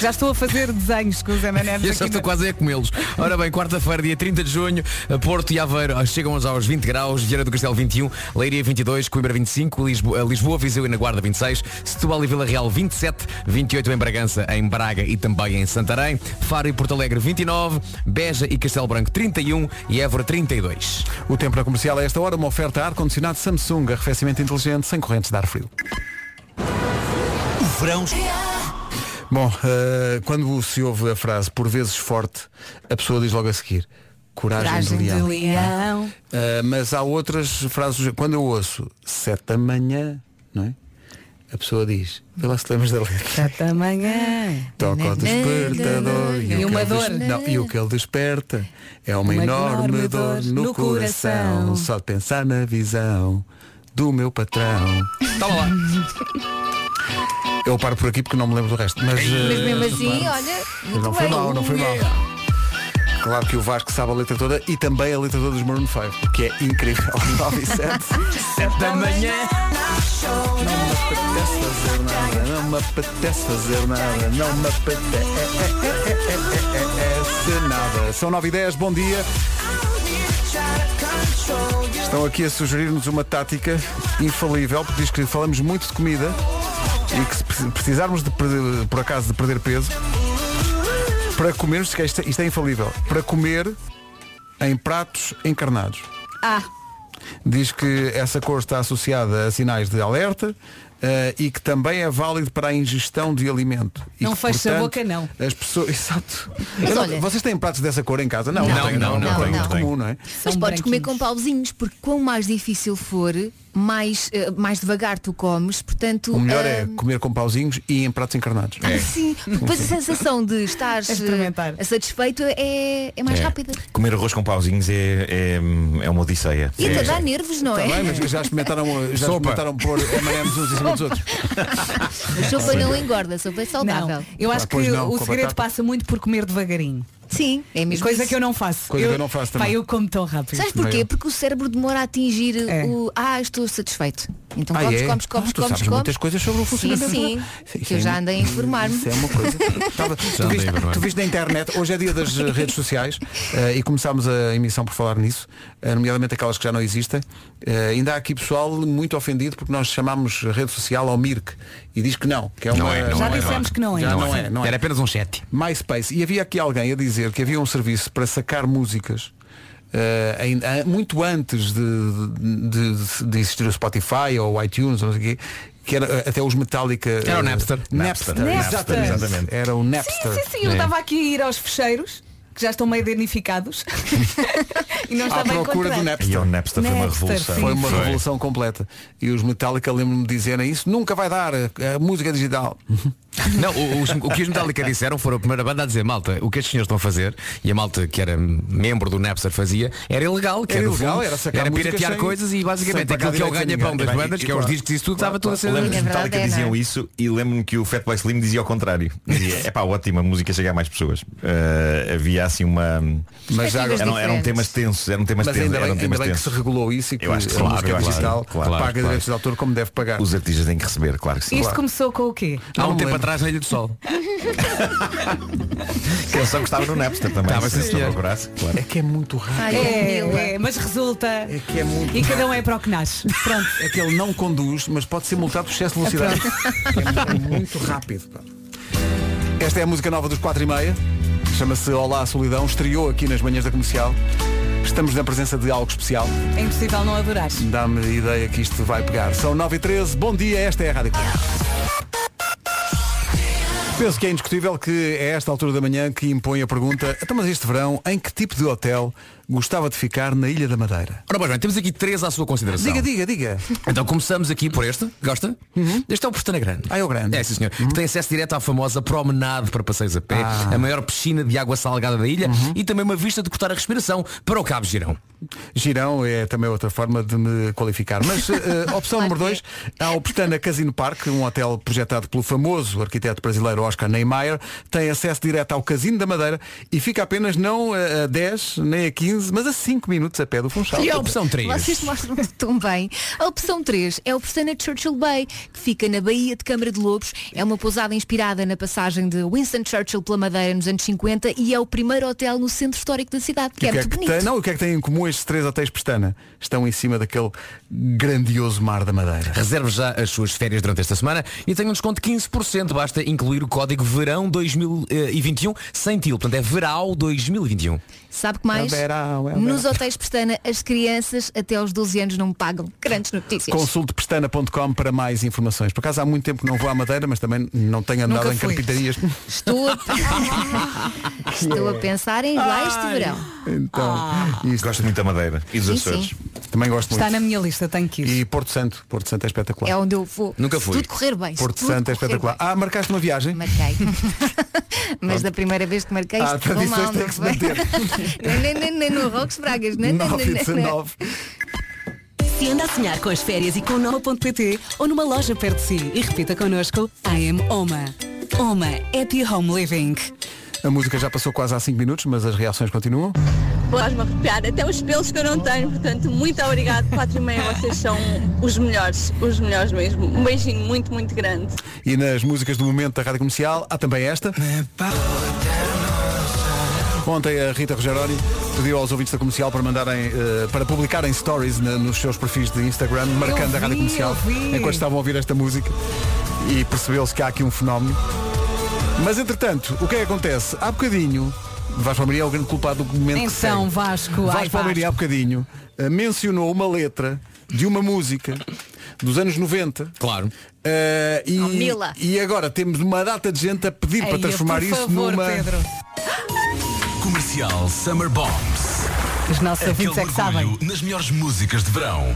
Speaker 4: Já estou a fazer desenhos com os
Speaker 7: E
Speaker 4: M&M's
Speaker 7: eu já
Speaker 1: é
Speaker 4: aqui
Speaker 7: estou
Speaker 4: no-
Speaker 7: quase a comê-los. Ora bem, quarta-feira, dia 30 de junho, Porto e Aveiro ah, chegam aos 20 graus, Vieira do Castelo 21, Leiria 22, Coimbra 25, Lisboa, eh, Lisboa Viseu e na Guarda 26, Setúbal e Vila Real 27, 28 em Bragança, em Braga e também em Santarém, Faro e Porto Alegre 29, Beja e Castelo Branco 31 e Évora 32.
Speaker 1: O tempo na comercial a esta hora, uma oferta ar-condicionado Samsung, arrefecimento inteligente, sem correntes de ar frio.
Speaker 6: O verão.
Speaker 1: Bom, eh, quando se ouve a frase por vezes forte, a pessoa diz logo a seguir, coragem,
Speaker 4: Coragem
Speaker 1: do
Speaker 4: de
Speaker 1: leão.
Speaker 4: leão.
Speaker 1: Eh, mas há outras frases, quando eu ouço sete da manhã, não é? A pessoa diz, vê lá se lembras da letra.
Speaker 4: Sete da manhã.
Speaker 1: Toca o
Speaker 4: né,
Speaker 1: despertador
Speaker 4: E
Speaker 1: o
Speaker 4: uma
Speaker 1: que ele
Speaker 4: dor.
Speaker 1: des- não, e o que ele desperta é uma, enorme, dor no, coração.
Speaker 4: coração.
Speaker 1: Só de pensar na visão do meu patrão.
Speaker 7: Toma lá.
Speaker 1: Eu paro por aqui porque não me lembro do resto. Mas,
Speaker 5: Mas
Speaker 1: eh,
Speaker 5: mesmo assim,
Speaker 1: reparo.
Speaker 5: olha,
Speaker 1: Mas
Speaker 5: muito
Speaker 1: não foi
Speaker 5: bem.
Speaker 1: mal, não foi mal. Claro que o Vasco sabe a letra toda e também a letra toda dos Maroon 5, que é incrível. 9 e 7.
Speaker 7: Sete da manhã.
Speaker 1: Não me apetece fazer nada, não me é, apetece é, nada. São 9 e 10, bom dia. Estão aqui a sugerir-nos uma tática infalível, porque diz que falamos muito de comida e que se pre- precisarmos de perder- por acaso de perder peso, para comermos, que isto, é- isto é infalível, para comer em pratos encarnados.
Speaker 4: Ah,
Speaker 1: Diz que essa cor está associada a sinais de alerta eh, e que também é válido para a ingestão de alimento. E
Speaker 4: Não
Speaker 1: que,
Speaker 4: fecha a
Speaker 1: portanto,
Speaker 4: boca, não.
Speaker 1: As pessoas, exato.
Speaker 5: Mas
Speaker 1: Eu não-
Speaker 5: olha-
Speaker 1: Vocês têm pratos dessa cor em casa? Não,
Speaker 5: Não,
Speaker 1: tenho,
Speaker 5: não, não,
Speaker 1: É
Speaker 5: não.
Speaker 1: muito comum, não é?
Speaker 5: Mas podes comer com pauzinhos, porque quanto mais difícil for, mais, eh, mais devagar tu comes, portanto.
Speaker 1: O melhor
Speaker 5: ah,
Speaker 1: é comer com pauzinhos e em pratos encarnados.
Speaker 5: Sim, porque depois a sensação de estar
Speaker 1: É
Speaker 5: satisfeito é, é mais
Speaker 13: É.
Speaker 5: rápida.
Speaker 13: Comer arroz com pauzinhos é, é, é uma odisseia.
Speaker 5: E até
Speaker 13: É.
Speaker 5: dá nervos, não
Speaker 1: Está
Speaker 5: é?
Speaker 1: Tá bem, mas já experimentaram, já
Speaker 13: Sopa.
Speaker 1: experimentaram pôr M&M's uns em cima dos outros.
Speaker 5: Mas sopa não engorda, sopa é saudável.
Speaker 4: eu acho
Speaker 1: Ah, pois
Speaker 4: que
Speaker 1: não,
Speaker 4: o
Speaker 1: com a
Speaker 4: segredo
Speaker 1: batata.
Speaker 4: passa muito por comer devagarinho.
Speaker 5: Sim, é mesmo
Speaker 4: Coisa
Speaker 5: isso.
Speaker 4: que eu não faço.
Speaker 1: Coisa que eu não faço
Speaker 4: pá,
Speaker 1: também.
Speaker 4: eu como tão rápido.
Speaker 5: Sabes porquê? Porque o cérebro demora a atingir o Ah, estou satisfeito. Então
Speaker 1: Ah,
Speaker 5: comes,
Speaker 1: é?
Speaker 5: comes,
Speaker 1: Ah,
Speaker 5: comes,
Speaker 1: tu
Speaker 5: comes,
Speaker 1: sabes
Speaker 5: comes.
Speaker 1: muitas coisas sobre o funcionamento
Speaker 5: Sim,
Speaker 1: Sim,
Speaker 5: sim.
Speaker 1: isso
Speaker 5: Que
Speaker 1: é
Speaker 5: eu já
Speaker 1: mu-
Speaker 5: andei a informar-me.
Speaker 1: Isso é uma coisa. Tava- tu, viste, tu viste na internet, hoje é dia das eh, redes sociais eh, e começámos a emissão por falar nisso, eh, nomeadamente aquelas que já não existem. Eh, ainda há aqui pessoal muito ofendido porque nós chamámos a rede social ao Mirk e diz que não, que é uma.
Speaker 7: Não é, não Já é, dissemos não é. que não é.
Speaker 1: Já
Speaker 7: Não
Speaker 1: não
Speaker 7: é.
Speaker 1: é, não é.
Speaker 7: Era apenas um chat.
Speaker 1: MySpace. E havia aqui alguém a dizer que havia um serviço para sacar músicas. eh, em- a- muito antes de, de- de- de existir o Spotify ou o iTunes, ou não sei o quê, que era eh, até os Metallica.
Speaker 7: Era o
Speaker 1: eh,
Speaker 7: Napster.
Speaker 1: Napster.
Speaker 4: Napster.
Speaker 1: Exatamente.
Speaker 13: Exatamente.
Speaker 1: Era o Napster.
Speaker 4: Sim, sim, eu estava aqui a ir aos fecheiros, que já estão meio danificados. e não
Speaker 1: à
Speaker 4: estava a
Speaker 1: procura
Speaker 4: encontrar.
Speaker 1: do Napster.
Speaker 13: E é o Napster foi uma Napster, revolução. sim.
Speaker 1: Foi uma
Speaker 13: Foi.
Speaker 1: revolução completa. E os Metallica lembro-me de dizerem isso, nunca vai dar eh, a, a música digital.
Speaker 7: Não, o, os- o que os Metallica disseram foram a primeira banda a dizer, malta, o que estes senhores estão a fazer, e a malta que era membro do Napster fazia, era ilegal, que
Speaker 1: Era
Speaker 7: era, no
Speaker 1: ilegal,
Speaker 7: fundo,
Speaker 1: era sacar músicas
Speaker 7: piratear
Speaker 1: sem-
Speaker 7: coisas e
Speaker 1: sem
Speaker 7: basicamente
Speaker 1: pagar
Speaker 7: aquilo que é o
Speaker 1: direitos a
Speaker 7: ganha-pão
Speaker 1: ninguém.
Speaker 7: das
Speaker 1: E bem,
Speaker 7: bandas,
Speaker 1: e
Speaker 7: que é os
Speaker 1: claro,
Speaker 7: discos e isso tudo,
Speaker 1: claro,
Speaker 7: estava tudo a ser...
Speaker 13: Eu lembro
Speaker 5: É
Speaker 13: que os
Speaker 5: verdade,
Speaker 13: Metallica
Speaker 5: é,
Speaker 13: diziam
Speaker 5: não é?
Speaker 13: isso e lembro-me que o Fatboy Slim dizia ao contrário. Dizia, é pá, ótima, a música chega a mais pessoas. Ah, havia assim uma.
Speaker 1: Mas já- um
Speaker 13: eram, eram
Speaker 5: diferentes.
Speaker 13: temas tensos, eram temas
Speaker 1: Mas,
Speaker 13: tensos.
Speaker 1: ainda bem,
Speaker 13: eram
Speaker 1: ainda
Speaker 13: temas
Speaker 1: bem que
Speaker 13: tensos.
Speaker 1: se regulou isso e que,
Speaker 13: Eu acho que
Speaker 1: a
Speaker 13: claro,
Speaker 1: música
Speaker 13: claro,
Speaker 1: digital
Speaker 13: claro,
Speaker 1: paga
Speaker 13: claro.
Speaker 1: direitos de autor como deve pagar.
Speaker 13: Os artistas têm que receber, claro que sim.
Speaker 4: Isto
Speaker 13: Claro.
Speaker 4: começou com o quê?
Speaker 7: Há
Speaker 1: Não
Speaker 7: um
Speaker 1: me
Speaker 7: tempo
Speaker 1: lembro.
Speaker 7: atrás na Ilha do Sol.
Speaker 13: Canção que estava no Napster também.
Speaker 7: Estava,
Speaker 13: se
Speaker 7: sim, senhor.
Speaker 13: procurasse, claro.
Speaker 1: É que é muito raro.
Speaker 5: Ai, Camila.
Speaker 4: É, é, mas resulta.
Speaker 1: É que é muito
Speaker 4: E cada um é para o que nasce. Pronto.
Speaker 1: É que ele não conduz, mas pode ser multado por excesso de velocidade. É, muito rápido. pá. Esta é a música nova dos 4 e meia. Chama-se Olá Solidão. Estreou aqui nas manhãs da comercial. Estamos na presença de algo especial.
Speaker 4: É impossível não adorar.
Speaker 1: Dá-me ideia que isto vai pegar. São 9 e 13 Bom dia, esta é a Rádio Comercial. Penso que é indiscutível que é esta altura da manhã que impõe a pergunta Então mas este verão, em que tipo de hotel gostava de ficar na Ilha da Madeira?
Speaker 7: Ora pois bem, temos aqui três à sua consideração.
Speaker 1: Diga, diga, diga
Speaker 7: Então começamos aqui por este. Gosta? Este é o Pestana Grande.
Speaker 1: Ah, é o grande.
Speaker 7: É, sim, senhor. Que tem acesso direto à famosa promenade para passeios a pé,
Speaker 1: Ah.
Speaker 7: a maior piscina de água salgada da ilha
Speaker 1: Uhum.
Speaker 7: e também uma vista de cortar a respiração para o Cabo Girão.
Speaker 1: Girão é também outra forma de me qualificar Mas eh, opção número
Speaker 5: é.
Speaker 1: dois Há o Pestana Casino Park Um hotel projetado pelo famoso arquiteto brasileiro Oscar Niemeyer Tem acesso direto ao Casino da Madeira E fica apenas não a a 10 nem a 15 Mas a 5 minutos a pé do Funchal
Speaker 5: é
Speaker 7: E a opção três?
Speaker 5: Vocês mostram tão bem. A opção 3 é o Pestana Churchill Bay, que fica na Baía de Câmara de Lobos. É uma pousada inspirada na passagem de Winston Churchill pela Madeira nos anos 50 e é o primeiro hotel no centro histórico da cidade, que
Speaker 1: E
Speaker 5: é
Speaker 1: o que é
Speaker 5: muito
Speaker 1: que
Speaker 5: bonito.
Speaker 1: tem, não, o que é que têm em comum estes três hotéis Pestana? Estão em cima daquele grandioso mar da Madeira.
Speaker 7: Reserve já as suas férias durante esta semana e tem um desconto de 15%. Basta incluir o código verão eh, 2021 sem til. Portanto, é verão 2021.
Speaker 5: Sabe que mais?
Speaker 7: É verão, é verão.
Speaker 5: Nos hotéis Pestana, as crianças até aos 12 anos não pagam. Grandes notícias.
Speaker 1: Consulte pestana.com para mais informações. Por acaso há muito tempo que não vou à Madeira, mas também não tenho andado
Speaker 5: Nunca
Speaker 1: em
Speaker 5: fui.
Speaker 1: carpintarias.
Speaker 5: Estou a... Estou a pensar em ir lá este verão.
Speaker 1: Então,
Speaker 5: Ah.
Speaker 13: Gosto muito da Madeira e dos
Speaker 5: Sim,
Speaker 13: Açores.
Speaker 5: sim.
Speaker 1: Também gosto
Speaker 4: Está
Speaker 1: muito.
Speaker 4: na minha lista, tenho que ir.
Speaker 1: E Porto Santo. Porto Santo é espetacular.
Speaker 5: É onde eu vou.
Speaker 1: Nunca
Speaker 5: Se
Speaker 1: fui.
Speaker 5: Tudo correr bem. se
Speaker 1: Porto
Speaker 5: tudo
Speaker 1: Santo é
Speaker 5: correr
Speaker 1: espetacular.
Speaker 5: bem.
Speaker 1: Ah, marcaste uma viagem?
Speaker 5: Marquei. Mas da primeira vez que marquei
Speaker 1: Ah,
Speaker 5: isto ficou
Speaker 1: tradições
Speaker 5: mal,
Speaker 1: têm
Speaker 5: não
Speaker 1: que se
Speaker 5: foi? Nem, nem, nem no Roques Bragas, nem, nem,
Speaker 1: 9
Speaker 5: nem,
Speaker 1: e
Speaker 5: nem.
Speaker 1: 19.
Speaker 11: Se anda a sonhar com as férias e com o novo
Speaker 4: Oma.pt ou numa loja perto de si e repita connosco I am Oma. Oma Happy Home Living.
Speaker 1: A música já passou quase há 5 minutos, mas as reações continuam.
Speaker 14: Faz-me arrepiar até os pelos que eu não tenho, portanto, muito obrigado, 4 e meia, vocês são os melhores, os melhores mesmo. Um beijinho muito, muito grande.
Speaker 1: E nas músicas do momento da Rádio Comercial há também esta. Ontem a Rita Rogeroni pediu aos ouvintes da comercial para mandarem, eh, para publicarem stories na- nos seus perfis de Instagram, marcando a
Speaker 4: vi,
Speaker 1: Rádio Comercial
Speaker 4: eu vi.
Speaker 1: enquanto estavam a ouvir esta música e percebeu-se que há aqui um fenómeno. Mas entretanto, o que é que acontece? Há bocadinho, Vasco Palmeirinho é o grande culpado do momento que segue.
Speaker 4: Então, Vasco, ai,
Speaker 1: Vasco
Speaker 4: Vasco.
Speaker 1: Palmeirinho há bocadinho eh, mencionou uma letra de uma música dos anos 90.
Speaker 7: Claro.
Speaker 1: e,
Speaker 5: Oh, Mila.
Speaker 1: e agora temos uma data de gente a pedir para
Speaker 4: Eia,
Speaker 1: transformar
Speaker 4: por
Speaker 1: isso
Speaker 4: favor,
Speaker 1: numa.
Speaker 4: Pedro.
Speaker 6: Comercial Summer Bombs.
Speaker 4: Os nossos
Speaker 6: Aquele
Speaker 13: Tipo,
Speaker 4: ouvintes é que sabem.
Speaker 6: mergulho Nas melhores músicas de verão.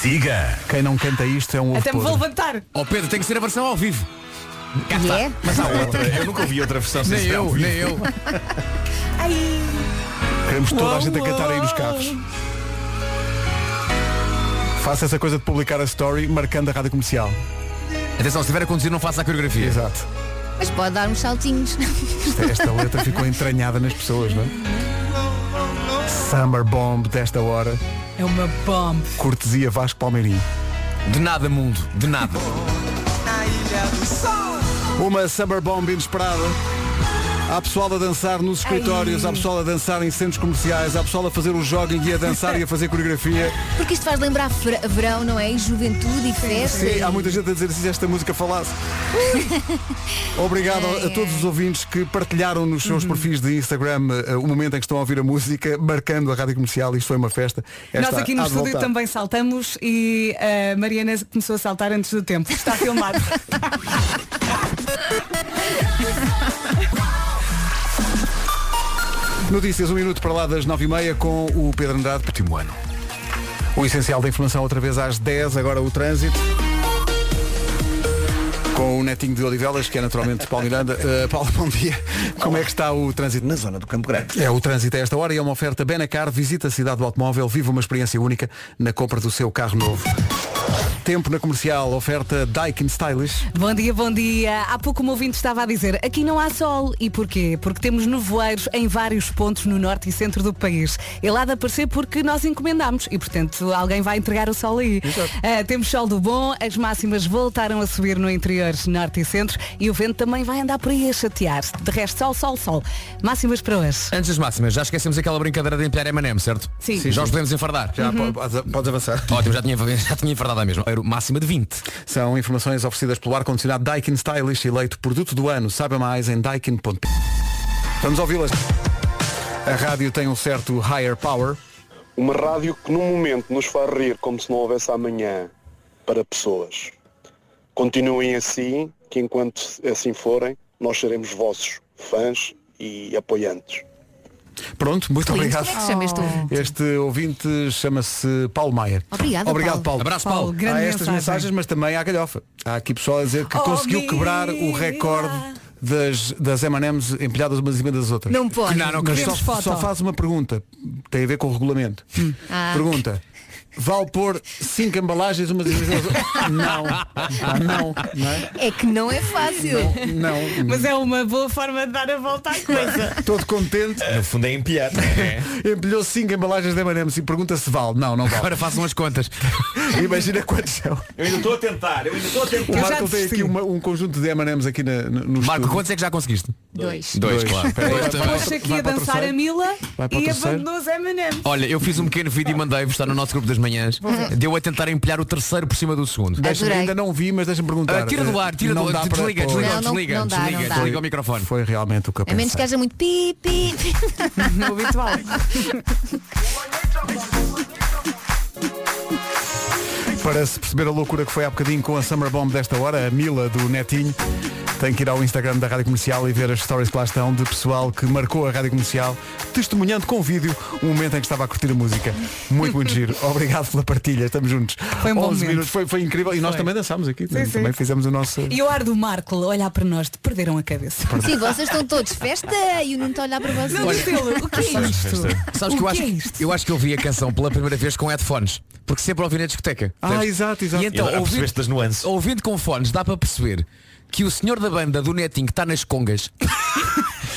Speaker 6: Siga.
Speaker 1: Quem não canta isto é um ovo
Speaker 4: Até me vou
Speaker 1: podre.
Speaker 4: levantar.
Speaker 7: Ó Oh, Pedro, tem que ser a versão ao vivo. Cá está.
Speaker 5: É?
Speaker 13: Mas há outra, eu nunca ouvi outra versão sem
Speaker 7: Nem
Speaker 13: ser ao
Speaker 7: eu,
Speaker 13: vivo.
Speaker 7: nem eu.
Speaker 1: Queremos toda a gente a cantar aí nos carros. Faça essa coisa de publicar a story marcando a rádio comercial.
Speaker 7: Atenção, se estiver a conduzir, não faça a coreografia.
Speaker 1: Exato.
Speaker 5: Mas pode dar uns saltinhos.
Speaker 1: Esta, esta letra ficou entranhada nas pessoas, não é? Summer Bomb desta hora.
Speaker 4: É uma bomba.
Speaker 1: Cortesia Vasco Palmeirinho.
Speaker 7: De nada, mundo. De nada.
Speaker 1: Uma Summer Bomb inesperada. Há pessoal a dançar nos escritórios, há pessoal a dançar em centros comerciais, há pessoal a fazer o jogging e a dançar e a fazer coreografia.
Speaker 5: Porque isto faz lembrar fra- verão, não é? E juventude e festa.
Speaker 1: Sim,
Speaker 5: e-
Speaker 1: há muita gente a dizer se esta música falasse. Obrigado a todos os ouvintes que partilharam nos
Speaker 4: Uhum.
Speaker 1: seus perfis de Instagram eh, o momento em que estão a ouvir a música, marcando a rádio comercial. Isto foi uma festa. Esta
Speaker 4: Nós aqui no
Speaker 1: há de
Speaker 4: estúdio
Speaker 1: voltar.
Speaker 4: também saltamos e a Mariana começou a saltar antes do tempo. Está filmado.
Speaker 1: Notícias, um minuto para lá das nove e meia com o Pedro Andrade. Último ano. O essencial da informação outra vez às 10, agora o trânsito. Com o netinho de Olivelas, que é naturalmente Paulo Miranda. Eh, Paulo, bom dia. Como é que está o trânsito?
Speaker 3: Na zona do Campo Grande.
Speaker 1: É o trânsito a esta hora e é uma oferta Benacar. Visita a cidade do automóvel, viva uma experiência única na compra do seu carro novo. Tempo na comercial, oferta Daikin Stylish.
Speaker 4: Bom dia, bom dia. Há pouco o meu ouvinte estava a dizer, aqui não há sol. E porquê? Porque temos nevoeiros em vários pontos no norte e centro do país. Ele há de aparecer porque nós encomendámos e, portanto, alguém vai entregar o sol aí. Ah, temos sol do bom, as máximas voltaram a subir no interior norte e centro e o vento também vai andar por aí a chatear. De resto, sol, sol, sol. Máximas para hoje.
Speaker 7: Antes das máximas, já esquecemos aquela brincadeira de empilhar M&M, certo?
Speaker 4: Sim. Sim,
Speaker 7: Já
Speaker 4: sim.
Speaker 7: os podemos enfardar?
Speaker 1: Já, po- podes, podes avançar.
Speaker 7: Ótimo, já tinha, já tinha enfardado a mesma. Era o máxima de 20.
Speaker 1: São informações oferecidas pelo ar-condicionado Daikin Stylish, eleito produto do ano. Saiba mais em daikin.pt. Vamos ouvi-las. A rádio tem um certo higher power.
Speaker 15: Uma rádio que no momento nos faz rir como se não houvesse amanhã para pessoas. Continuem assim, que enquanto assim forem, nós seremos vossos fãs e apoiantes.
Speaker 1: Pronto, muito
Speaker 5: Lindo.
Speaker 1: obrigado.
Speaker 5: Como é que se chama este ouvinte?
Speaker 1: Este ouvinte chama-se Paulo Maier.
Speaker 5: Obrigada, Paulo.
Speaker 1: Obrigado, Paulo.
Speaker 5: Abraço, Paulo. Paulo, grande
Speaker 1: Há estas
Speaker 5: mensagem.
Speaker 1: mensagens, mas também há galhofa. Há aqui pessoal a dizer que
Speaker 5: Oh,
Speaker 1: conseguiu
Speaker 5: mira.
Speaker 1: quebrar o recorde das, das M&M's empilhadas umas em cima das outras.
Speaker 5: Não pode. Que não, não
Speaker 1: Mas
Speaker 5: queremos
Speaker 1: só,
Speaker 5: foto.
Speaker 1: só faz uma pergunta. Tem a ver com o regulamento.
Speaker 5: Ah.
Speaker 1: Pergunta. Vale pôr cinco embalagens umas em cima das outras? Não. Ah, não. não é?
Speaker 5: É que não é fácil.
Speaker 1: Não.
Speaker 4: Mas é uma boa forma de dar a volta à coisa.
Speaker 1: Todo contente.
Speaker 13: No fundo é empilhar.
Speaker 1: Empilhou cinco embalagens de M&M's e pergunta se vale. Não, não vale.
Speaker 7: Agora façam as contas.
Speaker 1: Imagina quantos são.
Speaker 13: Eu ainda estou a tentar, eu ainda estou a
Speaker 1: O Marco tem aqui uma- um conjunto de M&M's aqui na, no no
Speaker 7: Marco,
Speaker 1: estúdio.
Speaker 7: quantos é que já conseguiste?
Speaker 5: Dois.
Speaker 7: Dois,
Speaker 1: Dois.
Speaker 7: claro.
Speaker 1: Espera aí.
Speaker 7: Dois também.
Speaker 4: Pôs-se aqui a
Speaker 1: Vai para o
Speaker 4: dançar a
Speaker 1: terceiro.
Speaker 4: Mila
Speaker 7: Vai para o
Speaker 4: e
Speaker 7: terceiro.
Speaker 4: abandonou os M&M's.
Speaker 7: Olha, eu fiz um pequeno vídeo e mandei-vos, está no nosso grupo das manhãs. Deu a tentar empilhar o terceiro por cima do segundo.
Speaker 1: Deixa-me- ainda não vi, mas deixa-me perguntar.
Speaker 7: Ah, tira do ar, tira
Speaker 1: Não
Speaker 7: do ar.
Speaker 1: dá para
Speaker 7: Desliga,
Speaker 1: pôr-
Speaker 7: desliga,
Speaker 5: Não, não-
Speaker 7: desliga,
Speaker 5: não dá,
Speaker 7: desliga,
Speaker 5: não dá.
Speaker 7: desliga o microfone.
Speaker 1: Foi realmente o que eu
Speaker 5: A menos que
Speaker 1: pensei.
Speaker 5: haja muito pi, pi.
Speaker 4: No habitual.
Speaker 1: Para se perceber a loucura que foi há bocadinho com a Summer Bomb desta hora, a Mila do Netinho, tem que ir ao Instagram da Rádio Comercial e ver as stories que lá estão de pessoal que marcou a Rádio Comercial, testemunhando com vídeo o momento em que estava a curtir a música. Muito, muito giro. Obrigado pela partilha, estamos juntos.
Speaker 4: Foi um bom
Speaker 1: 11
Speaker 4: momento.
Speaker 1: minutos, foi, foi incrível. E nós
Speaker 4: Foi.
Speaker 1: também dançámos aqui,
Speaker 4: Sim, sim.
Speaker 1: também fizemos o nosso...
Speaker 4: E o ar do Marco a olhar para nós, te perderam a cabeça.
Speaker 5: Sim, vocês estão todos festa e o Nuno está a olhar para vocês.
Speaker 4: Não, Estilo, o que é isto?
Speaker 7: Sabes que eu
Speaker 4: O que
Speaker 7: acho,
Speaker 4: é isto?
Speaker 7: eu acho que eu vi a canção pela primeira vez com headphones. Porque sempre ouvi na discoteca.
Speaker 1: Ah,
Speaker 7: Percebes?
Speaker 1: exato, exato.
Speaker 7: E então,
Speaker 13: Ele-
Speaker 7: ouvindo,
Speaker 13: percebeste das nuances.
Speaker 7: ouvindo com fones, dá para perceber que o senhor da banda do Netinho que está nas congas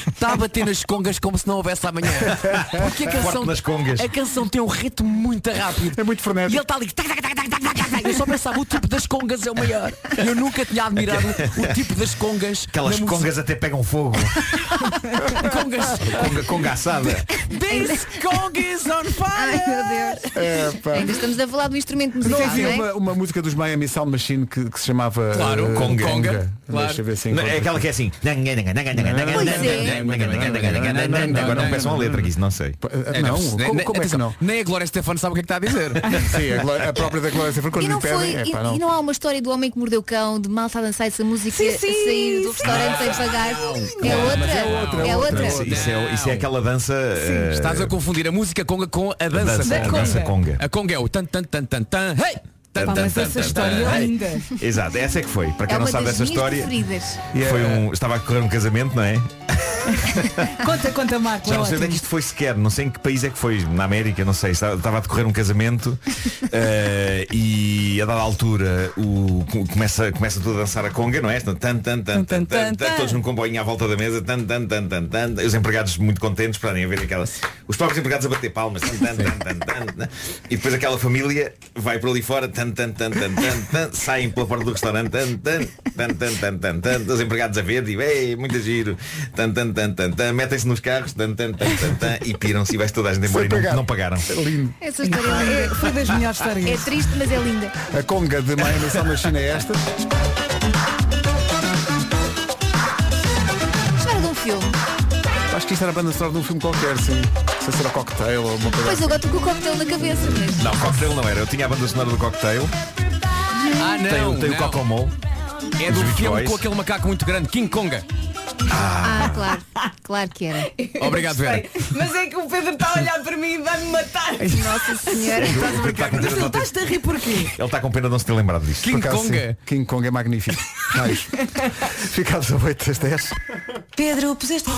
Speaker 7: está a bater nas congas como se não houvesse amanhã. Porque a canção,
Speaker 13: Forte nas congas.
Speaker 7: a canção tem um ritmo muito rápido.
Speaker 1: É muito
Speaker 7: E ele
Speaker 1: frenético.
Speaker 7: está ali. tac, tac, tac, tac, tac, tac, tac. Eu só pensava, o tipo das congas é o maior. Eu nunca tinha admirado o tipo das congas.
Speaker 13: Aquelas
Speaker 7: na
Speaker 13: congas até pegam fogo.
Speaker 7: música. congas.
Speaker 13: Conga, conga assada.
Speaker 7: This conga is on fire!
Speaker 5: Ai, meu Deus.
Speaker 1: É, pá.
Speaker 5: Ainda estamos a falar de um instrumento
Speaker 1: Não
Speaker 5: musical,
Speaker 1: havia
Speaker 5: não é?
Speaker 1: uma, uma música dos Miami Sound Machine que, que se chamava eh,
Speaker 7: Claro, Conga.
Speaker 1: Conga.
Speaker 7: Claro.
Speaker 1: Deixa eu ver se
Speaker 13: Não, É
Speaker 1: encontro
Speaker 13: aquela que é assim. Agora não peçam a letra aqui, isso não sei.
Speaker 1: aqui. Não, como, como é que
Speaker 7: atenção,
Speaker 1: não?
Speaker 7: Nem a Glória Stefano sabe o que é que está a dizer.
Speaker 1: Sim, a, Glória- a própria da Glória sempre É, quando
Speaker 5: E
Speaker 1: lhe
Speaker 5: não, foi,
Speaker 1: pedem.
Speaker 5: e,
Speaker 1: epá,
Speaker 5: e não há uma história do homem que mordeu o cão, de malta a dançar essa música
Speaker 4: Sim, sim,
Speaker 5: a sair
Speaker 4: sim.
Speaker 5: do restaurante sem pagar. É outra? É outra.
Speaker 1: é outra.
Speaker 13: Isso- Isso é isso é aquela dança. eh,
Speaker 7: Estás a confundir a música conga com a
Speaker 13: a
Speaker 7: dança
Speaker 13: dança, a
Speaker 7: conga.
Speaker 13: dança conga.
Speaker 7: A conga é o tan tan tan tan tan. Hey! Tan,
Speaker 4: Pá,
Speaker 7: tan,
Speaker 4: mas
Speaker 7: tan,
Speaker 4: essa
Speaker 7: tan,
Speaker 4: história
Speaker 7: tan.
Speaker 4: é
Speaker 13: Ei,
Speaker 4: linda.
Speaker 13: Exato, essa é que foi. Para
Speaker 5: É
Speaker 13: quem não
Speaker 5: uma
Speaker 13: sabe
Speaker 5: das
Speaker 13: essa
Speaker 5: minhas
Speaker 13: história.
Speaker 5: preferidas.
Speaker 1: Yeah.
Speaker 13: Foi um, estava a correr um casamento, não é?
Speaker 4: Conta, conta, Marco.
Speaker 13: Já
Speaker 4: É
Speaker 13: não sei onde é que
Speaker 4: ótimo.
Speaker 13: isto foi sequer, não sei em que país é que foi, na América, não sei, estava estava a decorrer um casamento eh, e a dada altura o, co- começa, começa tudo a dançar a conga, não é? Tan, tan, tan, tan, tan, tan, todos num comboinho à volta da mesa, tan, tan, tan, tan, tan, os empregados muito contentes para nem ver aquela. Os próprios empregados a bater palmas, tan, tan, tan, tan, tan, e depois aquela família vai para ali fora, tan, tan, tan, tan, tan, tan, saem pela porta do restaurante, tan, tan, tan, tan, tan, tan, tan, os empregados a ver, e ei, muito giro, tan, tan, tan, tan, tan, metem-se nos carros, tan, tan, tan, tan, tan, e piram-se e vais toda a gente embora e não, não pagaram.
Speaker 1: Lindo.
Speaker 5: Essa história é linda.
Speaker 4: Foi das melhores
Speaker 5: É
Speaker 4: histórias.
Speaker 5: triste, mas é linda.
Speaker 1: A conga de Miami Sound Machine é esta.
Speaker 5: História de um filme.
Speaker 1: Acho que isto era a banda sonora de um filme qualquer, sim. Não sei se era cocktail ou uma coisa.
Speaker 5: Pois eu gosto com o coquetel na cabeça, mas.
Speaker 13: Não, cocktail não era, eu tinha a banda sonora do cocktail,
Speaker 7: Ah não,
Speaker 13: tem, o- tem o
Speaker 7: não.
Speaker 13: Cocomol,
Speaker 7: É do
Speaker 13: Os Beach
Speaker 7: filme
Speaker 13: Boys.
Speaker 7: com aquele macaco muito grande, King Konga.
Speaker 5: Ah, claro. Claro que era.
Speaker 7: Obrigado, Vera.
Speaker 4: Mas é que o Pedro está a olhar para mim e vai-me matar.
Speaker 5: Nossa Senhora.
Speaker 13: ele está com pena de não ter-
Speaker 4: Estás-te a rir porquê?
Speaker 13: ele está com pena de não se ter lembrado disto.
Speaker 1: Por
Speaker 7: King
Speaker 1: acaso,
Speaker 7: Konga.
Speaker 1: sim. King Kong é magnífico. Raios. Ficámos a 8 das 10.
Speaker 4: Pedro, puseste.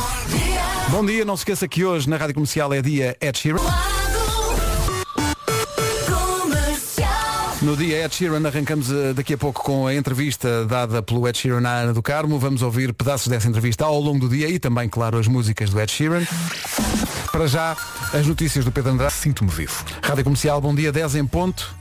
Speaker 1: Bom dia, não se esqueça que hoje na Rádio Comercial é dia Ed Sheeran. No dia Ed Sheeran arrancamos eh, daqui a pouco com a entrevista dada pelo Ed Sheeran à Ana do Carmo. Vamos ouvir pedaços dessa entrevista ao longo do dia e também, claro, as músicas do Ed Sheeran. Para já, as notícias do Pedro Andrade.
Speaker 2: Sinto-me vivo.
Speaker 1: Rádio Comercial, bom dia, 10 em ponto.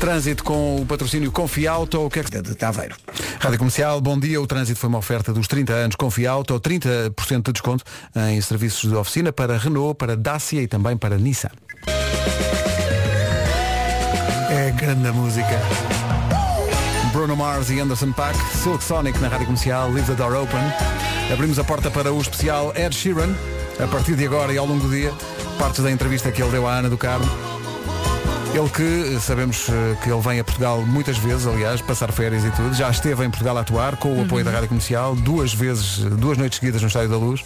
Speaker 1: Trânsito com o patrocínio Confiauto, o que é que...
Speaker 3: de Taveiro.
Speaker 1: Rádio Comercial, bom dia. O trânsito foi uma oferta dos 30 anos Confiauto, 30% de desconto em serviços de oficina para Renault, para Dacia e também para Nissan. É grande a música. Bruno Mars e Anderson Paak, Silk Sonic na Rádio Comercial, Leave the Door Open. Abrimos a porta para o especial Ed Sheeran. A partir de agora e ao longo do dia, partes da entrevista que ele deu à Ana do Carmo. Ele Ele que eh, sabemos eh, que ele vem a Portugal muitas vezes, aliás, passar férias e tudo. Já esteve em Portugal a atuar com o apoio da Rádio Comercial, duas vezes, eh, duas noites seguidas no Estádio da Luz.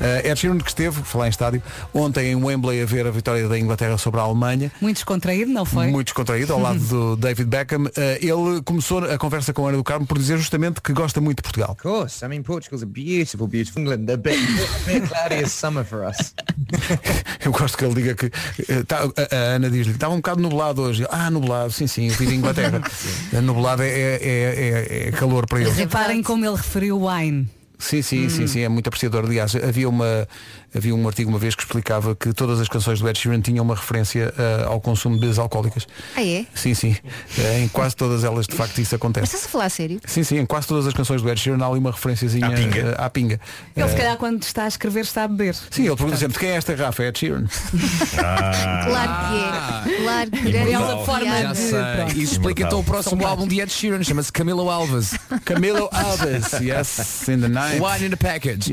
Speaker 1: Eh, Ed Sheeran que esteve, falar em estádio, ontem em Wembley a ver a vitória da Inglaterra sobre a Alemanha.
Speaker 4: Muito descontraído, não foi?
Speaker 1: Muito descontraído, ao lado do David Beckham. Eh, ele começou a conversa com a Ana do Carmo por dizer justamente que gosta muito de Portugal.
Speaker 16: Of course. I mean, Portugal's a beautiful, beautiful England. A bit, bit, bit cloudy as summer for us.
Speaker 1: Eu gosto que ele diga que. eh, tá- a, a Ana diz-lhe, estava um bocado nublado hoje. Ah, nublado, sim, sim, eu vivo em Inglaterra. Eh, nublado é, é- é- é calor para ele.
Speaker 4: Reparem como ele referiu o wine.
Speaker 1: Sim, sim, sim, sim, é muito apreciador. Aliás, havia, uma, havia um artigo uma vez que explicava que todas as canções do Ed Sheeran tinham uma referência eh, ao consumo de bebidas alcoólicas.
Speaker 5: Ah, é?
Speaker 1: Sim, sim. Eh, em quase todas elas, de facto, isso acontece.
Speaker 5: Estás a falar a sério?
Speaker 1: Sim, sim, em quase todas as canções do Ed Sheeran há ali uma referenciazinha eh, à pinga.
Speaker 4: Ele se
Speaker 1: Eh,
Speaker 4: calhar quando está a escrever está a beber.
Speaker 1: Sim, ele pergunta sempre, quem é esta garrafa? É Ed Sheeran?
Speaker 5: Claro que é. Claro que
Speaker 7: Imortal.
Speaker 5: é uma forma
Speaker 7: Já
Speaker 5: de.
Speaker 7: sei.
Speaker 5: pronto.
Speaker 7: Isso explica então o próximo álbum de Ed Sheeran, chama-se Camilo Alves.
Speaker 1: Camilo Alves, yes, in the night.
Speaker 7: Wine in the package.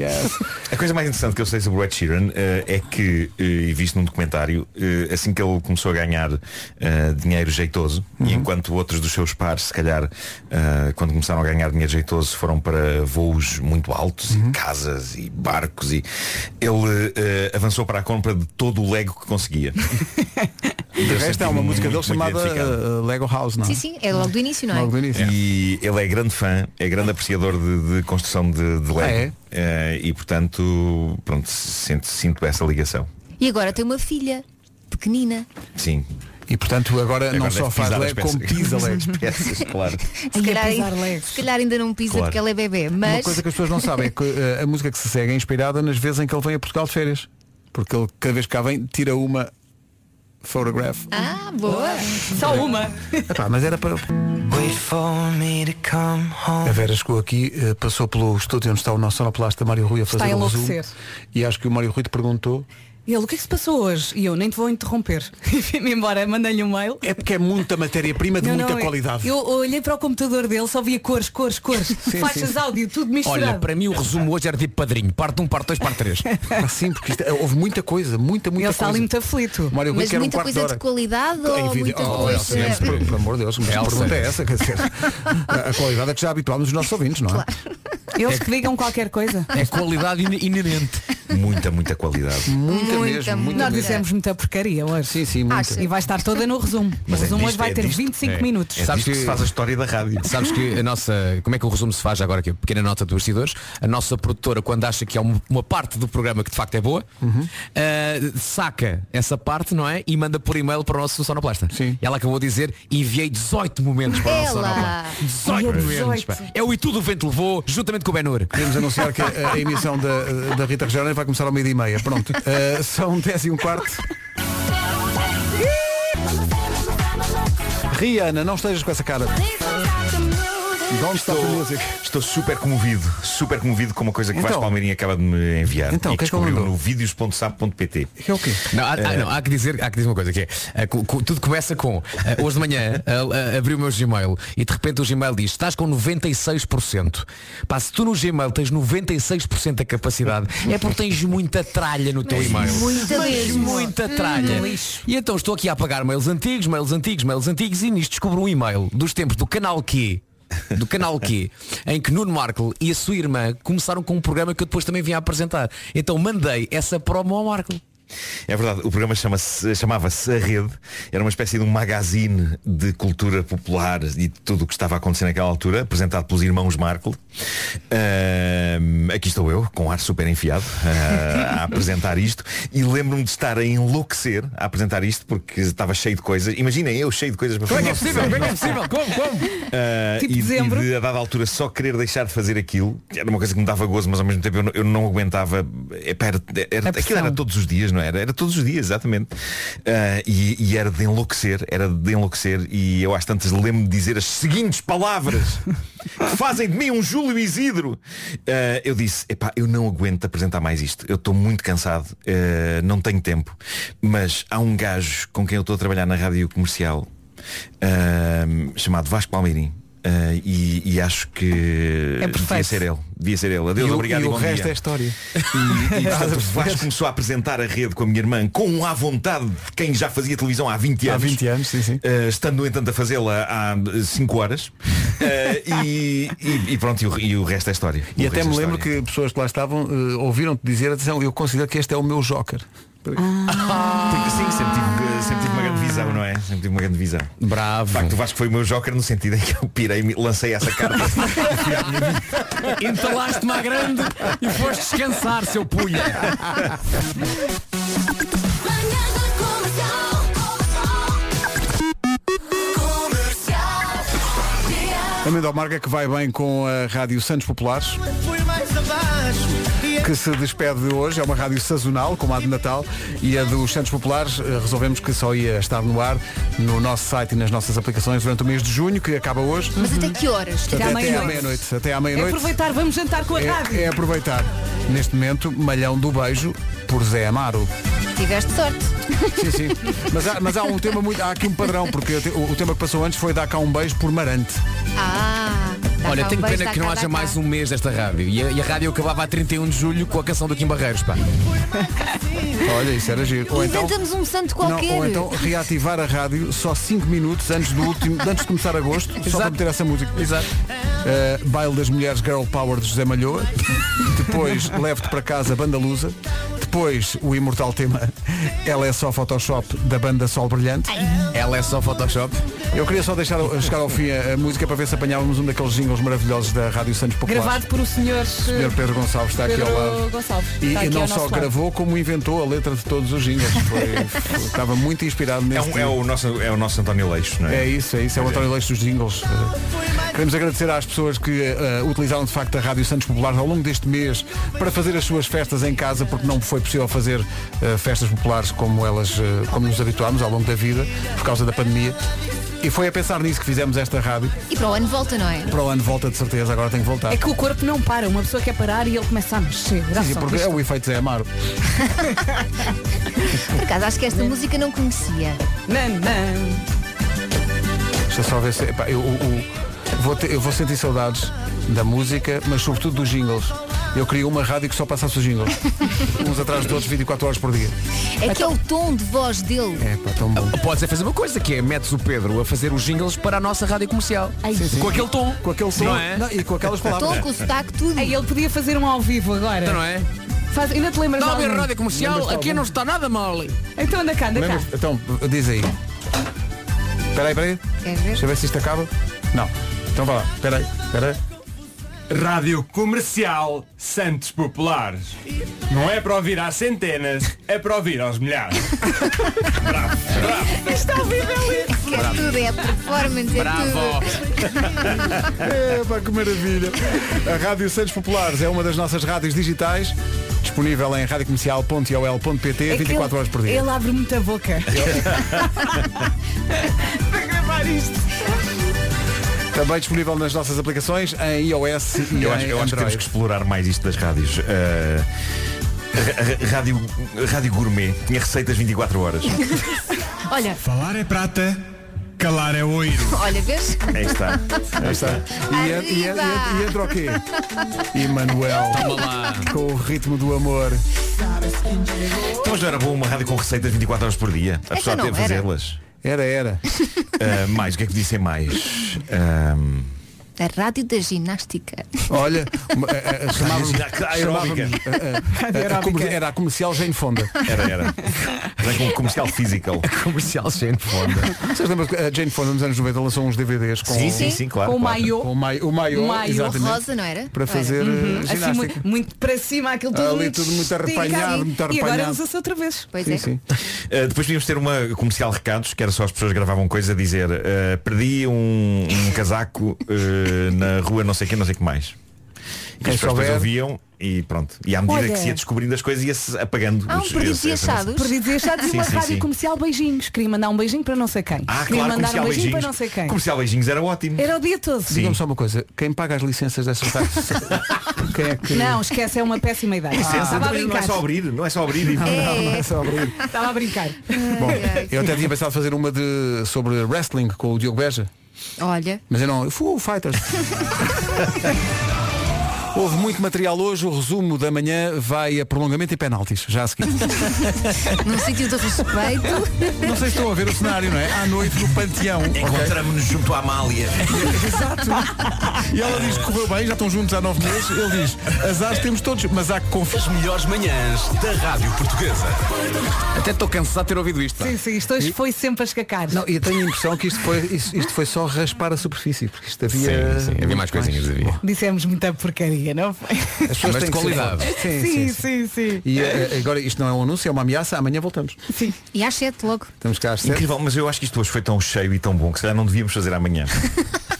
Speaker 13: A coisa mais interessante que eu sei sobre o Ed Sheeran eh, é que, eh, e visto num documentário, eh, assim que ele começou a ganhar eh, dinheiro jeitoso,
Speaker 1: Uhum.
Speaker 13: e enquanto outros dos seus pares, se calhar, eh, quando começaram a ganhar dinheiro jeitoso, foram para voos muito altos,
Speaker 1: Uhum.
Speaker 13: e casas e barcos, e ele eh, avançou para a compra de todo o Lego que conseguia. E
Speaker 1: De
Speaker 13: eu
Speaker 1: resto há
Speaker 13: senti-me
Speaker 1: uma música dele
Speaker 13: muito, muito
Speaker 1: chamada
Speaker 13: identificado.
Speaker 1: eh, Lego House, não é?
Speaker 5: Sim, sim, é logo do início, não é?
Speaker 13: E ele é grande fã, é grande apreciador de, de construção de, de Lego.
Speaker 1: Ah, é?
Speaker 13: Eh, e portanto, pronto, sinto, sinto essa ligação.
Speaker 5: E agora tem uma filha pequenina.
Speaker 13: Sim.
Speaker 1: E portanto agora, não só faz Lego como pisa Lego.
Speaker 13: peças, claro.
Speaker 5: Se calhar,
Speaker 4: pisar
Speaker 5: se calhar ainda não pisa
Speaker 1: Claro.
Speaker 5: porque ela é bebê, mas.
Speaker 1: Uma coisa que as pessoas não sabem é que eh, a música que se segue é inspirada nas vezes em que ele vem a Portugal de férias. Porque ele cada vez que cá vem tira uma photograph.
Speaker 5: Ah, boa.
Speaker 4: Só uma.
Speaker 1: Epá, mas era para. A Vera chegou aqui, eh, passou pelo estúdio onde está o nosso sonoplasta Mário Rui a
Speaker 4: Está
Speaker 1: fazer
Speaker 4: a
Speaker 1: o resumo.
Speaker 4: enlouquecer.
Speaker 1: E acho que o Mário Rui te perguntou
Speaker 4: Ele, o que é que se passou hoje? E eu nem te vou interromper. E fui-me embora, mandei-lhe um mail.
Speaker 1: É porque é muita matéria-prima de muita
Speaker 4: eu-
Speaker 1: qualidade.
Speaker 4: Eu, olhei para o computador dele, só via cores, cores, cores, faixas
Speaker 7: sim.
Speaker 4: áudio, tudo misturado.
Speaker 7: Olha, para mim o resumo hoje era tipo padrinho. Parte 1, parte 2, parte 3.
Speaker 1: Ah, Sim, porque isto- é, houve muita coisa, muita, muita
Speaker 4: ele está ali
Speaker 1: coisa.
Speaker 4: muito aflito.
Speaker 1: Mário Rui
Speaker 5: Mas
Speaker 1: quer um
Speaker 5: muita
Speaker 1: quarto de
Speaker 5: coisa de
Speaker 1: hora. Oh,
Speaker 5: qualidade ou muita coisa.
Speaker 1: Por, por amor de Deus, mas a
Speaker 7: Elsa.
Speaker 1: pergunta é essa, quer dizer, a a qualidade é que já habituámos os nossos ouvintes, não é?
Speaker 4: Eles que digam qualquer coisa.
Speaker 7: É qualidade in- inerente.
Speaker 13: Muita, muita qualidade.
Speaker 1: Muita, mesmo, muita
Speaker 4: Nós
Speaker 1: mesmo.
Speaker 4: dissemos muita porcaria hoje.
Speaker 1: Sim, é. sim, muita.
Speaker 4: E vai estar toda no resumo.
Speaker 7: Mas
Speaker 4: o
Speaker 7: é
Speaker 4: resumo hoje
Speaker 7: disto-
Speaker 4: vai
Speaker 7: é
Speaker 4: ter
Speaker 7: disto-
Speaker 4: 25
Speaker 7: é.
Speaker 4: minutos.
Speaker 7: É
Speaker 13: Sabes
Speaker 7: disto
Speaker 13: que se faz a história da rádio.
Speaker 7: Sabes que a nossa. Como é que o resumo se faz já agora aqui? Pequena nota de bastidores. A nossa produtora, quando acha que há um- uma parte do programa que de facto é boa, eh, saca essa parte, não é? E manda por e-mail para o nosso sonoplasta. Sim. Ela acabou de dizer, enviei 18 momentos para o nosso
Speaker 5: Ela!
Speaker 7: sonoplasta. 18
Speaker 4: Ai, é
Speaker 7: momentos. pá.
Speaker 4: 18.
Speaker 7: É o E tudo o vento levou, juntamente com o Benur.
Speaker 1: Queremos anunciar que a, a emissão da, da Rita Rogeroni vai começar ao meio-dia e meia. Pronto. Eh, são 10 e um quarto. Rihanna, não estejas com essa cara. Don't stop the music.
Speaker 13: Estou super comovido, super comovido com uma coisa que Vasco
Speaker 1: Então.
Speaker 13: Palmeirinho acaba de me enviar.
Speaker 1: Então,
Speaker 13: e
Speaker 1: o que é que ele
Speaker 13: descobriu
Speaker 1: mandou?
Speaker 13: no vídeos.sap.pt.
Speaker 1: Que é o quê?
Speaker 7: Não, há, há- não, há que dizer, há que dizer uma coisa que é, eh, cu- cu- tudo começa com eh, hoje de manhã eh, eh, abri o meu Gmail e de repente o Gmail diz estás com 96%. Pá, se tu no Gmail tens 96% da capacidade é porque tens muita tralha no teu e-mail.
Speaker 5: muita
Speaker 7: Mas
Speaker 5: mesmo. Hum,
Speaker 7: muita tralha. e então estou aqui a apagar mails antigos, mails antigos, mails antigos e nisto descubro um e-mail dos tempos do canal Q do canal Q, em que Nuno Marco e a sua irmã começaram com um programa que eu depois também vim a apresentar. Então mandei essa promo ao Marco.
Speaker 13: É verdade, o programa chama-se- chamava-se A Rede, era uma espécie de um magazine de cultura popular e de tudo o que estava a acontecer naquela altura, apresentado pelos irmãos Markle. Ah, Ahm, aqui estou eu, com ar super enfiado, ah, a apresentar isto, e lembro-me de estar a enlouquecer a apresentar isto, porque estava cheio de coisas. Imaginem eu cheio de coisas
Speaker 4: é
Speaker 13: para fazer.
Speaker 7: Como? Como?
Speaker 13: Ah,
Speaker 4: Tipo
Speaker 13: e,
Speaker 4: dezembro.
Speaker 13: e de, a dada altura só querer deixar de fazer aquilo que era uma coisa que me dava gozo mas ao mesmo tempo eu não, eu não aguentava É epá, era- era-
Speaker 4: A
Speaker 13: aquilo
Speaker 4: pressão.
Speaker 13: era todos os dias não é? era era todos os dias exatamente Ah, e, e era de enlouquecer era de enlouquecer e eu às tantas lembro de dizer as seguintes palavras que fazem de mim um Júlio Isidro Ah, eu disse epá eu não aguento apresentar mais isto eu estou muito cansado ah, não tenho tempo mas há um gajo com quem eu estou a trabalhar na rádio comercial ah, chamado Vasco Palmeirim ah, Ah, e, e acho que
Speaker 1: É
Speaker 13: devia
Speaker 1: perfeito.
Speaker 13: ser ele. Devia ser ele. Adeus,
Speaker 1: E o-
Speaker 13: obrigado
Speaker 1: e o
Speaker 13: bom
Speaker 1: resto
Speaker 13: dia.
Speaker 1: é história.
Speaker 13: E, e,
Speaker 1: Estás a
Speaker 13: portanto,
Speaker 1: perceber?
Speaker 13: Vasco começou a apresentar a rede com a minha irmã com a vontade de quem já fazia televisão há 20
Speaker 1: Há
Speaker 13: anos.
Speaker 1: 20 anos, sim, sim.
Speaker 13: Eh, estando, no entanto, a fazê-la há 5 horas. Eh, e, e- e pronto, e o, e o resto é história.
Speaker 1: E
Speaker 13: O
Speaker 1: até
Speaker 13: resto
Speaker 1: me
Speaker 13: é
Speaker 1: lembro que pessoas que lá estavam eh, ouviram-te dizer, atenção, eu considero que este é o meu joker.
Speaker 13: Porque sim, sempre tive, sempre tive uma grande visão, não é? Sempre tive uma grande visão.
Speaker 7: Bravo.
Speaker 13: De facto, o Vasco foi o meu joker no sentido em que eu pirei, me- lancei essa carta.
Speaker 7: Entalaste-me à grande e foste descansar, seu punho.
Speaker 1: A Mendomarga que vai bem com a Rádio Santos Populares,
Speaker 17: Fui mais abaixo e
Speaker 1: que se despede de hoje, é uma rádio sazonal, como a de Natal, e a dos Santos Populares eh, resolvemos que só ia estar no ar no nosso site e nas nossas aplicações durante o mês de junho, que acaba hoje.
Speaker 5: Mas até que horas?
Speaker 1: Portanto, até à meia-noite. Até à
Speaker 4: É
Speaker 1: meia-noite.
Speaker 4: aproveitar, vamos jantar com a rádio.
Speaker 1: É, é aproveitar. Neste momento, Malhão do Beijo, por Zé Amaro.
Speaker 5: Tiveste sorte.
Speaker 1: Sim, sim. Mas há, mas há um tema muito. Há aqui um padrão, porque o te- o, o tema que passou antes foi dar cá um beijo por Marante.
Speaker 5: Ah, dá
Speaker 7: Olha,
Speaker 5: cá um
Speaker 7: tenho
Speaker 5: beijo,
Speaker 7: pena
Speaker 5: dá
Speaker 7: que não
Speaker 5: cá,
Speaker 7: haja
Speaker 5: dá
Speaker 7: mais
Speaker 5: cá.
Speaker 7: um mês desta rádio. E a, e a rádio acabava a 31 de julho com a canção do Kim Barreiros, pá.
Speaker 1: Olha, isso era giro. Ou então,
Speaker 5: Inventamos um santo
Speaker 1: não,
Speaker 5: qualquer.
Speaker 1: ou então reativar a rádio só 5 minutos antes do último, antes de começar agosto, só para meter essa música. Eh,
Speaker 7: Exato.
Speaker 1: baile das Mulheres Girl Power de José Malhoa. Depois Leve-te para casa Banda Lusa. Depois o imortal tema Ela é só Photoshop da banda Sol Brilhante.
Speaker 7: Ela é só Photoshop.
Speaker 1: Eu queria só deixar chegar ao fim a, a música para ver se apanhávamos um daqueles jingles maravilhosos da Rádio Santos Populares.
Speaker 4: Gravado por o senhor, eh,
Speaker 1: O Sr. Pedro Gonçalves está aqui ao lado.
Speaker 4: Gonçalves.
Speaker 1: E,
Speaker 4: está
Speaker 1: e
Speaker 4: aqui
Speaker 1: não
Speaker 4: ao
Speaker 1: só
Speaker 4: nosso lado.
Speaker 1: gravou, como inventou a letra de todos os jingles. Foi- foi- estava muito inspirado
Speaker 13: É,
Speaker 1: nesse.
Speaker 13: um- é o nosso, é o nosso António Leixo, não é?
Speaker 1: É isso, é isso, é o António Leixo dos Jingles. Eh, Queremos agradecer às pessoas que eh, utilizaram de facto a Rádio Santos Populares ao longo deste mês para fazer as suas festas em casa, porque não foi possível fazer eh, festas populares como elas, eh, como nos habituámos ao longo da vida, por causa da pandemia. E foi a pensar nisso que fizemos esta rádio.
Speaker 5: E para o ano volta, não é?
Speaker 1: Para o ano volta de certeza, agora tem que voltar.
Speaker 4: É que o corpo não para, uma pessoa quer parar e ele começa a mexer. Dá
Speaker 1: Sim,
Speaker 4: só
Speaker 1: porque é
Speaker 4: isto.
Speaker 1: o efeito Zé Amaro.
Speaker 5: Por acaso, acho que esta música não conhecia.
Speaker 4: Não, não.
Speaker 1: Deixa eu só ver se. epá, eu, eu- eu vou ter- eu vou sentir saudades da música, mas sobretudo dos jingles. Eu queria uma rádio que só passasse os jingles. Uns atrás dos outros 24 horas por dia.
Speaker 5: É que é o tom de voz dele.
Speaker 1: É pá, tão bom.
Speaker 7: Podes é fazer uma coisa que é metes o Pedro a fazer os jingles para a nossa rádio comercial.
Speaker 1: sim.
Speaker 7: Com aquele tom.
Speaker 1: Com aquele tom.
Speaker 7: Não é?
Speaker 1: Não, e com aquelas palavras.
Speaker 5: Tom com o sotaque, tudo.
Speaker 4: Ei, ele podia fazer um ao vivo agora.
Speaker 7: Então não é?
Speaker 4: Faz, ainda te lembras
Speaker 7: Está a
Speaker 4: de
Speaker 7: ouvir
Speaker 4: algum?
Speaker 7: rádio comercial?
Speaker 1: Lembras-te
Speaker 7: Aqui
Speaker 1: algum?
Speaker 7: não está nada mole.
Speaker 4: Então anda cá, anda cá.
Speaker 1: Lembras- Então, diz aí. Espera aí, espera aí.
Speaker 5: Queres ver?
Speaker 1: Deixa eu ver se isto acaba. Não. Então vá lá. Espera aí, espera aí.
Speaker 18: Rádio Comercial Santos Populares. Não é para ouvir às centenas, é para ouvir aos milhares.
Speaker 5: Está a ouvir ele. É tudo, é performance, é tudo.
Speaker 1: É, pá, que maravilha. A Rádio Santos Populares é uma das nossas rádios digitais, disponível em radiocomercial.iol.pt
Speaker 4: É que
Speaker 1: 24 horas por dia.
Speaker 4: Ele abre muita boca. Para gravar isto.
Speaker 1: Também disponível nas nossas aplicações em iOS
Speaker 13: Eu,
Speaker 1: e
Speaker 13: acho,
Speaker 1: em
Speaker 13: eu acho que temos
Speaker 1: Android.
Speaker 13: que explorar mais isto das rádios. Eh, ra- ra- rádio, rádio Gourmet tinha receitas 24 horas.
Speaker 5: Olha.
Speaker 18: Falar é prata, calar é oiro.
Speaker 5: Olha, vês?
Speaker 13: Aí está. Aí
Speaker 1: está. E, en- e en-
Speaker 5: Arriba!
Speaker 1: e entra o quê? Emanuel.
Speaker 7: Toma lá.
Speaker 1: Com o ritmo do amor.
Speaker 13: Então mas não era bom uma rádio com receitas 24 horas por dia.
Speaker 5: Essa
Speaker 13: A pessoa
Speaker 5: não
Speaker 13: até
Speaker 5: era.
Speaker 13: fazê-las.
Speaker 1: Era, era.
Speaker 13: Ah, mais, o que é que disse mais? Eh, Ahm,
Speaker 5: A rádio da ginástica.
Speaker 1: Olha, uma- eh, a- a- chamávamos-
Speaker 13: Rádio aeróbica.
Speaker 1: chamávamos- eh, a- a- a- a- comer- era a comercial Jane Fonda.
Speaker 13: era, era. Era com comercial physical.
Speaker 7: Comercial gente foda.
Speaker 1: Vocês lembram que a Jane Fonda nos anos 90 lançou uns DVDs com
Speaker 13: Sim, sim, sim, claro.
Speaker 4: Com o
Speaker 13: claro.
Speaker 4: maiô.
Speaker 1: com o mai- o maior,
Speaker 4: Maiô
Speaker 1: exatamente,
Speaker 5: Rosa, não era?
Speaker 1: para fazer eh,
Speaker 4: Uhum, assim,
Speaker 1: ginástica.
Speaker 4: muito, muito para cima, aquilo tudo
Speaker 1: Ali tudo muito
Speaker 4: esticadinho.
Speaker 1: arrepanhado, muito
Speaker 4: E agora
Speaker 1: arrepanhado.
Speaker 4: usa-se outra vez.
Speaker 5: Pois
Speaker 1: Sim,
Speaker 5: é.
Speaker 1: sim.
Speaker 13: Uh, depois devíamos ter uma comercial recados, que era só as pessoas gravavam coisa a dizer uh, perdi um, um casaco uh, na rua não sei quem, não sei o que mais. E
Speaker 1: Quem
Speaker 13: as pessoas depois
Speaker 1: souber.
Speaker 13: ouviam e pronto. E à medida
Speaker 4: Olha.
Speaker 13: que se ia descobrindo as coisas ia-se apagando.
Speaker 5: Há um
Speaker 13: os-
Speaker 5: perdido
Speaker 13: esse-
Speaker 5: e
Speaker 13: essa-
Speaker 5: achados.
Speaker 4: Perdidos e achados e
Speaker 13: Sim,
Speaker 4: uma
Speaker 13: sim,
Speaker 4: rádio
Speaker 13: sim.
Speaker 4: comercial beijinhos. Queria mandar um beijinho para não sei quem. Queria
Speaker 13: Ah, claro,
Speaker 4: mandar um
Speaker 13: comercial
Speaker 4: beijinho
Speaker 13: beijinhos.
Speaker 4: para não sei quem.
Speaker 13: Comercial beijinhos era ótimo.
Speaker 4: Era o dia todo.
Speaker 1: Digam-me só uma coisa, quem paga as licenças dessas tardes? Quem é que.
Speaker 4: Não, esquece, é uma péssima ideia.
Speaker 13: Licença,
Speaker 4: Estava a
Speaker 13: também não é
Speaker 4: brincar.
Speaker 13: só abrir, não é só abrir. e-
Speaker 1: Não, é só abrir.
Speaker 4: Estava a brincar.
Speaker 1: Bom, eu até tinha pensado fazer uma de sobre wrestling com o Diogo Beja.
Speaker 5: Olha.
Speaker 1: Mas eu não, eu fui o Fighters. Houve muito material hoje, o resumo da manhã vai a prolongamento e penaltis, já a seguir.
Speaker 5: Num sítio de respeito.
Speaker 1: Não sei se estão a ver o cenário, não é? À noite no panteão.
Speaker 13: Encontramos-nos junto à Amália.
Speaker 1: Exato. E ela diz que correu bem, já estão juntos há nove meses. Ele diz, azar temos todos, mas há que confiar.
Speaker 7: As melhores manhãs da Rádio Portuguesa. Até estou cansado de ter ouvido isto. pá.
Speaker 4: Sim, sim, isto hoje foi sempre a escacar.
Speaker 1: Não, e tenho a impressão que isto foi, isto, isto foi só raspar a superfície, porque isto havia.
Speaker 7: Sim, sim, havia mais coisinhas, havia.
Speaker 4: Dissemos muita porcaria, não foi?
Speaker 1: As
Speaker 7: Mas
Speaker 1: pessoas
Speaker 7: de
Speaker 1: têm que ser-
Speaker 7: qualidade.
Speaker 1: Sim,
Speaker 4: Sim,
Speaker 1: sim, sim.
Speaker 4: sim, sim.
Speaker 1: E eh, agora isto não é um anúncio, é uma ameaça, amanhã voltamos.
Speaker 4: Sim.
Speaker 5: E às 7 logo.
Speaker 1: Estamos cá às sete.
Speaker 13: Incrível, mas eu acho que isto hoje foi tão cheio e tão bom que se calhar não devíamos fazer amanhã.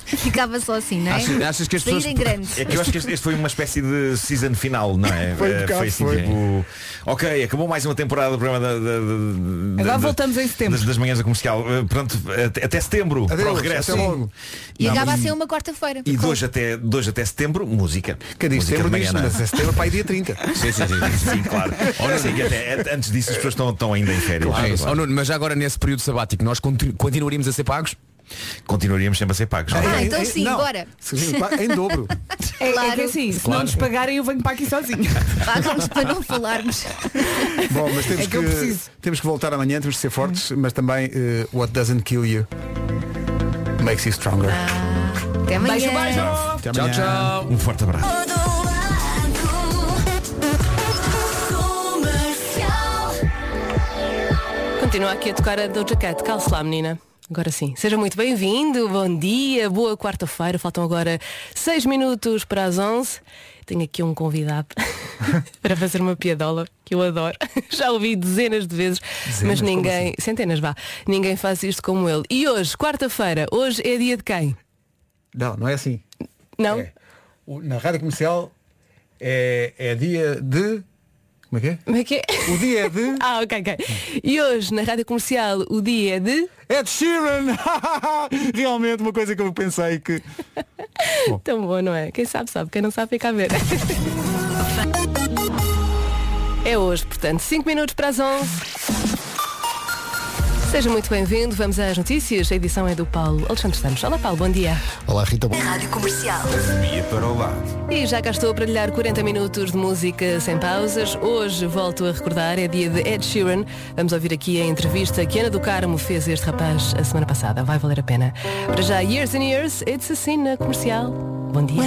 Speaker 5: Ficava só assim, não é?
Speaker 7: Achas- achas que as
Speaker 5: Sair
Speaker 7: pessoas-
Speaker 5: em grande.
Speaker 13: É que eu acho que este, este foi uma espécie de season final, não é?
Speaker 1: Foi um
Speaker 13: Eh,
Speaker 1: bocado,
Speaker 13: assim,
Speaker 1: foi.
Speaker 13: tipo, ok, acabou mais uma temporada do programa da, da- da-
Speaker 4: Agora
Speaker 13: da-
Speaker 4: voltamos em setembro.
Speaker 13: Das, das manhãs da comercial. Eh, Pronto, até, até setembro, para o
Speaker 1: Adeus,
Speaker 13: regresso.
Speaker 1: até logo.
Speaker 5: E
Speaker 13: Não,
Speaker 5: acaba
Speaker 13: mas-
Speaker 5: a ser uma quarta-feira.
Speaker 13: E de hoje até, de hoje até setembro, música.
Speaker 1: Quem diz
Speaker 13: Música
Speaker 1: setembro
Speaker 13: de manhã,
Speaker 1: diz,
Speaker 13: não é?
Speaker 1: mas é setembro para aí dia 30.
Speaker 7: Sim, sim, sim.
Speaker 13: Sim, claro. Ora, sim, que até, até antes disso as pessoas estão, estão ainda em férias.
Speaker 7: Ah, é isso.
Speaker 13: Claro.
Speaker 7: Oh, Nuno, mas já agora nesse período sabático nós continu- continuaríamos a ser pagos?
Speaker 13: Continuaríamos sempre a ser pagos. não é?
Speaker 5: Ah, então
Speaker 1: Eh,
Speaker 5: sim,
Speaker 1: não.
Speaker 5: bora.
Speaker 1: Sim, pá, Em dobro.
Speaker 4: É, é que
Speaker 5: Claro.
Speaker 4: assim, se
Speaker 7: Claro.
Speaker 4: não nos pagarem eu venho para aqui sozinho.
Speaker 5: Pagam-nos para não falarmos.
Speaker 1: Bom, mas temos,
Speaker 4: É que
Speaker 1: que,
Speaker 4: eu preciso.
Speaker 1: temos que voltar amanhã, temos que ser fortes, mas também eh, what doesn't kill you makes you stronger.
Speaker 5: Até amanhã.
Speaker 4: Beijo, beijo.
Speaker 1: Até
Speaker 7: Tchau,
Speaker 1: amanhã.
Speaker 7: tchau.
Speaker 13: Um forte abraço.
Speaker 19: Continua aqui a tocar a Doja Cat. Calce lá, menina. Agora sim. Seja muito bem-vindo. Bom dia. Boa quarta-feira. Faltam agora seis minutos para as 11. Tenho aqui um convidado para fazer uma piadola que eu adoro. Já ouvi dezenas de vezes, mas
Speaker 1: assim?
Speaker 19: ninguém, centenas vá, ninguém faz isto como ele. E hoje, quarta-feira, hoje é dia de quem?
Speaker 1: Não, não é assim.
Speaker 19: Não?
Speaker 1: É. O- Na rádio comercial é, é dia de. Como é que é?
Speaker 19: Como é que é?
Speaker 1: O dia é de.
Speaker 19: Ah, ok, ok. E hoje, na rádio comercial, o dia é de.
Speaker 1: Ed Sheeran! Realmente uma coisa que eu pensei que.
Speaker 19: Tão bom, não é? Quem sabe, sabe. Quem não sabe, fica a ver. É hoje, portanto, 5 minutos para as 11. Seja muito bem-vindo. Vamos às notícias. A edição é do Paulo Alexandre Santos. Olá, Paulo. Bom dia.
Speaker 16: Olá, Rita.
Speaker 11: Rádio Comercial.
Speaker 13: Via para o lado.
Speaker 19: E já cá estou para lhe dar 40 minutos de música sem pausas. Hoje, volto a recordar, é dia de Ed Sheeran. Vamos ouvir aqui a entrevista que Ana do Carmo fez a este rapaz a semana passada. Vai valer a pena. Para já, Years and Years, it's assim na comercial. Bom dia.